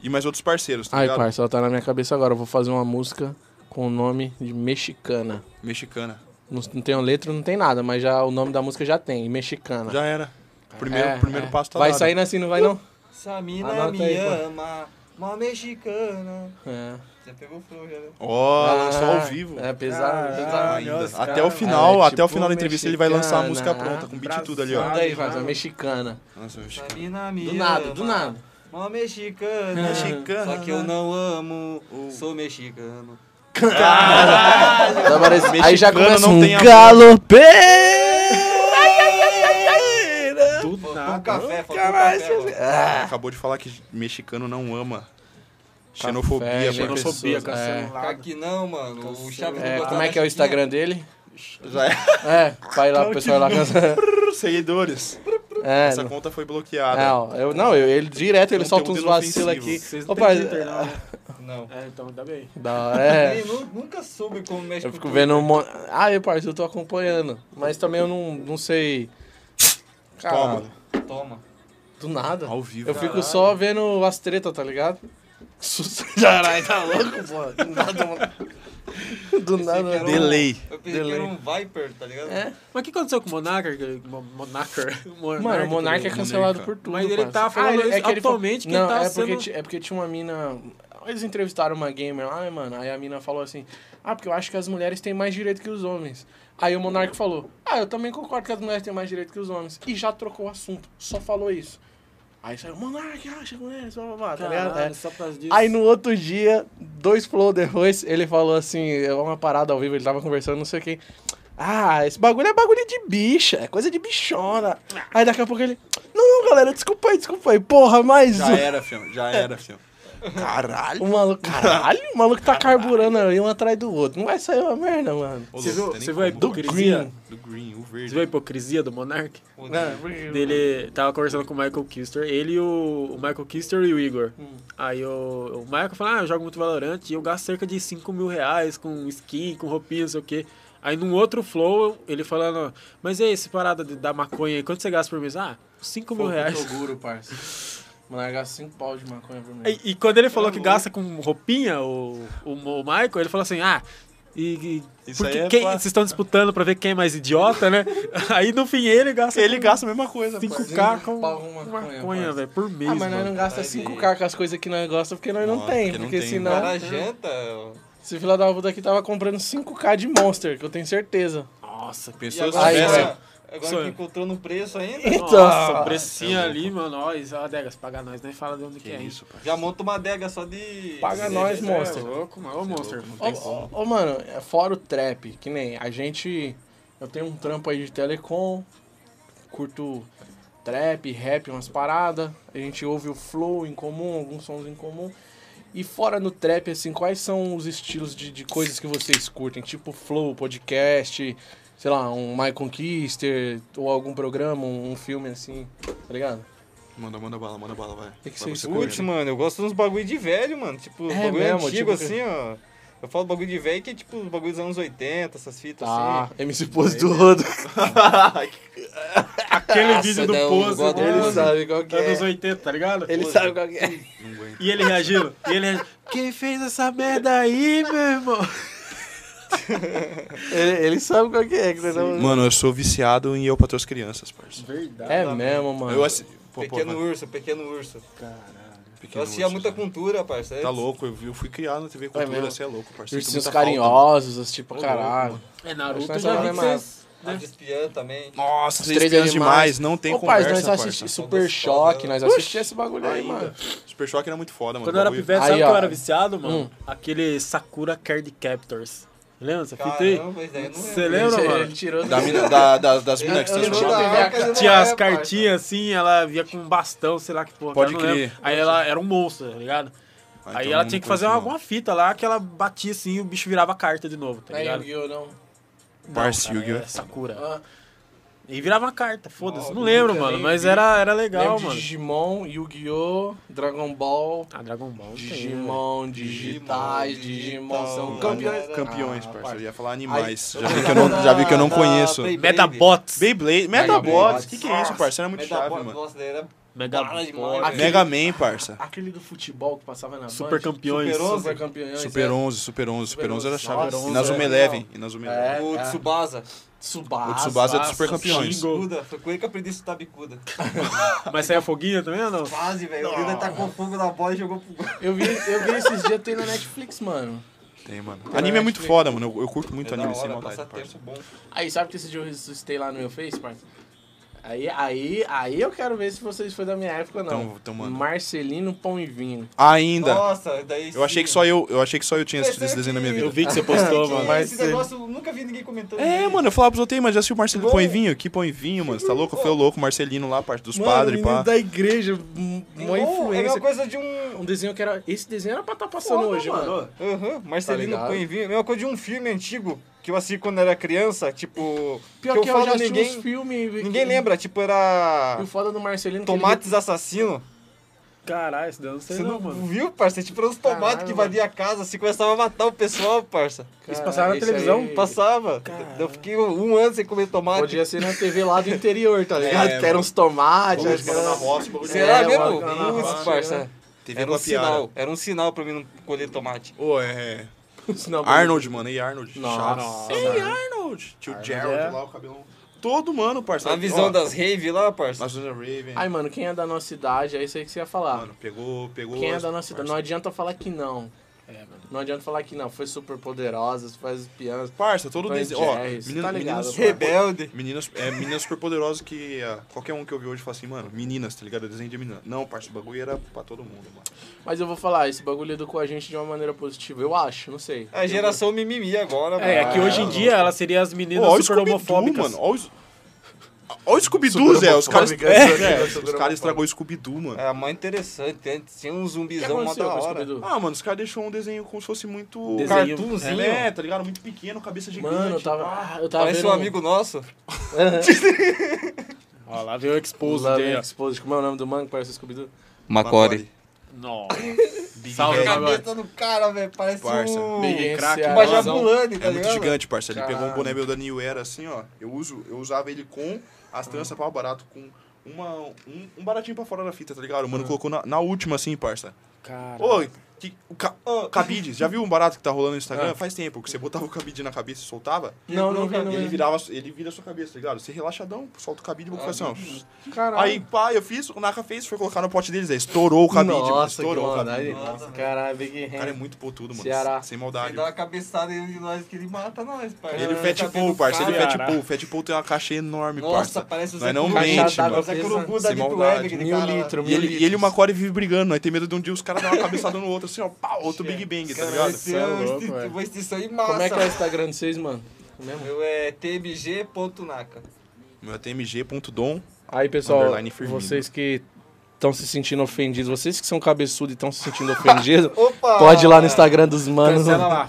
Speaker 3: e mais outros parceiros, tá ligado?
Speaker 1: parça, ela tá na minha cabeça agora. Eu vou fazer uma música com o nome de mexicana.
Speaker 3: Mexicana.
Speaker 1: Não, não tem uma letra, não tem nada, mas já o nome da música já tem, mexicana.
Speaker 3: Já era. Primeiro,
Speaker 1: Ah. É,
Speaker 3: primeiro
Speaker 1: é.
Speaker 3: passo tá
Speaker 1: Vai
Speaker 3: dado.
Speaker 1: saindo assim, não vai não?
Speaker 4: Essa mina
Speaker 1: Anota
Speaker 4: me
Speaker 1: aí, pô.
Speaker 4: ama, uma mexicana.
Speaker 1: É.
Speaker 4: Já pegou o flow, já, né?
Speaker 3: Ó, lançou
Speaker 1: Ah,
Speaker 3: ao vivo.
Speaker 1: É, pesado.
Speaker 5: Caralho.
Speaker 1: pesado.
Speaker 5: Ah,
Speaker 3: ainda.
Speaker 5: nossa,
Speaker 3: até
Speaker 5: cara.
Speaker 3: o final,
Speaker 1: É,
Speaker 3: até o
Speaker 1: tipo
Speaker 3: final da entrevista ele vai lançar a música
Speaker 1: mexicana,
Speaker 3: pronta, com beat e tudo ali, ó.
Speaker 1: Manda aí, faz uma
Speaker 5: Mano.
Speaker 1: mexicana.
Speaker 3: Nossa,
Speaker 4: Essa
Speaker 3: mexicana.
Speaker 4: mina me
Speaker 1: Do nada,
Speaker 4: ama,
Speaker 1: do nada.
Speaker 4: Uma mexicana.
Speaker 3: Mexicana. né?
Speaker 4: Só que eu não amo,
Speaker 1: Hum.
Speaker 4: sou mexicano.
Speaker 1: Aí parece- Aí já
Speaker 3: Mexicana
Speaker 1: começa
Speaker 3: não
Speaker 1: um
Speaker 3: tem amor.
Speaker 1: galopeira.
Speaker 2: Do
Speaker 4: Faltou um
Speaker 2: nada.
Speaker 4: café, faltou um café. mano.
Speaker 3: Acabou de falar que mexicano não ama.
Speaker 1: Café,
Speaker 3: Xenofobia,
Speaker 1: gente.
Speaker 3: parceiro.
Speaker 2: Xenofobia,
Speaker 1: pessoas, é.
Speaker 2: cacelo.
Speaker 4: Fica aqui não, mano. O Chaves não
Speaker 1: É,
Speaker 4: gosta
Speaker 1: como é
Speaker 4: da
Speaker 1: que é o
Speaker 4: Chiquinha.
Speaker 1: Instagram dele?
Speaker 3: Já é.
Speaker 1: É, vai lá, o pessoal lá.
Speaker 3: Seguidores.
Speaker 1: É,
Speaker 3: Essa conta foi bloqueada.
Speaker 1: não, eu, não eu, ele direto, ele solta uns
Speaker 3: Conteúdo
Speaker 1: vacilos
Speaker 3: inofensivo.
Speaker 1: aqui.
Speaker 2: Vocês
Speaker 1: Ô,
Speaker 2: não
Speaker 1: pai,
Speaker 2: tem Twitter,
Speaker 1: ah,
Speaker 2: não. né?
Speaker 4: Não.
Speaker 2: É, então ainda bem.
Speaker 1: Da hora, é.
Speaker 4: Eu nu- nunca soube como mexe
Speaker 1: Eu
Speaker 4: com
Speaker 1: fico
Speaker 4: tudo.
Speaker 1: vendo um monte. Ah, eu, parceiro, eu tô acompanhando. Mas também eu não, não sei. Cara,
Speaker 3: Toma.
Speaker 4: Toma.
Speaker 1: do nada.
Speaker 3: Ao vivo.
Speaker 1: Eu fico só vendo as tretas, tá ligado? Susto- Caralho, tá louco, pô. Do nada, mano. Do nada,
Speaker 4: que era
Speaker 1: mano.
Speaker 3: Ah, Delay.
Speaker 4: Eu pensei que
Speaker 1: Delay.
Speaker 4: era um Viper, tá ligado?
Speaker 1: É.
Speaker 2: Mas o que aconteceu com o Monarca? Que- Mo- Monarca?
Speaker 1: Mano, o Monark é
Speaker 3: Monarca.
Speaker 1: cancelado por tudo.
Speaker 2: Mas ele
Speaker 1: parça.
Speaker 2: tá falando isso
Speaker 1: ele falou-
Speaker 2: atualmente que
Speaker 1: não,
Speaker 2: ele tá
Speaker 1: é porque,
Speaker 2: sendo-
Speaker 1: ti- é porque tinha uma mina. Eles entrevistaram uma gamer lá, né, mano. Aí a mina falou assim: Ah, porque eu acho que as mulheres têm mais direito que os homens. Aí o Monark falou: Ah, eu também concordo que as mulheres têm mais direito que os homens. E já trocou o assunto, só falou isso. Aí saiu: Monark acha mulheres, blá blá blá, tá ligado? É.
Speaker 2: Caralho, só por causa disso.
Speaker 1: Aí no outro dia, dois flow depois, ele falou assim, é uma parada ao vivo, ele tava conversando, não sei quem. Ah, esse bagulho é bagulho de bicha, é coisa de bichona. Aí daqui a pouco ele. Não, não, galera, desculpa aí, desculpa aí. Porra, mais
Speaker 3: Já
Speaker 1: um.
Speaker 3: era, filho. Já era, filho. Caralho.
Speaker 1: O maluco, caralho, o maluco tá carburando ali um atrás do outro. Não vai sair uma merda, mano.
Speaker 3: Ô,
Speaker 2: Você
Speaker 3: louco,
Speaker 2: viu,
Speaker 3: tem nem
Speaker 2: você viu a
Speaker 3: como, mano.
Speaker 2: hipocrisia?
Speaker 3: Do green, o
Speaker 2: Você viu a
Speaker 3: verde.
Speaker 2: hipocrisia do Monark?
Speaker 4: O
Speaker 1: é,
Speaker 3: Hum.
Speaker 2: Dele é tava conversando com o Michael Kister, ele e o, o Michael Kister e o Igor.
Speaker 1: Hum.
Speaker 2: Aí o, o Michael falou: Ah, eu jogo muito Valorant e eu gasto cerca de 5 mil reais com skin, com roupinha, não sei o quê. Aí num outro flow, ele falando: Mas e aí, essa parada de, da maconha aí, quanto você gasta por mês? Ah, 5 mil reais.
Speaker 1: Toguro, parça. Mano, gasta 5 pau de maconha por mês.
Speaker 2: E, e quando ele falou que gasta com roupinha, o, o, o Michael, ele falou assim: Ah, E, e
Speaker 3: Isso
Speaker 2: porque
Speaker 3: aí é
Speaker 2: quem-
Speaker 3: fácil.
Speaker 2: vocês estão disputando pra ver quem é mais idiota, né? Aí no fim ele gasta
Speaker 3: Ele gasta a mesma coisa, pô.
Speaker 2: 5k com
Speaker 1: Pau com maconha,
Speaker 2: maconha,
Speaker 1: parça.
Speaker 2: velho, por mês.
Speaker 1: Ah, mas nós
Speaker 2: mano.
Speaker 1: não gasta
Speaker 4: Vai ver.
Speaker 1: 5k com as coisas que nós gostamos, porque nós não,
Speaker 3: Não,
Speaker 1: tem.
Speaker 3: porque
Speaker 1: Porque,
Speaker 3: não tem,
Speaker 4: O
Speaker 1: senão.
Speaker 4: cara janta. ó.
Speaker 1: Esse filho da puta aqui tava comprando 5k de Monster, que eu tenho certeza.
Speaker 2: Nossa, que
Speaker 4: E
Speaker 3: Pensou se
Speaker 4: agora,
Speaker 1: Aí,
Speaker 3: tivesse-
Speaker 1: velho.
Speaker 4: agora,
Speaker 2: Sou
Speaker 4: que
Speaker 2: eu.
Speaker 4: encontrou no preço ainda,
Speaker 1: Então.
Speaker 2: Nossa, o precinho ali, mano. Ó, isso, ó, Degas, paga nós, nem fala de onde que,
Speaker 3: Que
Speaker 2: é isso.
Speaker 3: isso, pô.
Speaker 4: já monta uma adega só de.
Speaker 1: Paga
Speaker 4: de-
Speaker 1: nós,
Speaker 4: de-
Speaker 1: mano. Monster.
Speaker 2: É louco, mano. Ô, Monster. não
Speaker 1: Ô,
Speaker 2: tem como.
Speaker 1: ô, ô, mano, é fora o trap, que nem a gente. Eu tenho um trampo aí de telecom, curto trap, rap, umas paradas. A gente ouve o flow em comum, alguns sons em comum. E fora no trap, assim, quais são os estilos de, de coisas que vocês curtem? Tipo flow, podcast, sei lá, um My Conquister, ou algum programa, um, um filme assim, tá ligado?
Speaker 3: Manda, manda bala, manda bala, vai.
Speaker 1: Que que
Speaker 3: Vai
Speaker 1: vocês
Speaker 3: você
Speaker 4: Putz,
Speaker 3: curte,
Speaker 4: mano, eu gosto de uns bagulho de velho, mano. Tipo,
Speaker 1: É
Speaker 4: bagulho
Speaker 1: mesmo,
Speaker 4: antigo,
Speaker 1: tipo-
Speaker 4: assim, ó. Eu falo bagulho de velho que é tipo os bagulho dos anos 80, essas fitas
Speaker 1: Tá,
Speaker 4: assim.
Speaker 1: MC Pose do Rodo.
Speaker 2: Aquele vídeo do
Speaker 1: Nossa, é não,
Speaker 2: Pose,
Speaker 1: God, Ele
Speaker 2: mano,
Speaker 1: sabe qual que é.
Speaker 2: anos 80, tá ligado?
Speaker 1: Ele sabe qual que é.
Speaker 3: Não aguento.
Speaker 2: E ele reagindo, e ele reagindo. Quem fez essa merda aí, meu irmão?
Speaker 1: Ele, ele sabe qual que é, que você não...
Speaker 3: Mano, eu sou viciado em eu para as crianças, parça.
Speaker 2: Verdade.
Speaker 1: É mesmo, mano.
Speaker 3: Eu assi... pô, pô,
Speaker 4: Pequeno
Speaker 3: vai.
Speaker 4: urso, pequeno urso.
Speaker 3: Pequeno
Speaker 4: Eu assistia
Speaker 3: urso,
Speaker 4: muita
Speaker 3: sabe?
Speaker 4: cultura, parceiro.
Speaker 3: Tá louco, eu, vi- eu fui criado na TV Cultura,
Speaker 1: mesmo?
Speaker 3: você é louco, parceiro. Sinto
Speaker 1: Ursinhos
Speaker 3: muita falta.
Speaker 1: carinhosos, os tipo, caralho.
Speaker 2: É
Speaker 1: Acho que
Speaker 2: Naruto,
Speaker 1: nós
Speaker 2: eu já vi que
Speaker 1: falamos mais.
Speaker 2: vocês... né?
Speaker 4: A de espiã também.
Speaker 3: Nossa, vocês
Speaker 1: Três
Speaker 3: crianças
Speaker 1: animais.
Speaker 3: demais, não tem
Speaker 1: Ô, parça,
Speaker 3: conversa,
Speaker 1: nós
Speaker 3: parça.
Speaker 1: assistimos
Speaker 4: São
Speaker 1: Super
Speaker 4: gostosos,
Speaker 1: Choque,
Speaker 4: né?
Speaker 1: nós assistimos esse bagulho aí, mano.
Speaker 3: Super Choque era muito foda, mano.
Speaker 2: Quando eu era
Speaker 3: Bagulho-
Speaker 2: pivete,
Speaker 1: Aí,
Speaker 2: sabe
Speaker 1: ó.
Speaker 2: que eu era viciado, mano?
Speaker 1: Hum.
Speaker 2: Aquele Sakura Card Captors. Lembra dessa fita aí?
Speaker 4: Caramba, mas daí eu não
Speaker 2: Você
Speaker 4: lembro.
Speaker 2: lembra,
Speaker 1: Ele-
Speaker 2: mano?
Speaker 1: Ele tirou
Speaker 3: Da
Speaker 1: do-
Speaker 3: mina- da- da- das minas que
Speaker 1: eu
Speaker 3: estão
Speaker 1: não
Speaker 3: assistindo.
Speaker 1: dava.
Speaker 2: Tinha as
Speaker 1: É,
Speaker 2: cartinhas assim, ela via com um bastão, sei lá que porra.
Speaker 3: Pode
Speaker 2: cara, não
Speaker 3: crer.
Speaker 2: lembro. Aí ela era um monstro, tá ligado?
Speaker 3: Ah,
Speaker 2: aí
Speaker 3: então
Speaker 2: ela
Speaker 1: um
Speaker 3: não
Speaker 2: tinha que
Speaker 3: curto,
Speaker 2: fazer
Speaker 3: não.
Speaker 2: alguma fita lá que ela batia assim e o bicho virava carta de novo, tá
Speaker 1: Não é
Speaker 2: ligado?
Speaker 1: Yu-Gi-Oh, não.
Speaker 2: Não,
Speaker 3: Parce,
Speaker 2: cara,
Speaker 3: Yu-Gi-Oh!
Speaker 2: é Sakura.
Speaker 1: Ah,
Speaker 2: E virava uma carta, foda-se.
Speaker 4: Não,
Speaker 2: Não
Speaker 4: eu
Speaker 2: lembro,
Speaker 1: nunca
Speaker 2: mano,
Speaker 1: nem
Speaker 2: mas
Speaker 1: vi.
Speaker 2: era, era
Speaker 1: Lembro
Speaker 2: legal,
Speaker 1: de
Speaker 2: mano.
Speaker 1: Digimon, Yu-Gi-Oh, Dragon Ball,
Speaker 2: Ah, Dragon Ball. tem, velho.
Speaker 1: Digimon, digitais, Digimon são
Speaker 4: Digimon.
Speaker 1: campeões. Ah,
Speaker 3: Campeões, parceiro. Eu ia falar animais.
Speaker 4: Ai,
Speaker 3: já,
Speaker 4: eu
Speaker 3: vi
Speaker 4: tô
Speaker 3: que eu não,
Speaker 4: jogando
Speaker 3: já vi que eu não
Speaker 4: na
Speaker 3: conheço.
Speaker 4: Beyblade.
Speaker 2: né? Metabots.
Speaker 3: Beyblade,
Speaker 1: Metabots.
Speaker 3: Metabots. O que, que é isso, parceiro? Era muito
Speaker 4: Metabots,
Speaker 3: chave, mano.
Speaker 4: Nossa, daí era Bala
Speaker 2: Megabots.
Speaker 4: demais, velho.
Speaker 3: Mega Man, parça.
Speaker 1: Aquele do futebol que passava na
Speaker 2: Super
Speaker 1: Band.
Speaker 2: campeões. um.
Speaker 4: Super onze.
Speaker 1: Super campeões.
Speaker 3: Super
Speaker 1: é.
Speaker 3: 11, Super 11. Super 11 era chave.
Speaker 1: Nossa,
Speaker 3: E na Zuma
Speaker 1: é.
Speaker 3: Eleven. E na Zuma Eleven.
Speaker 1: É,
Speaker 4: O
Speaker 1: é.
Speaker 4: Tsubasa.
Speaker 1: Tsubasa.
Speaker 3: O Tsubasa é do
Speaker 2: Nossa,
Speaker 3: Super Campeões.
Speaker 2: xingo.
Speaker 4: Buda. Foi com ele que eu aprendi isso tabicuda.
Speaker 2: Mas saia foguinho também ou não?
Speaker 4: Quase, velho. O Buda tacou fogo na bola e jogou pro gol.
Speaker 1: Eu vi, eu vi esses dias tem na Netflix, mano.
Speaker 3: Tem, mano. Anime é muito foda, mano. Eu, eu curto
Speaker 1: É
Speaker 3: muito
Speaker 4: É
Speaker 3: anime sem maldade,
Speaker 4: passa
Speaker 3: parça.
Speaker 4: tempo bom.
Speaker 1: Aí, sabe que esse dia eu ressuscitei lá no meu Face, parça? Aí, aí, aí eu quero ver se vocês foi da minha época ou não.
Speaker 3: Então, então, mano.
Speaker 1: Marcelino Pão e Vinho.
Speaker 3: Ainda.
Speaker 4: Nossa, daí
Speaker 3: Eu achei que só eu, eu achei que só eu tinha esse
Speaker 4: Pensei
Speaker 3: esse desenho na minha
Speaker 4: que-
Speaker 3: vida.
Speaker 2: Eu vi que você postou,
Speaker 4: Esse
Speaker 2: mano.
Speaker 4: negócio eu nunca vi ninguém comentando.
Speaker 3: É, mano, eu falava pros outros, aí, mas já assistiu o Marcelino
Speaker 4: Bom.
Speaker 3: Põe Vinho? Que Põe Vinho, mano? Você tá louco? Foi o louco, Marcelino lá, parte dos padres, pá.
Speaker 1: da igreja, uma
Speaker 4: Ou É
Speaker 1: influência.
Speaker 4: uma coisa de um.
Speaker 1: Um desenho que era... Esse desenho era pra estar passando
Speaker 4: Foda,
Speaker 1: hoje, mano.
Speaker 2: mano.
Speaker 4: Aham, Marcelino
Speaker 1: ligado?
Speaker 4: Pão e Vinho. É uma coisa de um filme antigo que eu assisti quando era criança. Tipo.
Speaker 1: Pior
Speaker 4: que eu, falo
Speaker 1: já assisti
Speaker 4: ninguém.
Speaker 1: uns filmes...
Speaker 4: Ninguém
Speaker 1: que-
Speaker 4: lembra. Tipo, era.
Speaker 1: E o foda do Marcelino... que ele-
Speaker 4: Tomates assassino.
Speaker 2: Caralho, isso daí eu não sei
Speaker 4: Você não
Speaker 2: não, mano.
Speaker 4: viu, parça? Tipo, era uns
Speaker 1: Caralho,
Speaker 4: tomates que invadiam a casa, assim, começava a matar o pessoal, parça.
Speaker 2: Isso passava na
Speaker 1: esse
Speaker 2: televisão?
Speaker 1: aí-
Speaker 4: Passava. Eu fiquei um ano sem comer tomate.
Speaker 1: Podia ser na TV lá do interior, tá ligado? que era uns tomates, acho que era...
Speaker 4: Será
Speaker 1: É,
Speaker 4: mesmo?
Speaker 3: tá
Speaker 1: uma- uma-
Speaker 4: Putz,
Speaker 1: uma-
Speaker 3: né?
Speaker 4: parça.
Speaker 1: É
Speaker 3: TV
Speaker 4: Era um
Speaker 3: Guapiara.
Speaker 4: sinal. Era um sinal pra mim não colher tomate.
Speaker 3: Ô, é.
Speaker 1: Isso não-
Speaker 3: Arnold, mano. E Arnold?
Speaker 1: Nossa.
Speaker 3: Chato. Ei, Arnold. Tio Gerald
Speaker 2: é.
Speaker 3: lá, o cabelão. Todo mano, parça.
Speaker 4: A visão
Speaker 3: Ó,
Speaker 4: das rave lá, parça.
Speaker 3: Na visão da Raven.
Speaker 1: Ai, mano, quem é da nossa idade, é isso aí que você ia falar.
Speaker 3: Mano, pegou, pegou.
Speaker 1: Quem é
Speaker 3: as-
Speaker 1: da nossa idade? Não adianta falar que não.
Speaker 2: É, mano.
Speaker 1: Não adianta falar que não. Foi super poderosa, faz os pianos.
Speaker 3: Parça, todo
Speaker 1: Vai,
Speaker 3: desenho. Ó,
Speaker 1: Jerry, você
Speaker 3: menina,
Speaker 1: tá ligado,
Speaker 3: meninas,
Speaker 1: parça.
Speaker 4: Rebelde.
Speaker 3: meninas, é, meninas super poderosas que ah, qualquer um que eu vi hoje fala assim, mano, meninas, tá ligado? É desenho de menina. Não, parça, o bagulho era pra todo mundo, mano.
Speaker 1: Mas eu vou falar, esse bagulho educou a gente de uma maneira positiva. Eu acho, não sei.
Speaker 4: A É, geração mimimi agora,
Speaker 2: É, é que hoje em dia elas seriam as meninas
Speaker 3: Ó, ó o
Speaker 2: super
Speaker 3: Scooby-Doo,
Speaker 2: homofóbicas.
Speaker 3: mano. Olha os... Olha o Scooby-Doo, Zé. Os caras
Speaker 1: Super homofóbicas,
Speaker 3: é,
Speaker 1: né?
Speaker 3: os
Speaker 1: Super
Speaker 3: caras estragou o Scooby-Doo, mano.
Speaker 4: Era É mais interessante. Antes tinha um
Speaker 1: O que
Speaker 4: zumbizão mó
Speaker 1: aconteceu
Speaker 4: da
Speaker 1: com o
Speaker 4: hora.
Speaker 1: Scooby-Doo?
Speaker 3: Ah, mano, os caras deixaram um desenho como se fosse muito...
Speaker 2: Desenho.
Speaker 4: Cartoonzinho.
Speaker 3: É, tá ligado? Muito pequeno, cabeça gigante.
Speaker 1: Mano, eu
Speaker 2: tá-
Speaker 1: tava. Eu tava
Speaker 4: Parece
Speaker 1: vendo
Speaker 4: um amigo nosso.
Speaker 2: Ó, lá veio o
Speaker 1: Pose,
Speaker 2: Expose dele. ó.
Speaker 1: Expose. Como é o nome do mano que parece o Scooby-Doo?
Speaker 3: Macore.
Speaker 2: Nossa. Salve,
Speaker 4: A
Speaker 3: Head.
Speaker 2: Magoy.
Speaker 4: cabeça do cara, velho. Parece
Speaker 3: Tá Parça.
Speaker 4: um.
Speaker 1: Big
Speaker 4: Um
Speaker 1: craque,
Speaker 2: um
Speaker 4: Bajabulani, tá
Speaker 3: É muito
Speaker 4: ligado?
Speaker 3: gigante, parça. Ele pegou um
Speaker 1: Caralho.
Speaker 3: boné meu da New Era, assim, ó. Eu, uso, eu usava ele com as tranças pra barato, com uma, um, um baratinho pra fora da fita, tá ligado? O mano colocou na, na última, assim, parça.
Speaker 1: Cara.
Speaker 3: Ô, que, o ca- cabide, já viu um barato que tá rolando no Instagram? Faz tempo que você botava o cabide na cabeça e soltava.
Speaker 1: não, não vi, Ah. não
Speaker 3: Ele
Speaker 1: vi.
Speaker 3: virava, ele vira a sua cabeça, tá ligado? Você relaxadão, solta o cabide e o faz assim, ó.
Speaker 1: Ah, Caralho.
Speaker 3: Aí, pá, eu fiz, o Naka fez, foi colocar no pote deles, aí estourou o cabide, mano,
Speaker 1: Nossa, que
Speaker 3: estourou o cabide.
Speaker 1: maldade. Nossa, caralho, Big
Speaker 3: O cara é
Speaker 1: Hand.
Speaker 3: muito potudo, mano.
Speaker 1: Ceará.
Speaker 3: Sem
Speaker 4: Ele
Speaker 3: maldade.
Speaker 4: dá uma cabeçada em nós que ele mata nós, parceiro.
Speaker 3: Ele
Speaker 4: Tá
Speaker 3: fat
Speaker 4: vendo
Speaker 3: pool, parça. Ele
Speaker 4: cara?
Speaker 3: fat
Speaker 5: Cara.
Speaker 3: pool. Fat pool tem uma caixa enorme,
Speaker 4: Nossa,
Speaker 3: parça.
Speaker 4: parece o
Speaker 3: Nós não
Speaker 1: Curubu.
Speaker 3: mente,
Speaker 1: Caixa
Speaker 3: mano.
Speaker 1: d'água
Speaker 4: Zé
Speaker 1: pesa-
Speaker 4: Curubu da
Speaker 3: sem
Speaker 4: Deep
Speaker 3: maldade.
Speaker 4: Web, aquele
Speaker 1: Mil
Speaker 4: cara lá.
Speaker 1: litro,
Speaker 3: E ele, e
Speaker 4: é
Speaker 3: ele e uma core vive brigando, nós tem medo de um dia os caras dar uma cabeçada no outro, assim, ó, pau, outro Big Bang, tá
Speaker 4: Cara,
Speaker 3: ligado?
Speaker 4: esse
Speaker 2: Cê é
Speaker 4: é uma
Speaker 2: louco,
Speaker 4: extin-
Speaker 2: velho.
Speaker 4: uma extinção em massa.
Speaker 1: Como é que é o Instagram de vocês, mano?
Speaker 4: O meu é tmg.naca.
Speaker 3: Meu é tmg.dom.
Speaker 1: Aí, pessoal,
Speaker 3: Underline Firmino.
Speaker 1: vocês que estão se sentindo ofendidos, vocês que são cabeçudos e estão se sentindo ofendidos,
Speaker 4: Opa!
Speaker 1: pode ir lá no Instagram dos manos.
Speaker 3: é
Speaker 2: Cancela lá.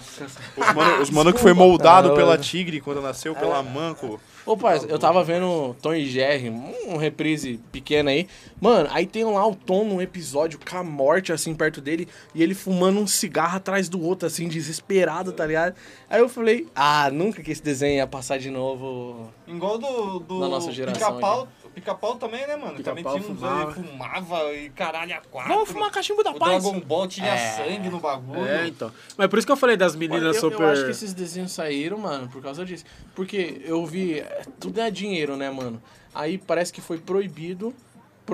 Speaker 3: Os mano, os mano que foi moldado
Speaker 1: Ah,
Speaker 3: pela
Speaker 1: mano.
Speaker 3: tigre quando nasceu, pela manco.
Speaker 1: Ô, parça, eu tava vendo Tom e Jerry, um reprise pequena aí. Mano, aí tem lá o Tom num episódio com a morte, assim, perto dele, e ele fumando um cigarro atrás do outro, assim, desesperado, tá ligado? Aí eu falei, ah, nunca que esse desenho ia passar de novo.
Speaker 4: Igual do, do
Speaker 1: Na nossa geração,
Speaker 4: pica-pau. Pica-pau também, né, mano? também
Speaker 2: Pica-pau
Speaker 4: tinha uns
Speaker 2: fumava.
Speaker 4: aí, fumava e caralho a quatro.
Speaker 1: Vamos fumar cachimbo da
Speaker 4: O
Speaker 1: paz!
Speaker 4: Dragon Ball tinha sangue no bagulho.
Speaker 2: É, então. Mas por isso que eu falei das
Speaker 1: Mas
Speaker 2: meninas
Speaker 1: Eu,
Speaker 2: super.
Speaker 1: eu acho que esses desenhos saíram, mano, por causa disso. Porque eu vi. é, Tudo é dinheiro, né, mano? Aí parece que foi proibido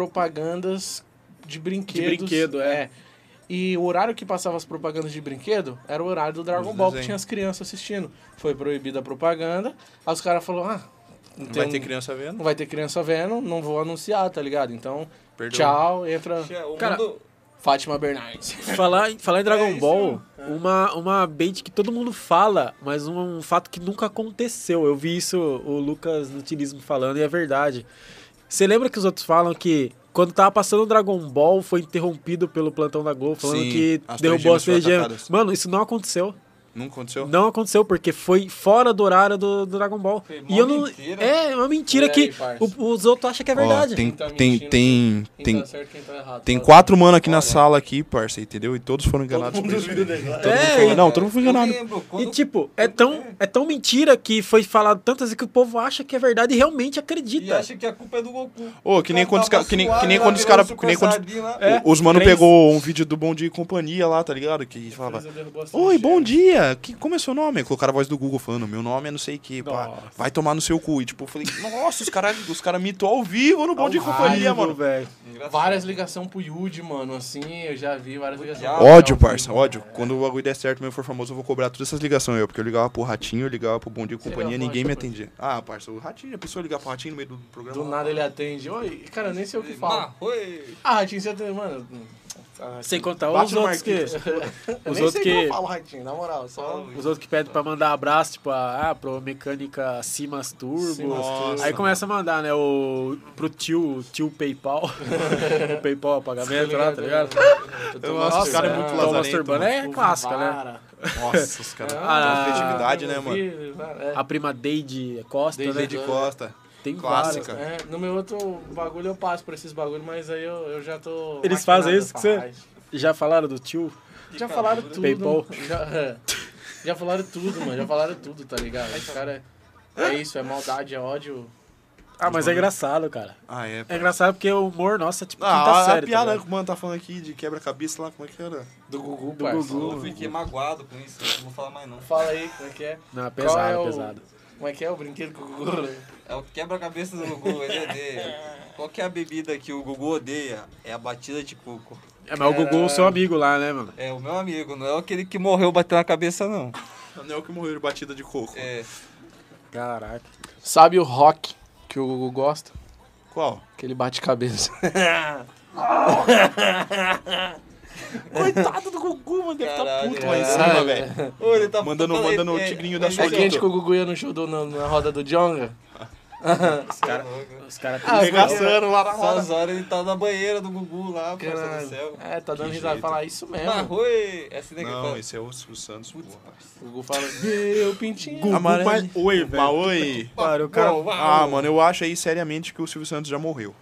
Speaker 1: propagandas de brinquedos.
Speaker 2: brinquedo, é.
Speaker 1: E o horário que passava as propagandas de brinquedo era o horário do Dragon
Speaker 3: Dos
Speaker 1: Ball,
Speaker 3: desenhos.
Speaker 1: que tinha as crianças assistindo. Foi proibida a propaganda. Aí os caras falaram, ah, não,
Speaker 3: Vai ter
Speaker 1: tem-
Speaker 3: criança vendo?
Speaker 1: não vai ter criança vendo, não vou anunciar, tá ligado? Então,
Speaker 3: Perdeu.
Speaker 1: tchau, entra
Speaker 4: Tinha- O
Speaker 2: Cara,
Speaker 4: mundo-
Speaker 1: Fátima Bernardes.
Speaker 2: Falar, em- falar em Dragon
Speaker 4: É isso,
Speaker 2: Ball, uma, uma bait que todo mundo fala, mas um, um fato que nunca aconteceu. Eu vi isso, o Lucas no Tilismo falando, e é verdade. Você lembra que os outros falam que quando tava passando o Dragon Ball, foi interrompido pelo plantão da Globo, falando
Speaker 3: Sim,
Speaker 2: que
Speaker 3: as três
Speaker 2: derrubou as
Speaker 3: gêmeas foram
Speaker 2: três gêmeas.
Speaker 3: atacadas.
Speaker 2: Mano, isso não aconteceu.
Speaker 3: Não aconteceu?
Speaker 2: Não aconteceu, porque foi fora do horário do, do Dragon Ball.
Speaker 4: Foi mó
Speaker 2: E eu não.
Speaker 4: mentira.
Speaker 2: É, uma mentira
Speaker 1: Olha aí,
Speaker 2: que
Speaker 1: parça.
Speaker 2: o- os outros acham que é verdade.
Speaker 3: Ó, tem,
Speaker 1: Tá
Speaker 3: tem,
Speaker 1: mentindo.
Speaker 3: tem,
Speaker 1: Quem
Speaker 3: tem,
Speaker 1: tá certo, quem tá errado.
Speaker 3: tem
Speaker 1: tá?
Speaker 3: quatro mano aqui na sala aqui, parça, entendeu? E todos foram enganados. por isso.
Speaker 2: É,
Speaker 3: Não, todo mundo foi
Speaker 4: eu
Speaker 3: enganado.
Speaker 4: lembro,
Speaker 2: E
Speaker 4: quando-
Speaker 2: tipo, é tão, é tão mentira que foi falado tantas vezes que o povo acha que é verdade e realmente
Speaker 4: E
Speaker 2: acredita.
Speaker 4: acha que a culpa é do Goku.
Speaker 3: Ô, que nem
Speaker 4: O cara
Speaker 3: quando os
Speaker 4: tava
Speaker 3: ca- que nem- que
Speaker 4: suado,
Speaker 3: nem
Speaker 4: lá
Speaker 3: quando os
Speaker 4: virou um
Speaker 3: cara-
Speaker 4: Super
Speaker 3: que nem quando os-
Speaker 4: Saiyajin lá.
Speaker 2: É.
Speaker 3: Os mano
Speaker 2: Três.
Speaker 3: pegou um vídeo do Bom Dia e Companhia lá, tá ligado? Que falava...
Speaker 1: assim,
Speaker 3: Oi, bom dia! Que, como é seu nome? Colocaram a voz do Google falando, meu nome é não sei o que, pá.
Speaker 2: Nossa.
Speaker 3: Vai tomar no seu cu. E tipo, eu falei, nossa, os caras os cara mitou ao vivo no Bom Dia e Companhia, mano.
Speaker 2: velho.
Speaker 4: Engraçado.
Speaker 1: Várias ligações pro Yudi, mano, assim, eu já vi várias ligações.
Speaker 4: Ódio,
Speaker 3: Ódio, parça, ódio. Quando o bagulho der certo, meu for famoso, eu vou cobrar todas essas ligações eu, porque eu ligava pro Ratinho, eu ligava pro Bom Dia e Companhia,
Speaker 1: ligava pro
Speaker 3: ninguém me
Speaker 1: Ratinho,
Speaker 3: atendia. Ah, parça, o Ratinho, a pessoa ligar pro Ratinho no meio do programa.
Speaker 1: Do nada ele atende. Oi, cara, eu nem sei o que fala.
Speaker 4: Ah, oi.
Speaker 1: Ah, Ratinho, você tem, mano.
Speaker 2: Sem contar
Speaker 3: Bate
Speaker 2: Ah, os
Speaker 3: no
Speaker 2: outros que.
Speaker 3: Marquinhos.
Speaker 1: Eu
Speaker 2: Os
Speaker 1: nem
Speaker 2: outros
Speaker 1: sei como
Speaker 2: que.
Speaker 1: eu falo, Ratinho, na moral. Só...
Speaker 2: Os outros que pedem pra mandar abraço, tipo, a- ah, pro mecânica Simas Turbo.
Speaker 1: Simas
Speaker 3: Turbo.
Speaker 2: Aí começa a mandar, né, o, pro tio, o tio PayPal. o PayPal, pagamento lá, tá ligado?
Speaker 3: Nossa, os cara é muito
Speaker 2: Thomas
Speaker 3: lazarento,
Speaker 2: Turbano é
Speaker 1: Tipo,
Speaker 2: clássica, né?
Speaker 3: Nossa, os
Speaker 1: É,
Speaker 3: caras.
Speaker 2: Ah,
Speaker 3: Ah, criatividade, né, mano?
Speaker 1: mano? é.
Speaker 2: A prima Deide Costa, né?
Speaker 3: Desde de Costa.
Speaker 2: Tem
Speaker 3: Clássica.
Speaker 2: várias.
Speaker 1: É, no meu outro bagulho eu passo por esses bagulhos, mas aí eu, eu já tô. maquinado
Speaker 2: Eles fazem isso
Speaker 1: essa
Speaker 2: que você-
Speaker 1: raiz.
Speaker 2: Já falaram do tio?
Speaker 1: Já falaram tudo.
Speaker 2: Paypal.
Speaker 1: Já, já falaram tudo, mano. Já falaram tudo, tá ligado? Esse cara é, é isso, é maldade, é ódio.
Speaker 2: Ah, mas é engraçado, cara.
Speaker 3: Ah, é.
Speaker 2: É engraçado porque o humor, nossa, é tipo quinta
Speaker 3: Ah, a- a,
Speaker 2: série. tá
Speaker 3: piada
Speaker 2: ligado?
Speaker 3: que o mano tá falando aqui de quebra-cabeça lá, como é que era?
Speaker 1: Do Gugu,
Speaker 2: Do
Speaker 1: parça.
Speaker 2: Gugu.
Speaker 4: Eu fiquei magoado com isso, não vou falar mais não.
Speaker 1: Fala aí, como é que é?
Speaker 2: Não, é
Speaker 1: Qual é
Speaker 2: pesado,
Speaker 1: o-
Speaker 2: pesado.
Speaker 1: Como é que é o brinquedo que o Gugu?
Speaker 4: É o quebra-cabeça do Gugu, ele odeia. Qual que é a bebida que o Gugu odeia? É a batida de coco.
Speaker 2: É, mas o Gugu é o seu amigo lá, né, mano?
Speaker 4: É o meu amigo, não é aquele que morreu batendo na cabeça, não.
Speaker 3: Não é o que morreu de batida de coco.
Speaker 4: É,
Speaker 2: Caraca.
Speaker 1: Sabe o rock que o Gugu gosta?
Speaker 3: Qual?
Speaker 1: Que ele bate cabeça.
Speaker 3: Coitado do Gugu, mano, deve tá
Speaker 4: Caralho,
Speaker 3: puto lá em
Speaker 1: caralho.
Speaker 3: cima, velho.
Speaker 4: Ô, ele tá
Speaker 3: Mandando-
Speaker 4: falando-
Speaker 3: mandando o
Speaker 4: é,
Speaker 3: tigrinho
Speaker 4: é,
Speaker 3: da
Speaker 4: mas
Speaker 3: sua
Speaker 1: É
Speaker 4: ele-
Speaker 1: quente que o Gugu ia no show do, na, na roda do Jonga?
Speaker 4: Você é louco.
Speaker 2: Os caras
Speaker 1: Ah,
Speaker 3: Regaçando lá na roda.
Speaker 4: Essas horas ele tá na banheira do Gugu lá, parça do céu.
Speaker 1: É, tá dando risada.
Speaker 3: jeito.
Speaker 1: Falar isso mesmo.
Speaker 4: Ah, oi! Essa nega
Speaker 3: Não,
Speaker 4: tá...
Speaker 3: esse é o, o Santos, porra.
Speaker 1: O Gugu fala, meu pintinho.
Speaker 2: Amarelo.
Speaker 3: mas- Oi, velho. Mas oi.
Speaker 2: Para, o cara.
Speaker 4: Uau, uau.
Speaker 3: Ah, mano, eu acho aí seriamente que o Silvio Santos já morreu.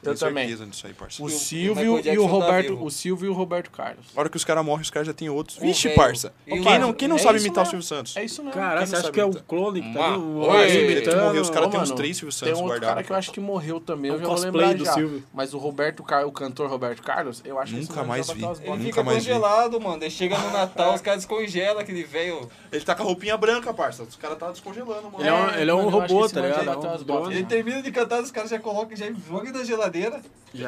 Speaker 3: Tenho
Speaker 1: Eu também.
Speaker 3: certeza disso aí, parça.
Speaker 1: O
Speaker 4: o
Speaker 1: Silvio
Speaker 4: Michael
Speaker 1: e o
Speaker 4: Jackson tá
Speaker 1: Roberto,
Speaker 4: vivo.
Speaker 1: o Silvio e o Roberto Carlos.
Speaker 3: A hora que os caras morrem, os caras já tem outros.
Speaker 4: Ô,
Speaker 3: Vixe,
Speaker 4: velho.
Speaker 3: parça.
Speaker 4: E
Speaker 3: Quem
Speaker 4: o
Speaker 3: não,
Speaker 4: Marvel?
Speaker 3: quem não
Speaker 1: É
Speaker 3: sabe
Speaker 1: isso
Speaker 3: imitar o
Speaker 1: mesmo.
Speaker 3: Silvio Santos?
Speaker 1: É isso mesmo.
Speaker 2: Caralho,
Speaker 3: Quem
Speaker 2: você
Speaker 3: não
Speaker 2: acha
Speaker 3: sabe
Speaker 2: que é o
Speaker 3: imitar?
Speaker 2: clone que tá
Speaker 4: Uma-
Speaker 2: no-
Speaker 4: Oi,
Speaker 2: Olha,
Speaker 3: Sim, ele tem que
Speaker 2: imitando.
Speaker 3: morrer. Os caras
Speaker 1: Ô,
Speaker 3: têm uns
Speaker 1: mano,
Speaker 3: três
Speaker 1: Tem
Speaker 3: Silvio Santos
Speaker 1: um outro
Speaker 3: guardados.
Speaker 1: cara que eu acho que morreu também,
Speaker 2: É
Speaker 1: eu
Speaker 2: um
Speaker 1: já vou
Speaker 2: cosplay
Speaker 1: lembrar
Speaker 2: do
Speaker 1: já.
Speaker 2: Silvio.
Speaker 1: Mas o Roberto Carlos, o cantor Roberto Carlos, eu acho que esse
Speaker 3: Nunca
Speaker 1: mano já
Speaker 3: mais
Speaker 1: bateu
Speaker 3: vi.
Speaker 1: as
Speaker 4: Ele
Speaker 1: botas.
Speaker 3: Nunca
Speaker 4: fica
Speaker 3: mais vi.
Speaker 4: congelado, mano. Aí chega no Natal, os caras descongelam aquele velho.
Speaker 3: Ele tá com a roupinha branca, parça. Os caras tá descongelando, mano.
Speaker 2: Ele é um, ele é um
Speaker 1: mano, eu acho que
Speaker 2: robô,
Speaker 1: esse
Speaker 2: tá
Speaker 1: mano já
Speaker 2: ligado?
Speaker 1: bateu
Speaker 2: É um
Speaker 1: as botas,
Speaker 2: drone.
Speaker 1: né?
Speaker 4: Ele termina de cantar, os caras já colocam, já jogam na geladeira.
Speaker 2: Já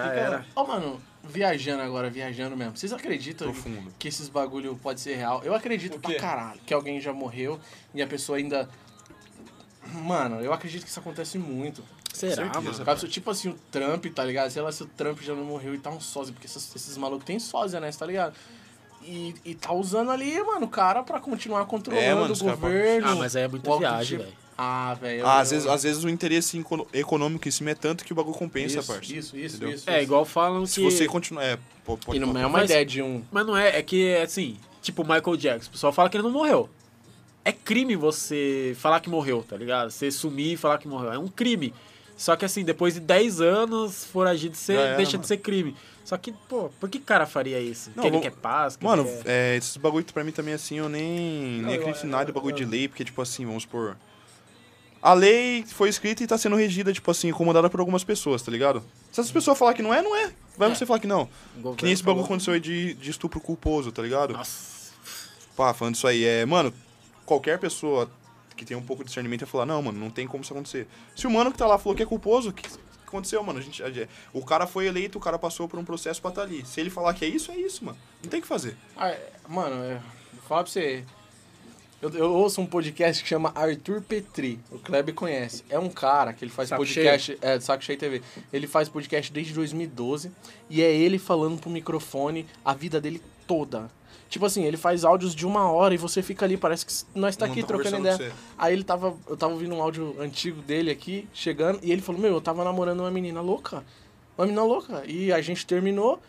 Speaker 4: Fica-
Speaker 2: era.
Speaker 1: Ó, mano, viajando agora, viajando mesmo. Vocês acreditam
Speaker 3: Profundo.
Speaker 1: que esses bagulho pode ser real? Eu acredito
Speaker 4: O
Speaker 1: pra
Speaker 4: quê?
Speaker 1: caralho que alguém já morreu e a pessoa ainda. Mano, eu acredito que isso acontece muito.
Speaker 2: Será,
Speaker 3: certeza.
Speaker 2: mano?
Speaker 1: Cara, se- tipo assim, o Trump, tá ligado? Sei lá se o Trump já não morreu e tá um sósia, porque esses, esses malucos tem sósia, né? Cê tá ligado? E, e tá usando ali, mano, o cara pra continuar controlando
Speaker 3: É, mano,
Speaker 1: o
Speaker 3: os cara-
Speaker 1: governo.
Speaker 2: Ah, mas aí é muita
Speaker 1: o
Speaker 2: viagem,
Speaker 1: autotip-
Speaker 2: velho.
Speaker 1: Ah, velho. eu-
Speaker 3: Ah, às, vezes,
Speaker 1: eu-
Speaker 3: às vezes o interesse econo- econômico em cima é tanto que o bagulho compensa,
Speaker 1: isso,
Speaker 3: parça.
Speaker 1: Isso, isso,
Speaker 3: Entendeu?
Speaker 1: isso.
Speaker 2: É, igual falam que...
Speaker 3: Se você continuar. É, pô, pode
Speaker 1: E não
Speaker 3: falar.
Speaker 1: é uma
Speaker 2: Mas-
Speaker 1: ideia de um.
Speaker 2: Mas não é, é que, assim, tipo o Michael Jackson, o pessoal fala que ele não morreu. É crime você falar que morreu, tá ligado? Você sumir e falar que morreu. É um crime. Só que assim, depois de 10 anos foragido, você
Speaker 3: Já era,
Speaker 2: deixa
Speaker 3: mano.
Speaker 2: de ser crime. Só que, pô, por que cara faria isso?
Speaker 3: Não,
Speaker 2: que ele
Speaker 3: vou-
Speaker 2: quer paz, que
Speaker 3: Mano,
Speaker 2: ele quer...
Speaker 3: é, esses bagulho pra mim também assim, eu nem, nem acredito em nada em bagulho de lei, porque, tipo assim, vamos supor. A lei foi escrita e tá sendo regida, tipo assim, incomodada por algumas pessoas, tá ligado? Se essas pessoas falar que não é, não é. Vai você falar que não.
Speaker 2: governo
Speaker 3: Que nem esse bagulho
Speaker 2: falou.
Speaker 3: aconteceu aí de, de estupro culposo, tá ligado?
Speaker 2: Nossa,
Speaker 3: Pá, falando isso aí, é. Mano, qualquer pessoa que tem um pouco de discernimento ia falar, não, mano, não tem como isso acontecer. Se o mano que tá lá falou que é culposo, o que que aconteceu, mano? A gente, a- o cara foi eleito, o cara passou por um processo pra tá ali. Se ele falar que é isso, é isso, mano. Não tem o que fazer.
Speaker 1: Ah, é- mano, é, vou falar pra você. Eu, eu ouço um podcast que chama Arthur Petri. O Kleber conhece. É um cara que ele faz
Speaker 2: Saco
Speaker 1: podcast. É, do Saco Cheio TV. Ele faz podcast desde 2012. E é ele falando pro microfone a vida dele toda. Tipo assim, ele faz áudios de uma hora e você fica ali, parece que nós tá
Speaker 3: Não
Speaker 1: aqui
Speaker 3: tá
Speaker 1: trocando
Speaker 3: conversando
Speaker 1: ideia.
Speaker 3: com você.
Speaker 1: Aí ele tava. Eu tava ouvindo um áudio antigo dele aqui, chegando, e ele falou, meu, eu tava namorando uma menina louca. Uma menina louca. E a gente terminou.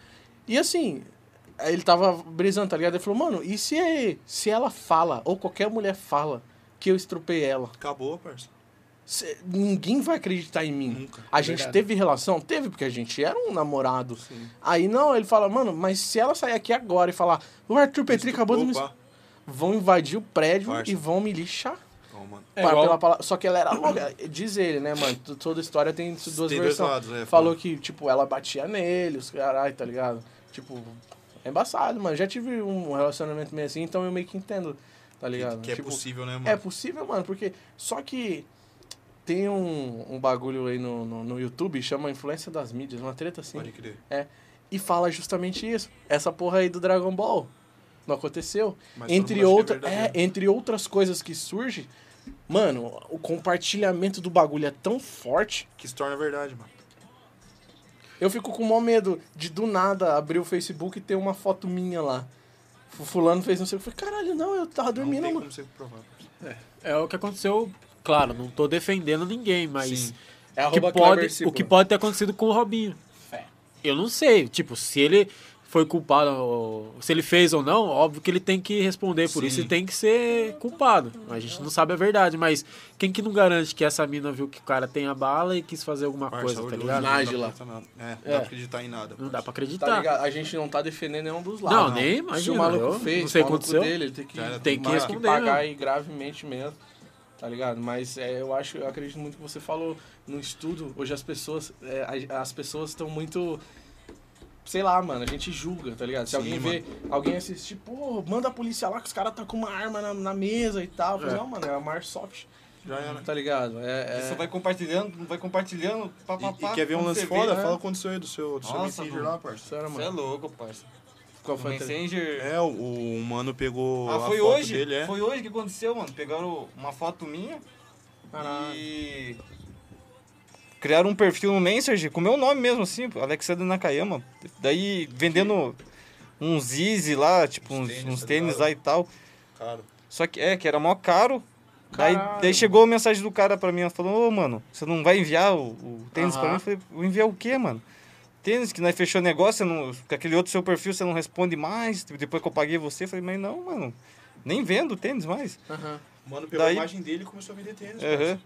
Speaker 1: E assim, aí ele tava brisando, tá ligado? Ele falou, mano, e se, é, se ela fala, ou qualquer mulher fala, que eu estrupei ela?
Speaker 3: Acabou, parça.
Speaker 1: Cê- ninguém vai acreditar em mim.
Speaker 3: Nunca.
Speaker 1: A gente teve relação? Teve, porque a gente era um namorado. Aí não, ele fala, mano, mas se ela sair aqui agora e falar, o Arthur Petri acabou de me.
Speaker 3: Opa.
Speaker 1: Vão invadir o prédio
Speaker 3: Parça.
Speaker 1: e vão me lixar.
Speaker 3: Então, mano.
Speaker 2: É
Speaker 1: Para
Speaker 2: igual-
Speaker 1: pela palavra- Só que ela era louca. Diz ele, né, mano? T- Toda história tem isso- duas
Speaker 3: Tem dois
Speaker 1: versões.
Speaker 3: lados, é,
Speaker 1: Falou
Speaker 3: pô.
Speaker 1: que, tipo, ela batia nele, os caralho, tá ligado? Tipo, é embaçado, mano. Já tive um relacionamento meio assim, então eu meio que entendo, tá ligado?
Speaker 3: Que é
Speaker 1: Tipo,
Speaker 3: possível, né, mano?
Speaker 1: É possível, mano, porque. Só que tem um, um bagulho aí no, no, no YouTube, chama Influência das Mídias, uma treta assim.
Speaker 3: Pode crer.
Speaker 1: É. E fala justamente isso. Essa porra aí do Dragon Ball. Não aconteceu.
Speaker 3: Mas todo
Speaker 1: Entre,
Speaker 3: mundo acha que é
Speaker 1: outra, é,
Speaker 3: verdadeiro.
Speaker 1: entre outras coisas que surge, mano, o compartilhamento do bagulho é tão forte.
Speaker 3: Que se torna verdade, mano.
Speaker 1: Eu fico com o maior medo de do nada abrir o Facebook e ter uma foto minha lá. Fu- Fulano fez não sei o que. Eu falei, caralho, não, eu tava
Speaker 3: Não tem
Speaker 1: dormindo, né, mano.
Speaker 3: como você provar. parça.
Speaker 2: é o que aconteceu... Claro, não tô defendendo ninguém, mas...
Speaker 3: Sim.
Speaker 1: É
Speaker 2: que
Speaker 1: arroba Kleber
Speaker 2: pode, o
Speaker 1: Silva.
Speaker 2: que pode ter acontecido com o Robinho. Eu não sei, tipo, se ele foi culpado, ou- se ele fez ou não, óbvio que ele tem que responder por
Speaker 3: Sim.
Speaker 2: isso e tem que ser culpado. A gente não sabe a verdade, mas quem que não garante que essa mina viu que o cara tem a bala e quis fazer alguma
Speaker 3: Parça,
Speaker 2: coisa,
Speaker 3: olhou,
Speaker 2: tá
Speaker 3: não
Speaker 2: ligado?
Speaker 3: dá pra
Speaker 1: Nájila.
Speaker 3: acreditar nada. É, não
Speaker 2: É.
Speaker 3: dá pra acreditar em nada.
Speaker 2: Não dá pra acreditar.
Speaker 1: Tá ligado? A gente não tá defendendo nenhum dos lados.
Speaker 2: Não, nem imagina,
Speaker 1: Se o maluco
Speaker 2: eu
Speaker 1: fez,
Speaker 2: não sei
Speaker 1: o
Speaker 2: o que
Speaker 1: maluco
Speaker 2: aconteceu.
Speaker 1: dele, ele tem que,
Speaker 3: Cara,
Speaker 2: tem que
Speaker 1: mas
Speaker 2: responder,
Speaker 1: pagar
Speaker 2: né?
Speaker 1: aí gravemente mesmo. Tá ligado? Mas é, eu acho, eu acredito muito que você falou no estudo, hoje as pessoas, é, a- as pessoas estão muito sei lá, mano, a gente julga, tá ligado? Se
Speaker 3: Sim,
Speaker 1: alguém vê, alguém assiste, pô, manda a polícia lá que os caras tá com uma arma na, na mesa e tal. Eu falo,
Speaker 2: É.
Speaker 1: Não, mano, é uma airsoft,
Speaker 3: Já era.
Speaker 1: tá ligado? É, é...
Speaker 4: Você vai compartilhando, vai compartilhando. Pá, pá,
Speaker 3: E,
Speaker 4: pá,
Speaker 3: e quer ver um
Speaker 4: quando
Speaker 3: lance
Speaker 4: você
Speaker 3: foda?
Speaker 4: vê,
Speaker 3: Fala o que aconteceu aí do seu, do seu
Speaker 4: né? Nossa,
Speaker 3: Messenger
Speaker 4: mano.
Speaker 3: lá, parça.
Speaker 1: Sério,
Speaker 4: Você é
Speaker 1: mano.
Speaker 4: louco, parça.
Speaker 1: Qual
Speaker 4: O
Speaker 1: foi a treta?
Speaker 4: Messenger...
Speaker 3: É, o, o mano pegou.
Speaker 4: Ah,
Speaker 3: a
Speaker 4: foi
Speaker 3: foto
Speaker 4: hoje?
Speaker 3: Dele, é.
Speaker 4: Foi hoje que aconteceu, mano. Pegaram uma foto minha
Speaker 1: Caralho.
Speaker 4: e. Criaram um perfil no Messenger com meu nome mesmo, assim, Alexander Nakayama. Daí vendendo uns Easy lá, tipo,
Speaker 3: Uns
Speaker 4: uns,
Speaker 3: tênis,
Speaker 4: uns
Speaker 3: tá
Speaker 4: tênis
Speaker 3: ligado?
Speaker 4: lá e tal.
Speaker 3: Cara,
Speaker 4: Só que é, que era mó caro. Daí,
Speaker 1: Caralho.
Speaker 4: daí chegou a mensagem do cara pra mim, ela falou, ô mano, você não vai enviar o, o tênis pra
Speaker 1: Aham.
Speaker 4: mim? Eu falei, vou enviar o quê, mano? Tênis que nós fechou negócio, você não, com aquele outro seu perfil você não responde mais, tipo, depois que eu paguei você, eu falei, mas não, mano, nem vendo tênis mais.
Speaker 1: Aham.
Speaker 3: o mano pegou a
Speaker 4: Daí-
Speaker 3: imagem dele e começou a vender tênis.
Speaker 4: Aham.
Speaker 3: parça.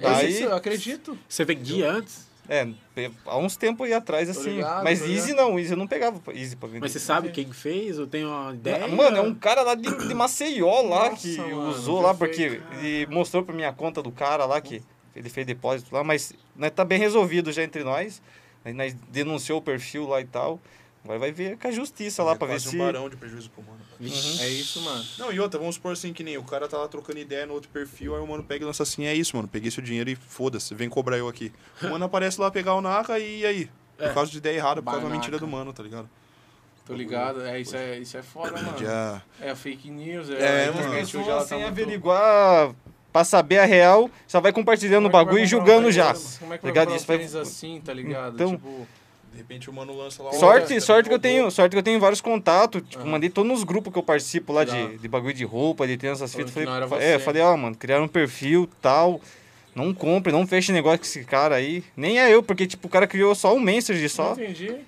Speaker 1: É
Speaker 4: Daí-
Speaker 1: isso, eu acredito.
Speaker 2: Você vendia antes?
Speaker 4: É, pe- há uns tempos aí atrás, assim.
Speaker 1: ligado,
Speaker 4: mas
Speaker 1: tô
Speaker 4: Easy não, Easy eu não pegava pra- Easy pra vender.
Speaker 2: Mas você sabe quem fez? Eu tenho uma ideia.
Speaker 4: Mano, é um cara lá de, de Maceió lá
Speaker 1: Nossa,
Speaker 4: que
Speaker 1: mano,
Speaker 4: usou lá, porque
Speaker 1: perfeito.
Speaker 4: ele mostrou pra minha conta do cara lá que ele fez depósito lá, mas né, tá bem resolvido já entre nós. Aí nós denunciou o perfil lá e tal. Agora vai ver com a justiça lá
Speaker 3: É
Speaker 4: pra ver
Speaker 3: quase
Speaker 4: se.
Speaker 3: um barão de prejuízo pro mano.
Speaker 2: Vixe.
Speaker 1: É isso, mano.
Speaker 3: Não, e outra, vamos supor assim que nem o cara tá lá trocando ideia no outro perfil, aí o mano pega e lança assim, é isso, mano, peguei seu dinheiro e foda-se, vem cobrar eu aqui. O mano aparece lá pegar o Naka e aí?
Speaker 1: É.
Speaker 3: Por causa de ideia errada, por causa da
Speaker 1: Banaca.
Speaker 3: mentira do mano, tá ligado?
Speaker 1: Tô ligado. É, isso é, isso é foda, mano.
Speaker 3: Já...
Speaker 1: É fake news, é,
Speaker 3: É,
Speaker 1: a
Speaker 3: mano.
Speaker 1: internet
Speaker 4: As pessoas
Speaker 1: hoje ela tá
Speaker 4: sem
Speaker 1: muito-
Speaker 4: averiguar pra saber a real, só vai compartilhando o
Speaker 1: Como é que vai
Speaker 4: bagulho e
Speaker 1: comprar um
Speaker 4: julgando
Speaker 1: tênis,
Speaker 4: já.
Speaker 1: mano? Como é que vai
Speaker 4: Ligado?
Speaker 1: comprar um
Speaker 4: Isso vai-
Speaker 1: tênis assim, tá ligado?
Speaker 4: Então-
Speaker 1: Tipo,
Speaker 3: De repente o mano lança lá... um tá
Speaker 4: Sorte,
Speaker 3: "Olha,
Speaker 4: sorte que eu
Speaker 3: roubou".
Speaker 4: tenho, sorte que eu tenho vários contatos. Tipo,
Speaker 1: Ah.
Speaker 4: mandei todos nos grupos que eu participo lá
Speaker 1: Tá.
Speaker 4: de, de bagulho de roupa, de ter essas
Speaker 1: Falando
Speaker 4: fitas.
Speaker 1: que não era
Speaker 4: Falei, é,
Speaker 1: você.
Speaker 4: falei, ó, mano, criaram um perfil tal. Não compre, não feche negócio com esse cara aí. Nem é eu, porque, tipo, o cara criou só um message
Speaker 1: não
Speaker 4: só.
Speaker 1: entendi.
Speaker 4: Já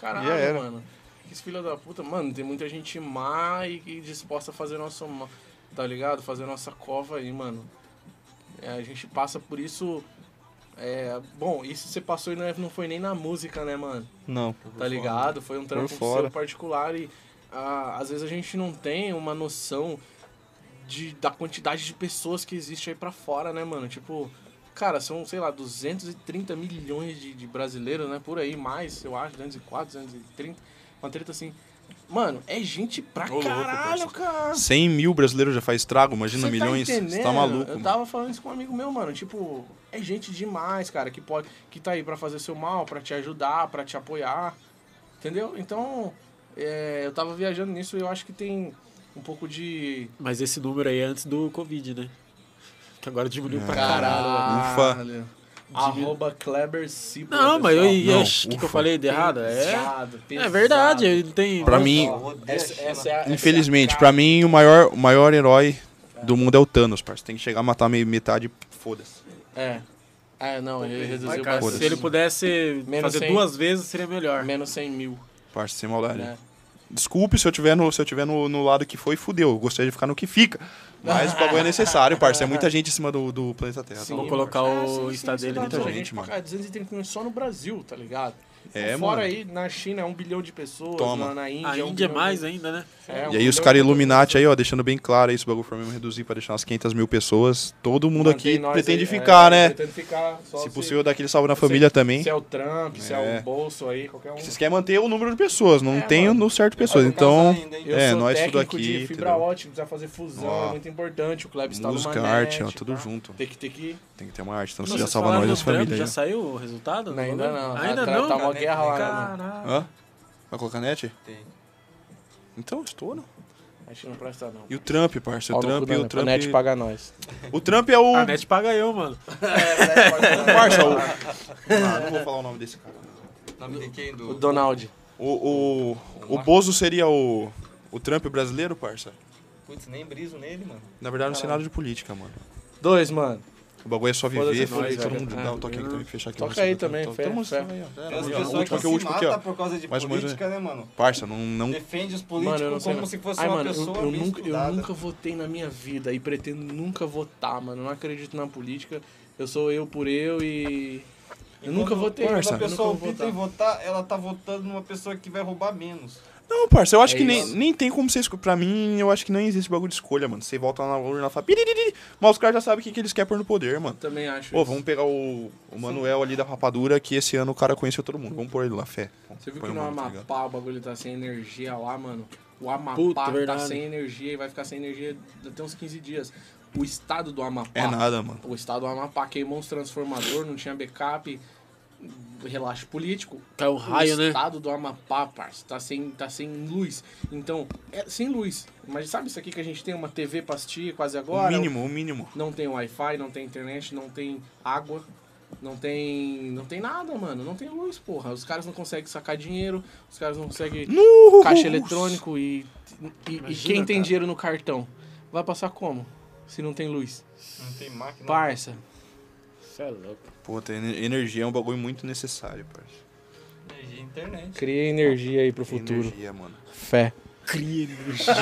Speaker 1: Caralho,
Speaker 4: era.
Speaker 1: mano. Que filha da puta. Mano, tem muita gente má e, e disposta a fazer nosso mal, tá ligado? Fazer nossa cova aí, mano. É, a gente passa por isso... é, bom, isso você passou e não é- não foi nem na música, né, mano?
Speaker 4: Não.
Speaker 1: tá ligado? Foi um trampo seu
Speaker 4: fora.
Speaker 1: particular e ah, às vezes a gente não tem uma noção de, da quantidade de pessoas que existe aí pra fora, né, mano? Tipo, cara, são, sei lá, 230 milhões de, de brasileiros, né? Por aí, mais, eu acho, 204, 230, uma treta assim. Mano, é gente pra
Speaker 3: Ô, louco,
Speaker 1: caralho,
Speaker 3: parça.
Speaker 1: cara!
Speaker 3: 100 mil brasileiros já faz estrago, imagina
Speaker 1: Você
Speaker 3: milhões.
Speaker 1: Tá,
Speaker 3: Você
Speaker 1: entendendo?
Speaker 3: tá maluco,
Speaker 1: Eu
Speaker 3: mano.
Speaker 1: tava falando isso com um amigo meu, mano. Tipo, é gente demais, cara, que pode. Que tá aí pra fazer seu mal, pra te ajudar, pra te apoiar. Entendeu? Então, é, eu tava viajando nisso e eu acho que tem um pouco de.
Speaker 2: Mas esse número aí é antes do Covid, né? Que agora diminuiu pra caralho.
Speaker 1: Caralho. Arroba Kleber Cipo,
Speaker 2: Não, mas eu,
Speaker 1: pessoal.
Speaker 2: e-
Speaker 3: Não,
Speaker 2: acho que, que
Speaker 3: ufa.
Speaker 2: eu falei de errado. É,
Speaker 1: Pesado,
Speaker 2: é
Speaker 1: pesado.
Speaker 2: verdade, ele tem.
Speaker 3: Pra mim,
Speaker 1: Essa- essa é a- essa é a
Speaker 3: infelizmente,
Speaker 1: cara.
Speaker 3: pra mim o maior, o maior herói do mundo é o Thanos, parça. Tem que chegar, matar meio metade, foda-se.
Speaker 1: É. É, não, ele
Speaker 2: Ai,
Speaker 1: reduziu
Speaker 2: cara,
Speaker 1: bastante.
Speaker 2: se ele pudesse
Speaker 1: Menos
Speaker 2: fazer
Speaker 1: cem.
Speaker 2: duas vezes, seria melhor.
Speaker 1: Menos 100 mil,
Speaker 3: Parça, sem maldade.
Speaker 1: né?
Speaker 3: Desculpe se eu tiver no, se eu tiver no, no lado que foi, fudeu. Eu gostaria de ficar no que fica. Mas o bagulho é necessário, parça. É muita gente em cima do, do planeta Terra. tá
Speaker 1: Sim,
Speaker 2: Vou colocar
Speaker 1: mano.
Speaker 2: o Insta dele
Speaker 1: tá
Speaker 2: dentro
Speaker 1: doido.
Speaker 3: da gente,
Speaker 1: gente,
Speaker 3: mano.
Speaker 1: paga 230 milhões um só no Brasil, tá ligado?
Speaker 3: É,
Speaker 1: Então, Fora
Speaker 3: mano.
Speaker 1: aí, na China é um bilhão de pessoas,
Speaker 3: Toma.
Speaker 1: na- na Índia.
Speaker 2: A
Speaker 1: um
Speaker 2: Índia é
Speaker 1: bilhão
Speaker 2: mais
Speaker 1: de-
Speaker 2: ainda, né?
Speaker 1: É, um
Speaker 3: E aí os
Speaker 1: bilhão
Speaker 3: caras
Speaker 1: de-
Speaker 3: Illuminati aí, ó, deixando bem claro aí, esse bagulho pra mim reduzir pra deixar umas 500 mil pessoas. Todo mundo
Speaker 1: Mantém
Speaker 3: aqui
Speaker 1: nós
Speaker 3: pretende
Speaker 1: aí, é,
Speaker 3: ficar, né?
Speaker 1: Pretende ficar. Só
Speaker 3: Se possível, dar aquele salve na família também.
Speaker 1: Se é o Trump, se é
Speaker 3: É.
Speaker 1: o Bolso aí, qualquer um.
Speaker 3: Vocês querem manter o número de pessoas, não
Speaker 1: É,
Speaker 3: tem
Speaker 1: mano.
Speaker 3: o certo de pessoas. Então,
Speaker 1: Eu
Speaker 3: é,
Speaker 1: sou
Speaker 3: nós tudo
Speaker 1: técnico
Speaker 3: aqui,
Speaker 1: de fibra
Speaker 3: entendeu?
Speaker 1: ótica, precisa fazer fusão,
Speaker 3: Ó.
Speaker 1: é muito importante. O Klebs tá numa
Speaker 3: música,
Speaker 1: net,
Speaker 3: arte, ó, tudo
Speaker 1: tá?
Speaker 3: junto.
Speaker 1: Tem que, tem que...
Speaker 3: Tem que ter uma arte, então você
Speaker 2: Não,
Speaker 3: já
Speaker 2: vocês
Speaker 3: salva
Speaker 2: falaram
Speaker 3: nós e
Speaker 2: do
Speaker 3: as
Speaker 2: Trump,
Speaker 3: famílias.
Speaker 2: Já
Speaker 3: aí.
Speaker 2: saiu o resultado? do
Speaker 1: Ainda
Speaker 2: bagulho?
Speaker 1: não,
Speaker 2: Ainda
Speaker 1: tá-
Speaker 2: não.
Speaker 1: tá uma
Speaker 2: cara.
Speaker 1: guerra lá, né, mano?
Speaker 2: Caralho.
Speaker 3: Hã? Vai colocar net? Então, estou, não.
Speaker 1: Acho que não presta, não.
Speaker 3: E o Trump, parça, o
Speaker 1: Pau no cu
Speaker 3: Trump,
Speaker 1: da
Speaker 3: o
Speaker 1: net,
Speaker 3: Trump.
Speaker 1: A net paga nós.
Speaker 3: O Trump é o
Speaker 2: A Ah, net paga eu, mano.
Speaker 3: Parça, o... Ah, não vou falar o nome desse cara.
Speaker 4: Nome de quem?
Speaker 1: O Donald.
Speaker 3: O, o, o Bozo seria o, o Trump brasileiro, parça?
Speaker 4: Putz, nem briso nele, mano.
Speaker 3: Na verdade, não sei nada de política, mano.
Speaker 1: Dois, mano.
Speaker 3: O bagulho é só
Speaker 1: Foda-se
Speaker 3: viver, foda
Speaker 1: nós,
Speaker 3: todo
Speaker 1: velho.
Speaker 3: mundo. Dá o toque aqui também, fechar aqui.
Speaker 1: Toca
Speaker 3: Nossa,
Speaker 1: aí
Speaker 3: tá- tá-
Speaker 1: também,
Speaker 3: tá-
Speaker 1: fé,
Speaker 3: tá-
Speaker 1: fé.
Speaker 3: aí, ó.
Speaker 4: Tem as
Speaker 3: Aí, ó, o
Speaker 4: pessoas
Speaker 3: último
Speaker 4: que
Speaker 3: aqui,
Speaker 4: se
Speaker 3: o último aqui,
Speaker 4: matam
Speaker 3: ó.
Speaker 4: por causa de
Speaker 3: Mais uma, mais uma.
Speaker 4: política, né, mano?
Speaker 3: Parça, não, não
Speaker 4: Defende os
Speaker 1: Mano, eu não
Speaker 4: políticos
Speaker 1: sei.
Speaker 4: como
Speaker 1: não.
Speaker 4: se fosse
Speaker 1: Ai,
Speaker 4: uma
Speaker 1: mano, eu-
Speaker 4: pessoa
Speaker 1: eu,
Speaker 4: bem
Speaker 1: nunca, eu
Speaker 4: estudada.
Speaker 1: nunca votei na minha vida e pretendo nunca votar, mano. Eu não acredito na política. Eu sou eu por eu e. Eu nunca votei.
Speaker 3: Parça,
Speaker 1: eu
Speaker 4: Quando a
Speaker 1: nunca
Speaker 4: pessoa
Speaker 1: vou
Speaker 4: opta em
Speaker 1: votar.
Speaker 4: votar, ela tá votando numa pessoa que vai roubar menos.
Speaker 3: Não, parça, eu acho
Speaker 1: É
Speaker 3: que nem,
Speaker 1: isso.
Speaker 3: nem tem como você escolher. Pra mim, eu acho que não existe bagulho de escolha, mano. Você volta lá na urna e fala. "Piriri", Mas os caras já sabem o que, que eles querem pôr no poder, mano.
Speaker 1: Também acho.
Speaker 3: Pô,
Speaker 1: isso.
Speaker 3: vamos pegar o, o Manuel ali da rapadura, que esse ano o cara conheceu todo mundo. Vamos pôr ele lá, fé.
Speaker 1: Você viu
Speaker 3: Põe
Speaker 1: que é
Speaker 3: o
Speaker 1: no
Speaker 3: Mano, tá ligado?
Speaker 1: Amapá o bagulho tá sem energia lá, mano? O Amapá
Speaker 2: Puta,
Speaker 1: tá
Speaker 2: verdade.
Speaker 1: sem energia e vai ficar sem energia até uns 15 dias. O estado do Amapá.
Speaker 3: É nada, mano.
Speaker 1: O estado do Amapá queimou uns transformadores, não tinha backup. Relaxo político.
Speaker 3: Tá
Speaker 2: Caiu um raio,
Speaker 1: o
Speaker 2: né?
Speaker 1: estado do Amapá, parça, tá sem, tá sem luz. Então, é sem luz. Mas sabe isso aqui que a gente tem uma TV pra assistir quase agora?
Speaker 3: O mínimo, o mínimo.
Speaker 1: Não tem Wi-Fi, não tem internet, não tem água, não tem. não tem nada, mano. Não tem luz, porra. Os caras não conseguem sacar dinheiro, os caras não conseguem
Speaker 3: No!
Speaker 1: caixa eletrônico e. e- e
Speaker 2: Imagina,
Speaker 1: quem tem
Speaker 2: cara.
Speaker 1: dinheiro no cartão? Vai passar como? Se não tem luz.
Speaker 4: Não tem máquina.
Speaker 1: Parça.
Speaker 2: Você é louco.
Speaker 3: Pô, tem ener- energia é um bagulho muito necessário, parça.
Speaker 4: Energia internet.
Speaker 1: Cria energia aí pro
Speaker 3: Tem
Speaker 1: futuro.
Speaker 3: Energia, mano.
Speaker 1: Fé.
Speaker 2: Cria energia.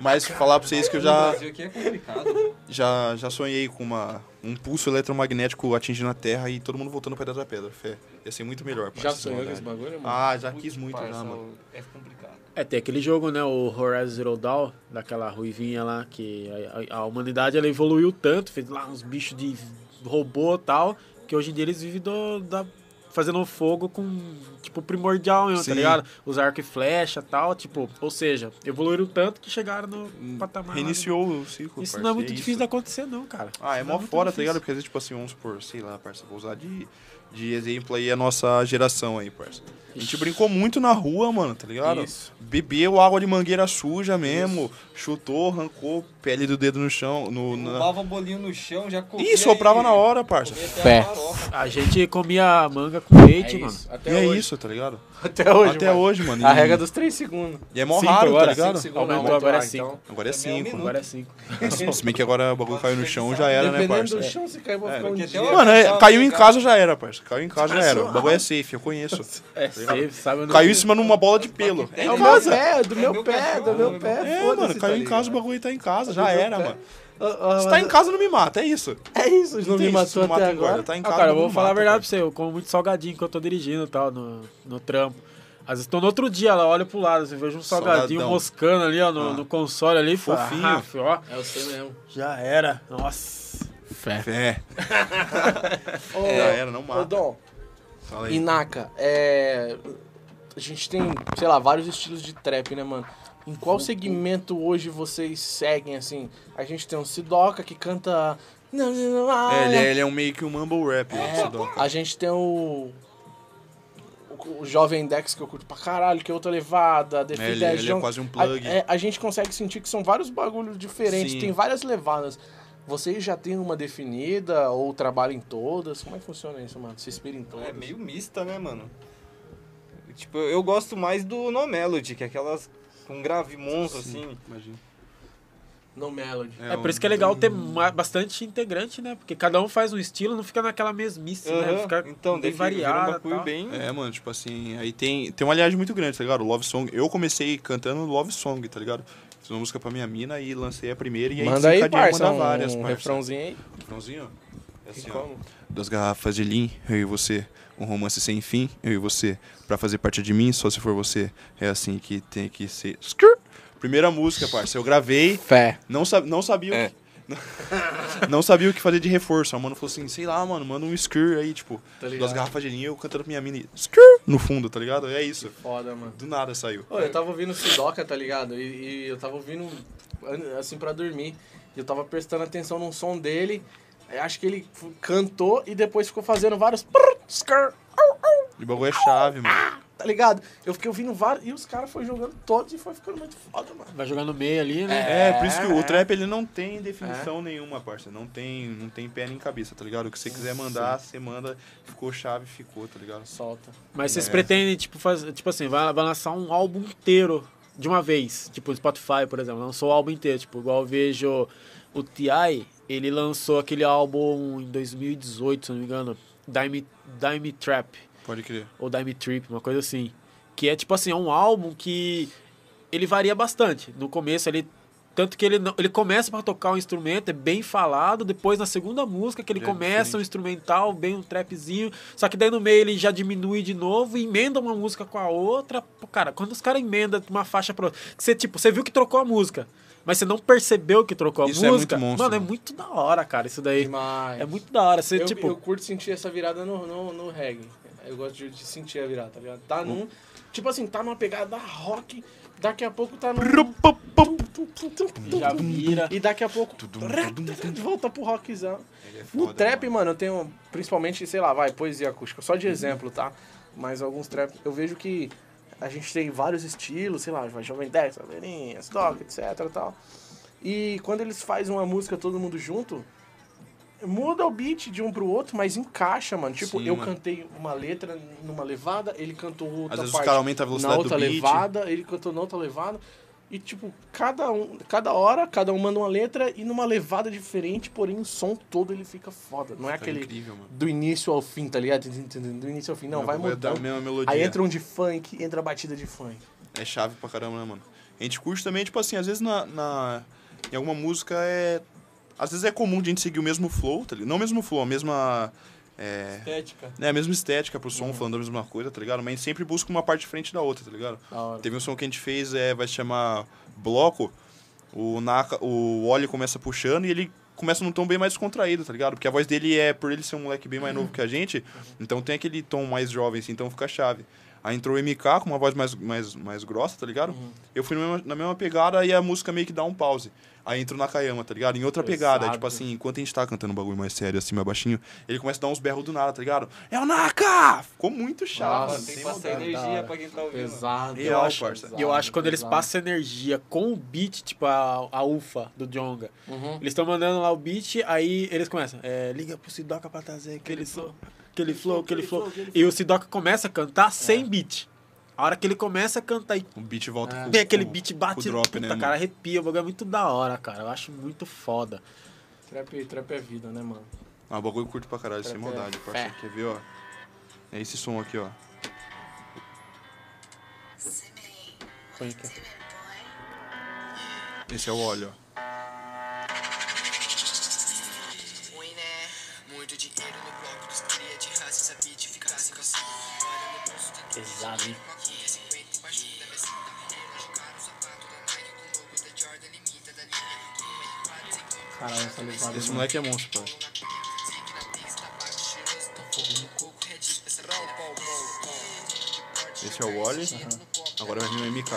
Speaker 3: Mas falar pra vocês que eu
Speaker 4: No
Speaker 3: já,
Speaker 4: Brasil aqui é complicado.
Speaker 3: já, já sonhei com uma, um pulso eletromagnético atingindo a Terra e todo mundo voltando para da pedra, fé. Ia ser muito melhor,
Speaker 1: Já
Speaker 3: parça,
Speaker 1: sonhou com esse
Speaker 3: maldade.
Speaker 1: bagulho, mano?
Speaker 3: Ah, já quis muito
Speaker 4: parça,
Speaker 3: já, mano.
Speaker 4: É complicado.
Speaker 2: É, tem aquele jogo, né? O Horizon Zero Dawn, daquela ruivinha lá, que a, a- a humanidade ela evoluiu tanto, fez lá uns bichos de robô e tal, que hoje em dia eles vivem do- da, fazendo fogo com, tipo, primordial mesmo,
Speaker 3: Sim.
Speaker 2: tá ligado? Os arco e flecha e tal, tipo, ou seja, evoluíram tanto que chegaram no patamar. lá.
Speaker 3: Hum,
Speaker 2: né?
Speaker 3: Reiniciou o ciclo,
Speaker 2: Isso
Speaker 3: parça,
Speaker 2: não é
Speaker 3: e
Speaker 2: muito difícil de
Speaker 3: isso.
Speaker 2: acontecer, não, cara.
Speaker 3: Ah, é
Speaker 2: Isso não
Speaker 3: mó
Speaker 2: muito
Speaker 3: fora, tá
Speaker 2: difícil.
Speaker 3: ligado? Porque às vezes, tipo assim, vamos supor, sei lá, parça, vou usar de, de exemplo aí a nossa geração aí, parça. A gente brincou muito na rua, mano, tá ligado?
Speaker 2: Isso.
Speaker 3: Bebeu água de mangueira suja mesmo, chutou, arrancou pele do dedo no chão, no... Na...
Speaker 4: Roubava bolinho no chão, já comia.
Speaker 3: Ih, soprava
Speaker 4: e-
Speaker 3: na hora, parça.
Speaker 4: comia até a
Speaker 1: Pé.
Speaker 4: farofa.
Speaker 2: A gente comia manga com leite, mano.
Speaker 1: isso. Hum.
Speaker 3: E
Speaker 1: Até
Speaker 3: é
Speaker 1: hoje.
Speaker 3: isso, tá ligado?
Speaker 1: Até hoje,
Speaker 3: Até
Speaker 1: mano.
Speaker 3: hoje, mano.
Speaker 1: A
Speaker 3: E-
Speaker 1: regra dos 3 segundos.
Speaker 3: E é mó
Speaker 2: Cinco
Speaker 3: raro,
Speaker 2: agora,
Speaker 3: tá ligado?
Speaker 1: Cinco segundos,
Speaker 2: Aumentou,
Speaker 1: não,
Speaker 2: agora é
Speaker 1: então.
Speaker 2: cinco.
Speaker 3: Agora é
Speaker 4: Também é um
Speaker 3: 5.
Speaker 2: Agora é cinco.
Speaker 3: Se bem que agora o bagulho caiu no chão, já era, né,
Speaker 1: Dependendo
Speaker 3: parça?
Speaker 1: do chão, se cair, vou ficar um
Speaker 4: porque até
Speaker 1: dia.
Speaker 4: hoje-
Speaker 3: Mano, é,
Speaker 4: Tava
Speaker 3: caiu em
Speaker 4: ligado.
Speaker 3: casa já era, parça. Caiu em casa já era. O bagulho é safe, eu conheço.
Speaker 2: É, safe, sabe?
Speaker 3: Tá Caiu em cima de uma bola de pelo. É
Speaker 1: É
Speaker 3: em
Speaker 1: do meu
Speaker 3: casa.
Speaker 1: pé, do
Speaker 4: É
Speaker 1: meu
Speaker 4: meu
Speaker 1: pé, do
Speaker 4: cachorro,
Speaker 1: meu
Speaker 4: meu
Speaker 1: pé.
Speaker 3: É,
Speaker 1: foda-se,
Speaker 3: mano,
Speaker 1: tá
Speaker 3: caiu em
Speaker 1: ligado?
Speaker 3: casa, o bagulho tá em casa, já
Speaker 1: Do meu
Speaker 3: era,
Speaker 1: pé.
Speaker 3: mano.
Speaker 1: Ó, ó,
Speaker 3: Se tá
Speaker 1: mas-
Speaker 3: em casa, não me mata, é isso.
Speaker 1: É isso, eles não me
Speaker 3: Tem isso,
Speaker 1: matou
Speaker 3: não mata
Speaker 1: até
Speaker 3: em guarda,
Speaker 1: agora.
Speaker 3: Tá em
Speaker 2: Ah,
Speaker 3: casa,
Speaker 2: cara, eu
Speaker 3: não
Speaker 2: vou
Speaker 3: me
Speaker 2: falar a
Speaker 3: mata,
Speaker 2: verdade
Speaker 3: cara.
Speaker 2: pra você. Eu como muito salgadinho quando eu tô dirigindo e tal, no, no trampo. Às vezes tô no outro dia, ela olha pro lado, assim, vejo um salgadinho
Speaker 3: Salgadão.
Speaker 2: moscando ali, ó, no,
Speaker 3: Ah.
Speaker 2: no console ali, fala,
Speaker 3: Fofinho.
Speaker 2: "Ah, filho, ó,
Speaker 1: É você mesmo.
Speaker 2: já era. Nossa. Fé.
Speaker 3: Fé.
Speaker 1: Ô,
Speaker 3: É. Já era, não
Speaker 1: É. ô,
Speaker 3: né? mata.
Speaker 1: Dom,
Speaker 3: Fala aí.
Speaker 1: Inaka, é. A gente tem, sei lá, vários estilos de trap, né, mano? Em qual segmento hoje vocês seguem, assim? A gente tem um Sidoca que canta.
Speaker 3: É, ele, é, ele é um meio que um mumble rap, né, esse doc.
Speaker 1: A gente tem o. o- O Jovem Dex que eu curto pra caralho, que é outra levada, The
Speaker 3: É, ele-
Speaker 1: Fidesz
Speaker 3: ele é
Speaker 1: Jones.
Speaker 3: quase um
Speaker 1: A-
Speaker 3: plug.
Speaker 1: é, A, gente consegue sentir que são vários bagulhos diferentes,
Speaker 3: Sim.
Speaker 1: tem várias levadas. Vocês já têm uma definida ou trabalham em todas? Como é que funciona isso, mano? Se inspira em todas?
Speaker 4: É meio mista, né, mano? Tipo, eu eu gosto mais do No Melody, que é aquelas com grave monstro, assim.
Speaker 3: Imagina.
Speaker 1: No Melody.
Speaker 2: É, por isso que é legal ter ma- bastante integrante, né? Porque cada um faz um estilo, não fica naquela mesmice, né?
Speaker 4: Aham,
Speaker 2: Fica
Speaker 4: Então,
Speaker 2: bem tá?
Speaker 4: daí fica- vira um
Speaker 2: variado.
Speaker 4: bagulho bem...
Speaker 3: É, mano, tipo assim, aí tem, tem uma linhagem muito grande, tá ligado? Love Song. Eu comecei cantando Love Song, tá ligado? Fiz uma música pra minha mina e lancei a primeira e aí
Speaker 1: Manda aí,
Speaker 3: desencadeei
Speaker 1: parça,
Speaker 3: mandar várias,
Speaker 1: um
Speaker 3: parça.
Speaker 1: refrãozinho aí.
Speaker 3: Refrãozinho? É assim, ó.
Speaker 1: Como?
Speaker 3: Duas garrafas de Lean, eu e você. Um romance sem fim, eu e você. Pra fazer parte de mim, só se for você. É assim que tem que ser. Skrr! Primeira música, parça. Eu gravei,
Speaker 1: Fé.
Speaker 3: não, sa não sabia
Speaker 1: É.
Speaker 3: o que... não sabia o que fazer de reforço. A mano falou assim, sei lá, mano, manda um skrr aí, tipo,
Speaker 1: Tá ligado.
Speaker 3: duas garrafas de Lean, eu cantando pra minha mina e skrr no fundo, tá ligado? É isso.
Speaker 1: Foda, mano.
Speaker 3: Do nada saiu.
Speaker 1: Ô, eu tava ouvindo Sidoca, tá ligado? E, e eu tava ouvindo an- assim pra dormir. E eu tava prestando atenção num som dele. Eu Acho que ele f- cantou e depois ficou fazendo vários. prrr, skr, au, au,
Speaker 3: E o bagulho é chave, mano.
Speaker 1: Tá ligado? Eu fiquei ouvindo vários. E os caras foram jogando todos e foi ficando muito foda, mano.
Speaker 2: Vai jogar no meio ali, né?
Speaker 3: É, por isso que o trap ele não tem definição
Speaker 1: É.
Speaker 3: nenhuma, parça. Não tem, não tem pé nem cabeça, tá ligado? O que você quiser mandar, você manda. Ficou chave, ficou, tá ligado?
Speaker 1: Solta.
Speaker 2: Mas vocês
Speaker 3: É.
Speaker 2: pretendem, tipo, fazer, tipo assim, vai, vai lançar um álbum inteiro de uma vez. Tipo, o Spotify, por exemplo, lançou o álbum inteiro. Tipo, igual eu vejo o T.I., ele lançou aquele álbum em 2018, se não me engano, Dime, Dime Trap,
Speaker 3: Pode crer.
Speaker 2: ou Dime Trip, uma coisa assim. Que é, tipo assim, é um álbum que ele varia bastante. No começo, ele... Tanto que ele, não- ele começa pra tocar um instrumento, é bem falado, depois na segunda música que ele
Speaker 3: Já é
Speaker 2: começa um instrumental, bem um trapzinho, só que daí no meio ele já diminui de novo, e emenda uma música com a outra. Pô, cara, quando os caras emendam uma faixa pra outra, que você, tipo, você viu que trocou a música, mas você não percebeu que trocou a
Speaker 3: Isso é muito
Speaker 2: música.
Speaker 3: monstro,
Speaker 2: mano, é
Speaker 3: mano.
Speaker 2: muito da hora, cara, isso daí.
Speaker 1: Demais.
Speaker 2: É muito da hora, você,
Speaker 1: eu,
Speaker 2: tipo...
Speaker 1: eu curto sentir essa virada no, no, no reggae. Eu gosto de, de sentir a virada, tá ligado? Tá num. Tipo assim, tá numa pegada rock, daqui a pouco tá num.
Speaker 2: Já vira.
Speaker 1: E daqui a pouco. Volta pro rockzão.
Speaker 3: é
Speaker 1: No trap, mano, eu tenho principalmente, sei lá, vai, poesia acústica, só de exemplo, tá? Mas alguns trap, eu vejo que a gente tem vários estilos, sei lá, vai Jovem Dex, Saveirinha, Stock, etc, tal. E quando eles fazem uma música todo mundo junto, muda o beat de um pro outro, mas encaixa, mano. Tipo,
Speaker 3: Sim,
Speaker 1: eu
Speaker 3: mano.
Speaker 1: cantei uma letra numa levada, ele cantou outra
Speaker 3: Às vezes os
Speaker 1: parte
Speaker 3: caras aumentam a
Speaker 1: na
Speaker 3: velocidade do
Speaker 1: outra
Speaker 3: beat.
Speaker 1: levada, ele cantou na outra levada. E, tipo, cada um, cada hora, cada um manda uma letra e numa levada diferente, porém o som todo ele fica foda. Não é
Speaker 3: Fica
Speaker 1: aquele
Speaker 3: Tá incrível, mano.
Speaker 1: do início ao fim, tá ligado? Do início ao fim. Não, vai
Speaker 3: bagulho é da
Speaker 1: mudando.
Speaker 3: mesma melodia.
Speaker 1: Aí entra um de funk, entra a batida de funk.
Speaker 3: É chave pra caramba, né, mano? A gente curte também, tipo assim, às vezes na, na- em alguma música é Às vezes é comum de a gente seguir o mesmo flow, tá ligado? Não o mesmo flow, a mesma. É,
Speaker 4: Estética.
Speaker 3: né, a mesma estética pro
Speaker 1: Uhum.
Speaker 3: som, falando a mesma coisa, tá ligado? Mas a gente sempre busca uma parte diferente da outra, tá ligado?
Speaker 1: Da hora.
Speaker 3: Teve um som que a gente fez, é, vai se chamar Bloco. O, Naka, o Oli começa puxando e ele começa num tom bem mais descontraído, tá ligado? Porque a voz dele é, por ele ser um moleque bem mais novo que a gente, então tem aquele tom mais jovem, assim, então fica chave. Aí entrou o MK com uma voz mais, mais, mais grossa, tá ligado? Eu fui na mesma, na mesma pegada e a música meio que dá um pause. Aí entra o Nakayama, tá ligado? Em outra pegada,
Speaker 2: Pesado.
Speaker 3: tipo assim, enquanto a gente tá cantando um bagulho mais sério, assim, mais baixinho, ele começa a dar uns berros do nada, tá ligado? É o Naka! Ficou muito chave.
Speaker 1: Nossa,
Speaker 4: Mano, tem
Speaker 1: sem
Speaker 4: que passar
Speaker 1: maldade, da
Speaker 4: energia
Speaker 1: hora.
Speaker 4: pra quem tá ouvindo.
Speaker 1: Pesado.
Speaker 3: Eu acho, parça.
Speaker 2: E eu acho que quando eles passam energia com o beat, tipo a, a UFA do Jonga,
Speaker 1: Uhum.
Speaker 2: eles estão mandando lá o beat, aí eles começam, é, liga pro Sidoca pra trazer aquele flow, aquele flow, aquele flow. E o Sidoca começa a cantar sem beat. A hora que ele começa a cantar e
Speaker 3: O beat volta
Speaker 1: É.
Speaker 3: com
Speaker 2: tem aquele
Speaker 3: com-
Speaker 2: beat
Speaker 3: com
Speaker 2: bate,
Speaker 3: drop,
Speaker 2: puta,
Speaker 3: né, mano?
Speaker 2: cara, arrepia, o bagulho é muito da hora, cara. Eu acho muito foda.
Speaker 1: Trap, trap é vida, né, mano?
Speaker 3: Ah, o bagulho eu curto pra caralho, sem
Speaker 1: Pra
Speaker 3: maldade,
Speaker 1: ter
Speaker 3: parça.
Speaker 1: fé.
Speaker 3: Quer ver, ó? É esse som aqui, ó. Esse é o óleo, ó.
Speaker 6: ruim, né? Muito dinheiro no bloco dos cria de raça, essa beat ficasse com assim. Olha no bolso tem
Speaker 2: Pesado, hein?
Speaker 6: coquinha, 50 embaixo da minha cinta. Machucar o sapato da Nike com o logo da Jordan limita da linha. Uma e quatro sem conta.
Speaker 1: Caralho, essa levada.
Speaker 3: Esse moleque é monstro, parça.
Speaker 6: Segue na pista, bate cheiroso, tão fogo no coco, red dip, essa pau, pau,
Speaker 3: Esse é o óleo. Agora vai vir o MK.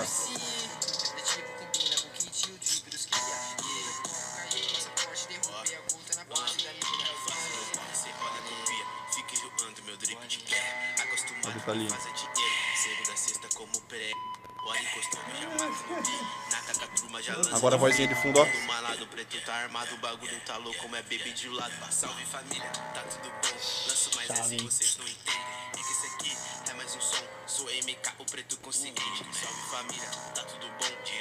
Speaker 6: Cê olha, copia, fica enjoando meu drink de pé. Acostumado
Speaker 3: Ele tá ali.
Speaker 6: a fazer dinheiro, segunda, sexta como pré. Olha, encostou, me chama Nata com a turma já lança.
Speaker 3: Agora a vozinha de fundo, ó.
Speaker 6: Do malado, preto tá armado, o bagulho tá louco, como é baby de lado. Salve família, tá tudo bom. Lanço mais essa e vocês não entendem. É que isso aqui é mais um som. Sou MK, o preto consciente. Salve família, tá tudo bom.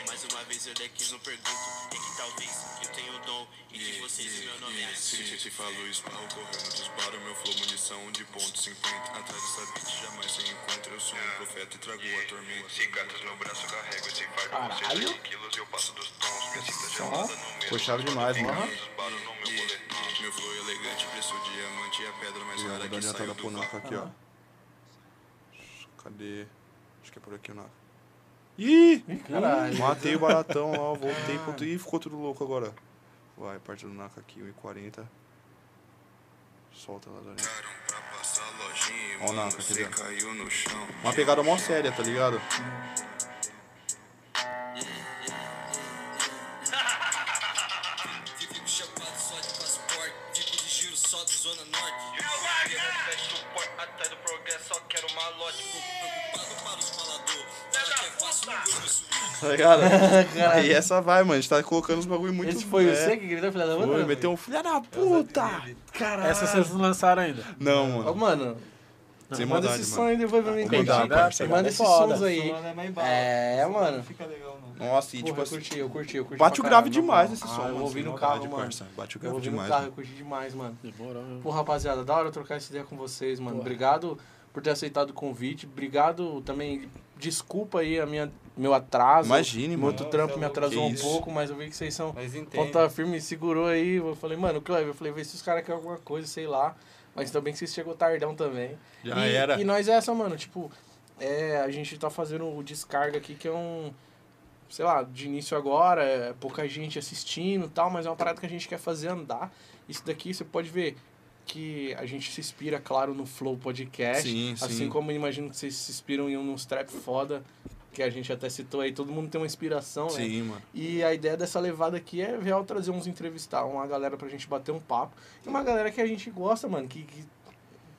Speaker 6: Mais uma vez eu daqui não pergunto. É que talvez eu tenha o dom. E de vocês o meu nome é
Speaker 7: Sim, te falo, esparro correndo, disparo meu flow, munição de ponto 50. Atrás dessa beat jamais se encontra, eu sou um profeta e trago a tormenta. Cicatas no braço, carrego esse fardo, com 60 quilos, eu passo dos tons, minha cinta já manda no mesmo.
Speaker 3: Foi chave demais, mano.
Speaker 7: Disparo no meu boletim. Meu flow é elegante, preço diamante e a pedra mais
Speaker 3: Aqui, ó,
Speaker 7: rara
Speaker 3: Vou dar
Speaker 7: que
Speaker 3: uma
Speaker 7: saiu
Speaker 3: adiantada pro
Speaker 7: do vácuo.
Speaker 3: Naka tá aqui, ó. Cadê? Acho que é por aqui o Naka.
Speaker 2: Ih!
Speaker 1: Caralho.
Speaker 3: Matei o baratão lá, ó, voltei pro... tu- Ih, ficou tudo louco agora. Vai, parte do Naka aqui, 1,40. Solta lá, Daniel.
Speaker 7: Tentaram pra passar lojinha,
Speaker 3: Ó o
Speaker 7: mano,
Speaker 3: Naka, quer
Speaker 7: cê
Speaker 3: ver?
Speaker 7: caiu no chão.
Speaker 3: Uma pegada mó séria, tá ligado?
Speaker 6: Fico chapado só Tipo de passaporte. Fico de giro só da Zona Norte. Até do progresso, só quero malote. Preocupado para os falador. Fala que é fácil, não vou
Speaker 3: Tá ligado? e essa vai, mano. A gente tá colocando uns bagulho muito...
Speaker 1: Esse foi
Speaker 3: é,
Speaker 1: o C que gritou, filha da puta?
Speaker 3: Foi, meteu um filha da puta! Caralho!
Speaker 2: Essa vocês não lançaram ainda.
Speaker 3: Não,
Speaker 1: Ô,
Speaker 3: mano.
Speaker 1: mano,
Speaker 3: Sem
Speaker 1: manda
Speaker 3: maldade,
Speaker 1: esse som
Speaker 3: mano.
Speaker 1: aí depois pra mim
Speaker 3: Vou mandar,
Speaker 1: curtir.
Speaker 3: parça.
Speaker 1: Manda esses
Speaker 2: Foda.
Speaker 1: sons aí.
Speaker 4: Fulano é mais bala.
Speaker 1: É, mano.
Speaker 4: Não fica legal, não.
Speaker 3: Nossa, e
Speaker 1: Porra,
Speaker 3: tipo
Speaker 1: eu
Speaker 3: assim...
Speaker 1: curti, eu curti, eu curti.
Speaker 3: Bate o
Speaker 1: pra
Speaker 3: grave
Speaker 1: caralho,
Speaker 3: demais
Speaker 1: não,
Speaker 3: esse
Speaker 1: ah,
Speaker 3: som,
Speaker 1: Eu
Speaker 3: mano, é
Speaker 1: ouvi
Speaker 3: sem
Speaker 1: no
Speaker 3: maldade,
Speaker 1: carro, mano.
Speaker 3: parça. Bate o
Speaker 1: Eu
Speaker 3: grave
Speaker 1: ouvi no
Speaker 3: demais,
Speaker 1: carro, eu
Speaker 3: mano.
Speaker 1: curti demais, mano.
Speaker 2: Demorou.
Speaker 1: Pô, rapaziada, da hora trocar essa ideia com vocês, mano. Obrigado por ter aceitado o convite. Obrigado também. Desculpa aí a minha, meu atraso.
Speaker 3: Imagine,
Speaker 1: Meu
Speaker 3: mano.
Speaker 1: outro trampo me atrasou
Speaker 3: Que
Speaker 1: um
Speaker 3: isso.
Speaker 1: pouco, mas eu vi que vocês são
Speaker 4: Mas entende.
Speaker 1: ponta firme, segurou aí. Eu falei, mano, Cleber, eu falei, vê se os caras querem alguma coisa, sei lá. Mas também que vocês chegou tardão também.
Speaker 3: Já
Speaker 1: e,
Speaker 3: era.
Speaker 1: E nós é essa, mano, tipo, é, a gente tá fazendo o descarga aqui, que é um. Sei lá, de início agora, é pouca gente assistindo e tal, mas é uma parada que a gente quer fazer andar. Isso daqui você pode ver que a gente se inspira, claro, no Flow Podcast.
Speaker 3: Sim,
Speaker 1: Assim
Speaker 3: sim.
Speaker 1: como eu imagino que vocês se inspiram em um, uns trap foda, que a gente até citou aí, todo mundo tem uma inspiração, né?
Speaker 3: Sim, mano.
Speaker 1: E a ideia dessa levada aqui é real trazer uns entrevistar, uma galera pra gente bater um papo. E uma galera que a gente gosta, mano, que, que,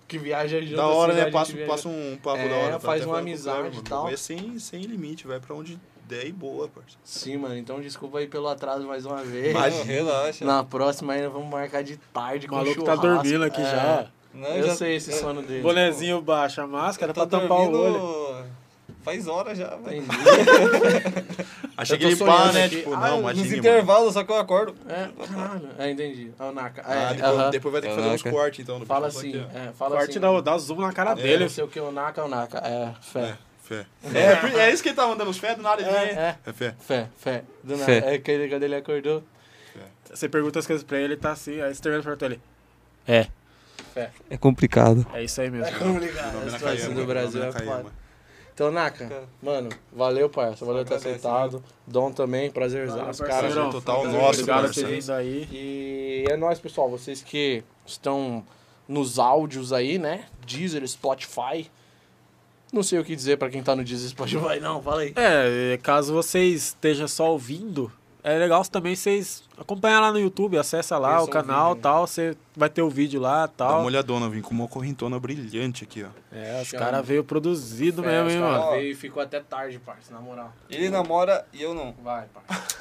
Speaker 1: que viaja junto.
Speaker 3: Da hora,
Speaker 1: assim, a
Speaker 3: né?
Speaker 1: gente
Speaker 3: Passa,
Speaker 1: viaja-
Speaker 3: passa um papo
Speaker 1: É,
Speaker 3: da hora.
Speaker 1: faz
Speaker 3: até
Speaker 1: uma
Speaker 3: falando com o
Speaker 1: amizade
Speaker 3: Kleber,
Speaker 1: e
Speaker 3: mano.
Speaker 1: tal.
Speaker 3: Bagulho É sem, sem limite, vai pra onde der e boa, parça.
Speaker 1: Sim, mano. Então desculpa aí pelo atraso mais uma vez.
Speaker 4: Não, relaxa.
Speaker 1: Na próxima ainda vamos marcar de tarde
Speaker 2: O
Speaker 1: com
Speaker 2: maluco tá
Speaker 1: churrasco.
Speaker 2: dormindo aqui
Speaker 1: É,
Speaker 2: já.
Speaker 4: Não,
Speaker 1: Eu
Speaker 4: já-
Speaker 1: sei esse sono dele.
Speaker 2: Bonezinho baixa a máscara
Speaker 4: Eu tô
Speaker 2: pra tampar o olho.
Speaker 4: dormindo Faz hora já, velho.
Speaker 1: Entendi.
Speaker 3: Achei
Speaker 1: Eu
Speaker 3: que
Speaker 1: tô
Speaker 3: ele pá,
Speaker 1: sonhando
Speaker 3: né?
Speaker 1: aqui.
Speaker 3: Tipo,
Speaker 1: Ah,
Speaker 3: não,
Speaker 4: Nos
Speaker 3: imagine, mano.
Speaker 4: intervalos, só que eu acordo.
Speaker 1: É, caralho. É, entendi. Ah, o Naka. É,
Speaker 3: Ah, depois,
Speaker 1: aham.
Speaker 3: depois vai ter que fazer uns
Speaker 4: Caraca.
Speaker 3: cortes, então. no
Speaker 1: Fala
Speaker 3: final
Speaker 1: assim.
Speaker 3: aqui,
Speaker 1: É, fala
Speaker 2: Corte
Speaker 1: assim.
Speaker 2: dá, dá zoom na cara
Speaker 1: É,
Speaker 2: dele.
Speaker 1: não sei o que, o Naka o Naka. É, fé.
Speaker 3: ó. Fé. É, por- é isso que ele tá mandando os fé do nada. ele vem.
Speaker 1: é.
Speaker 3: É fé.
Speaker 1: Fé, fé. Do nada.
Speaker 4: Fé.
Speaker 1: É que ele- quando ele acordou.
Speaker 3: Fé.
Speaker 2: Você pergunta as coisas pra ele, tá assim, aí você termina de perguntar ele. É.
Speaker 4: É complicado.
Speaker 2: É isso aí mesmo.
Speaker 1: Complicado. A situação do Brasil é foda. Então, Naka,
Speaker 4: Cara.
Speaker 1: mano, valeu, parça. Valeu ter
Speaker 4: Agradece,
Speaker 1: aceitado. Dom também, prazerzaço. Os caras
Speaker 3: parceiro. total né, nosso,
Speaker 2: Obrigado por ter
Speaker 3: parceiro.
Speaker 2: vindo aí.
Speaker 1: E é nóis, pessoal. Vocês que estão nos áudios aí, né? Deezer, Spotify. Não sei o que dizer pra quem tá no Deezer Spotify, não. Fala aí.
Speaker 2: É, caso vocês estejam só ouvindo, é legal também vocês acompanhar lá no YouTube, acessa lá
Speaker 1: Isso,
Speaker 2: o canal
Speaker 1: ouvindo.
Speaker 2: tal, você vai ter o vídeo lá
Speaker 3: Dá uma
Speaker 2: tal.
Speaker 3: olhadona, eu vim com uma correntona brilhante aqui, ó.
Speaker 2: É, os
Speaker 1: Chama.
Speaker 2: cara veio produzido
Speaker 1: É,
Speaker 2: mesmo,
Speaker 1: os
Speaker 2: hein,
Speaker 1: cara
Speaker 2: mano.
Speaker 4: ó.
Speaker 1: veio e ficou até tarde, parça, na moral.
Speaker 4: Ele namora e eu não.
Speaker 1: Vai, parça.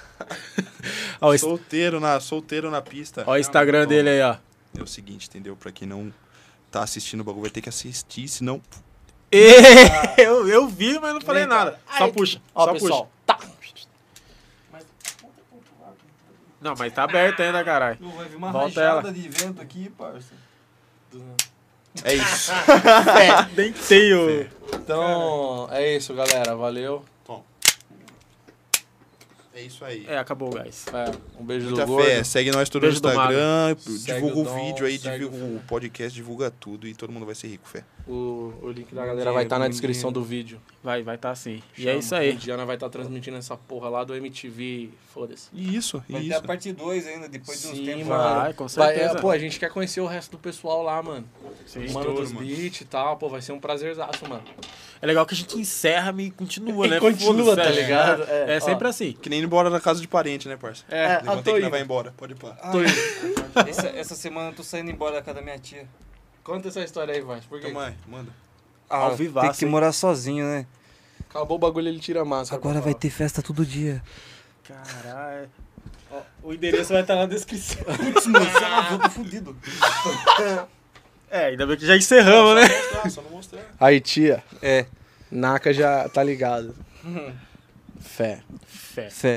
Speaker 2: Ó, o, ins-
Speaker 3: Solteiro na, solteiro na pista.
Speaker 2: ó o
Speaker 1: então.
Speaker 2: Instagram dele aí, ó.
Speaker 3: É o seguinte, entendeu? Pra quem não tá assistindo o bagulho, vai ter que assistir, senão...
Speaker 2: E- eu, eu vi, mas não falei nada. Só puxa,
Speaker 1: Ó,
Speaker 2: só
Speaker 1: pessoal.
Speaker 2: puxa.
Speaker 1: Tá.
Speaker 2: Não, mas tá aberto ainda, caralho.
Speaker 4: Vai vir uma
Speaker 2: Volta
Speaker 4: rajada de vento aqui, parça.
Speaker 3: É isso.
Speaker 2: Dentei o...
Speaker 1: Então, é isso, galera. Valeu.
Speaker 3: é isso aí.
Speaker 2: É, acabou o gás.
Speaker 1: É, um beijo
Speaker 3: Muita
Speaker 1: do gordo.
Speaker 3: fé, segue nós tudo no
Speaker 2: Beijo do
Speaker 3: Instagram,
Speaker 1: Segue
Speaker 3: divulga
Speaker 1: o
Speaker 3: o
Speaker 1: Dom,
Speaker 3: vídeo aí,
Speaker 1: segue
Speaker 3: divulga
Speaker 1: o-
Speaker 3: o podcast, divulga tudo e todo mundo vai ser rico, fé.
Speaker 1: O, o link da galera vai estar na descrição do vídeo.
Speaker 2: Vai, vai tá assim. E é
Speaker 1: Chama.
Speaker 2: isso aí.
Speaker 1: O Diana vai estar transmitindo essa porra lá do MTV. Foda-se.
Speaker 3: E isso, e
Speaker 4: Vai ter
Speaker 3: isso.
Speaker 4: a parte 2 ainda, depois de
Speaker 1: Sim,
Speaker 4: uns tempos.
Speaker 1: mano.
Speaker 2: Vai, com
Speaker 1: Vai,
Speaker 2: certeza.
Speaker 1: é, pô, a gente quer conhecer o resto do pessoal lá, mano.
Speaker 2: Sim.
Speaker 1: O mano
Speaker 3: Estouro,
Speaker 1: dos
Speaker 3: mano.
Speaker 1: beats e tal, pô, vai ser um prazerzaço, mano.
Speaker 2: É legal que a gente encerra e continua,
Speaker 1: E
Speaker 2: né?
Speaker 1: continua,
Speaker 2: Foda-se,
Speaker 1: tá
Speaker 2: é,
Speaker 1: ligado?
Speaker 2: É,
Speaker 1: É, ó.
Speaker 2: sempre assim.
Speaker 3: Que nem ir embora na casa de parente, né, parça?
Speaker 1: É, é
Speaker 3: Levantei que não vai embora, pode ir pra.
Speaker 4: Ah, essa, essa semana eu tô saindo embora da casa da minha tia.
Speaker 1: Conta essa história aí, vai. Porque
Speaker 3: Então, mãe, manda.
Speaker 4: Ah,
Speaker 2: Ao vivaço,
Speaker 4: tem que
Speaker 2: hein?
Speaker 4: morar sozinho, né?
Speaker 1: acabou o bagulho, ele tira a máscara.
Speaker 4: Agora vai ter festa todo dia.
Speaker 2: Caralho.
Speaker 5: O endereço vai estar na descrição.
Speaker 4: Putz, mano, você é lavou, tô fudido.
Speaker 2: É, ainda bem que já encerramos, né?
Speaker 3: só não mostrar.
Speaker 1: Aí, tia,
Speaker 4: É,
Speaker 1: Naka já tá ligado. Fé.
Speaker 2: Fé.
Speaker 4: fé.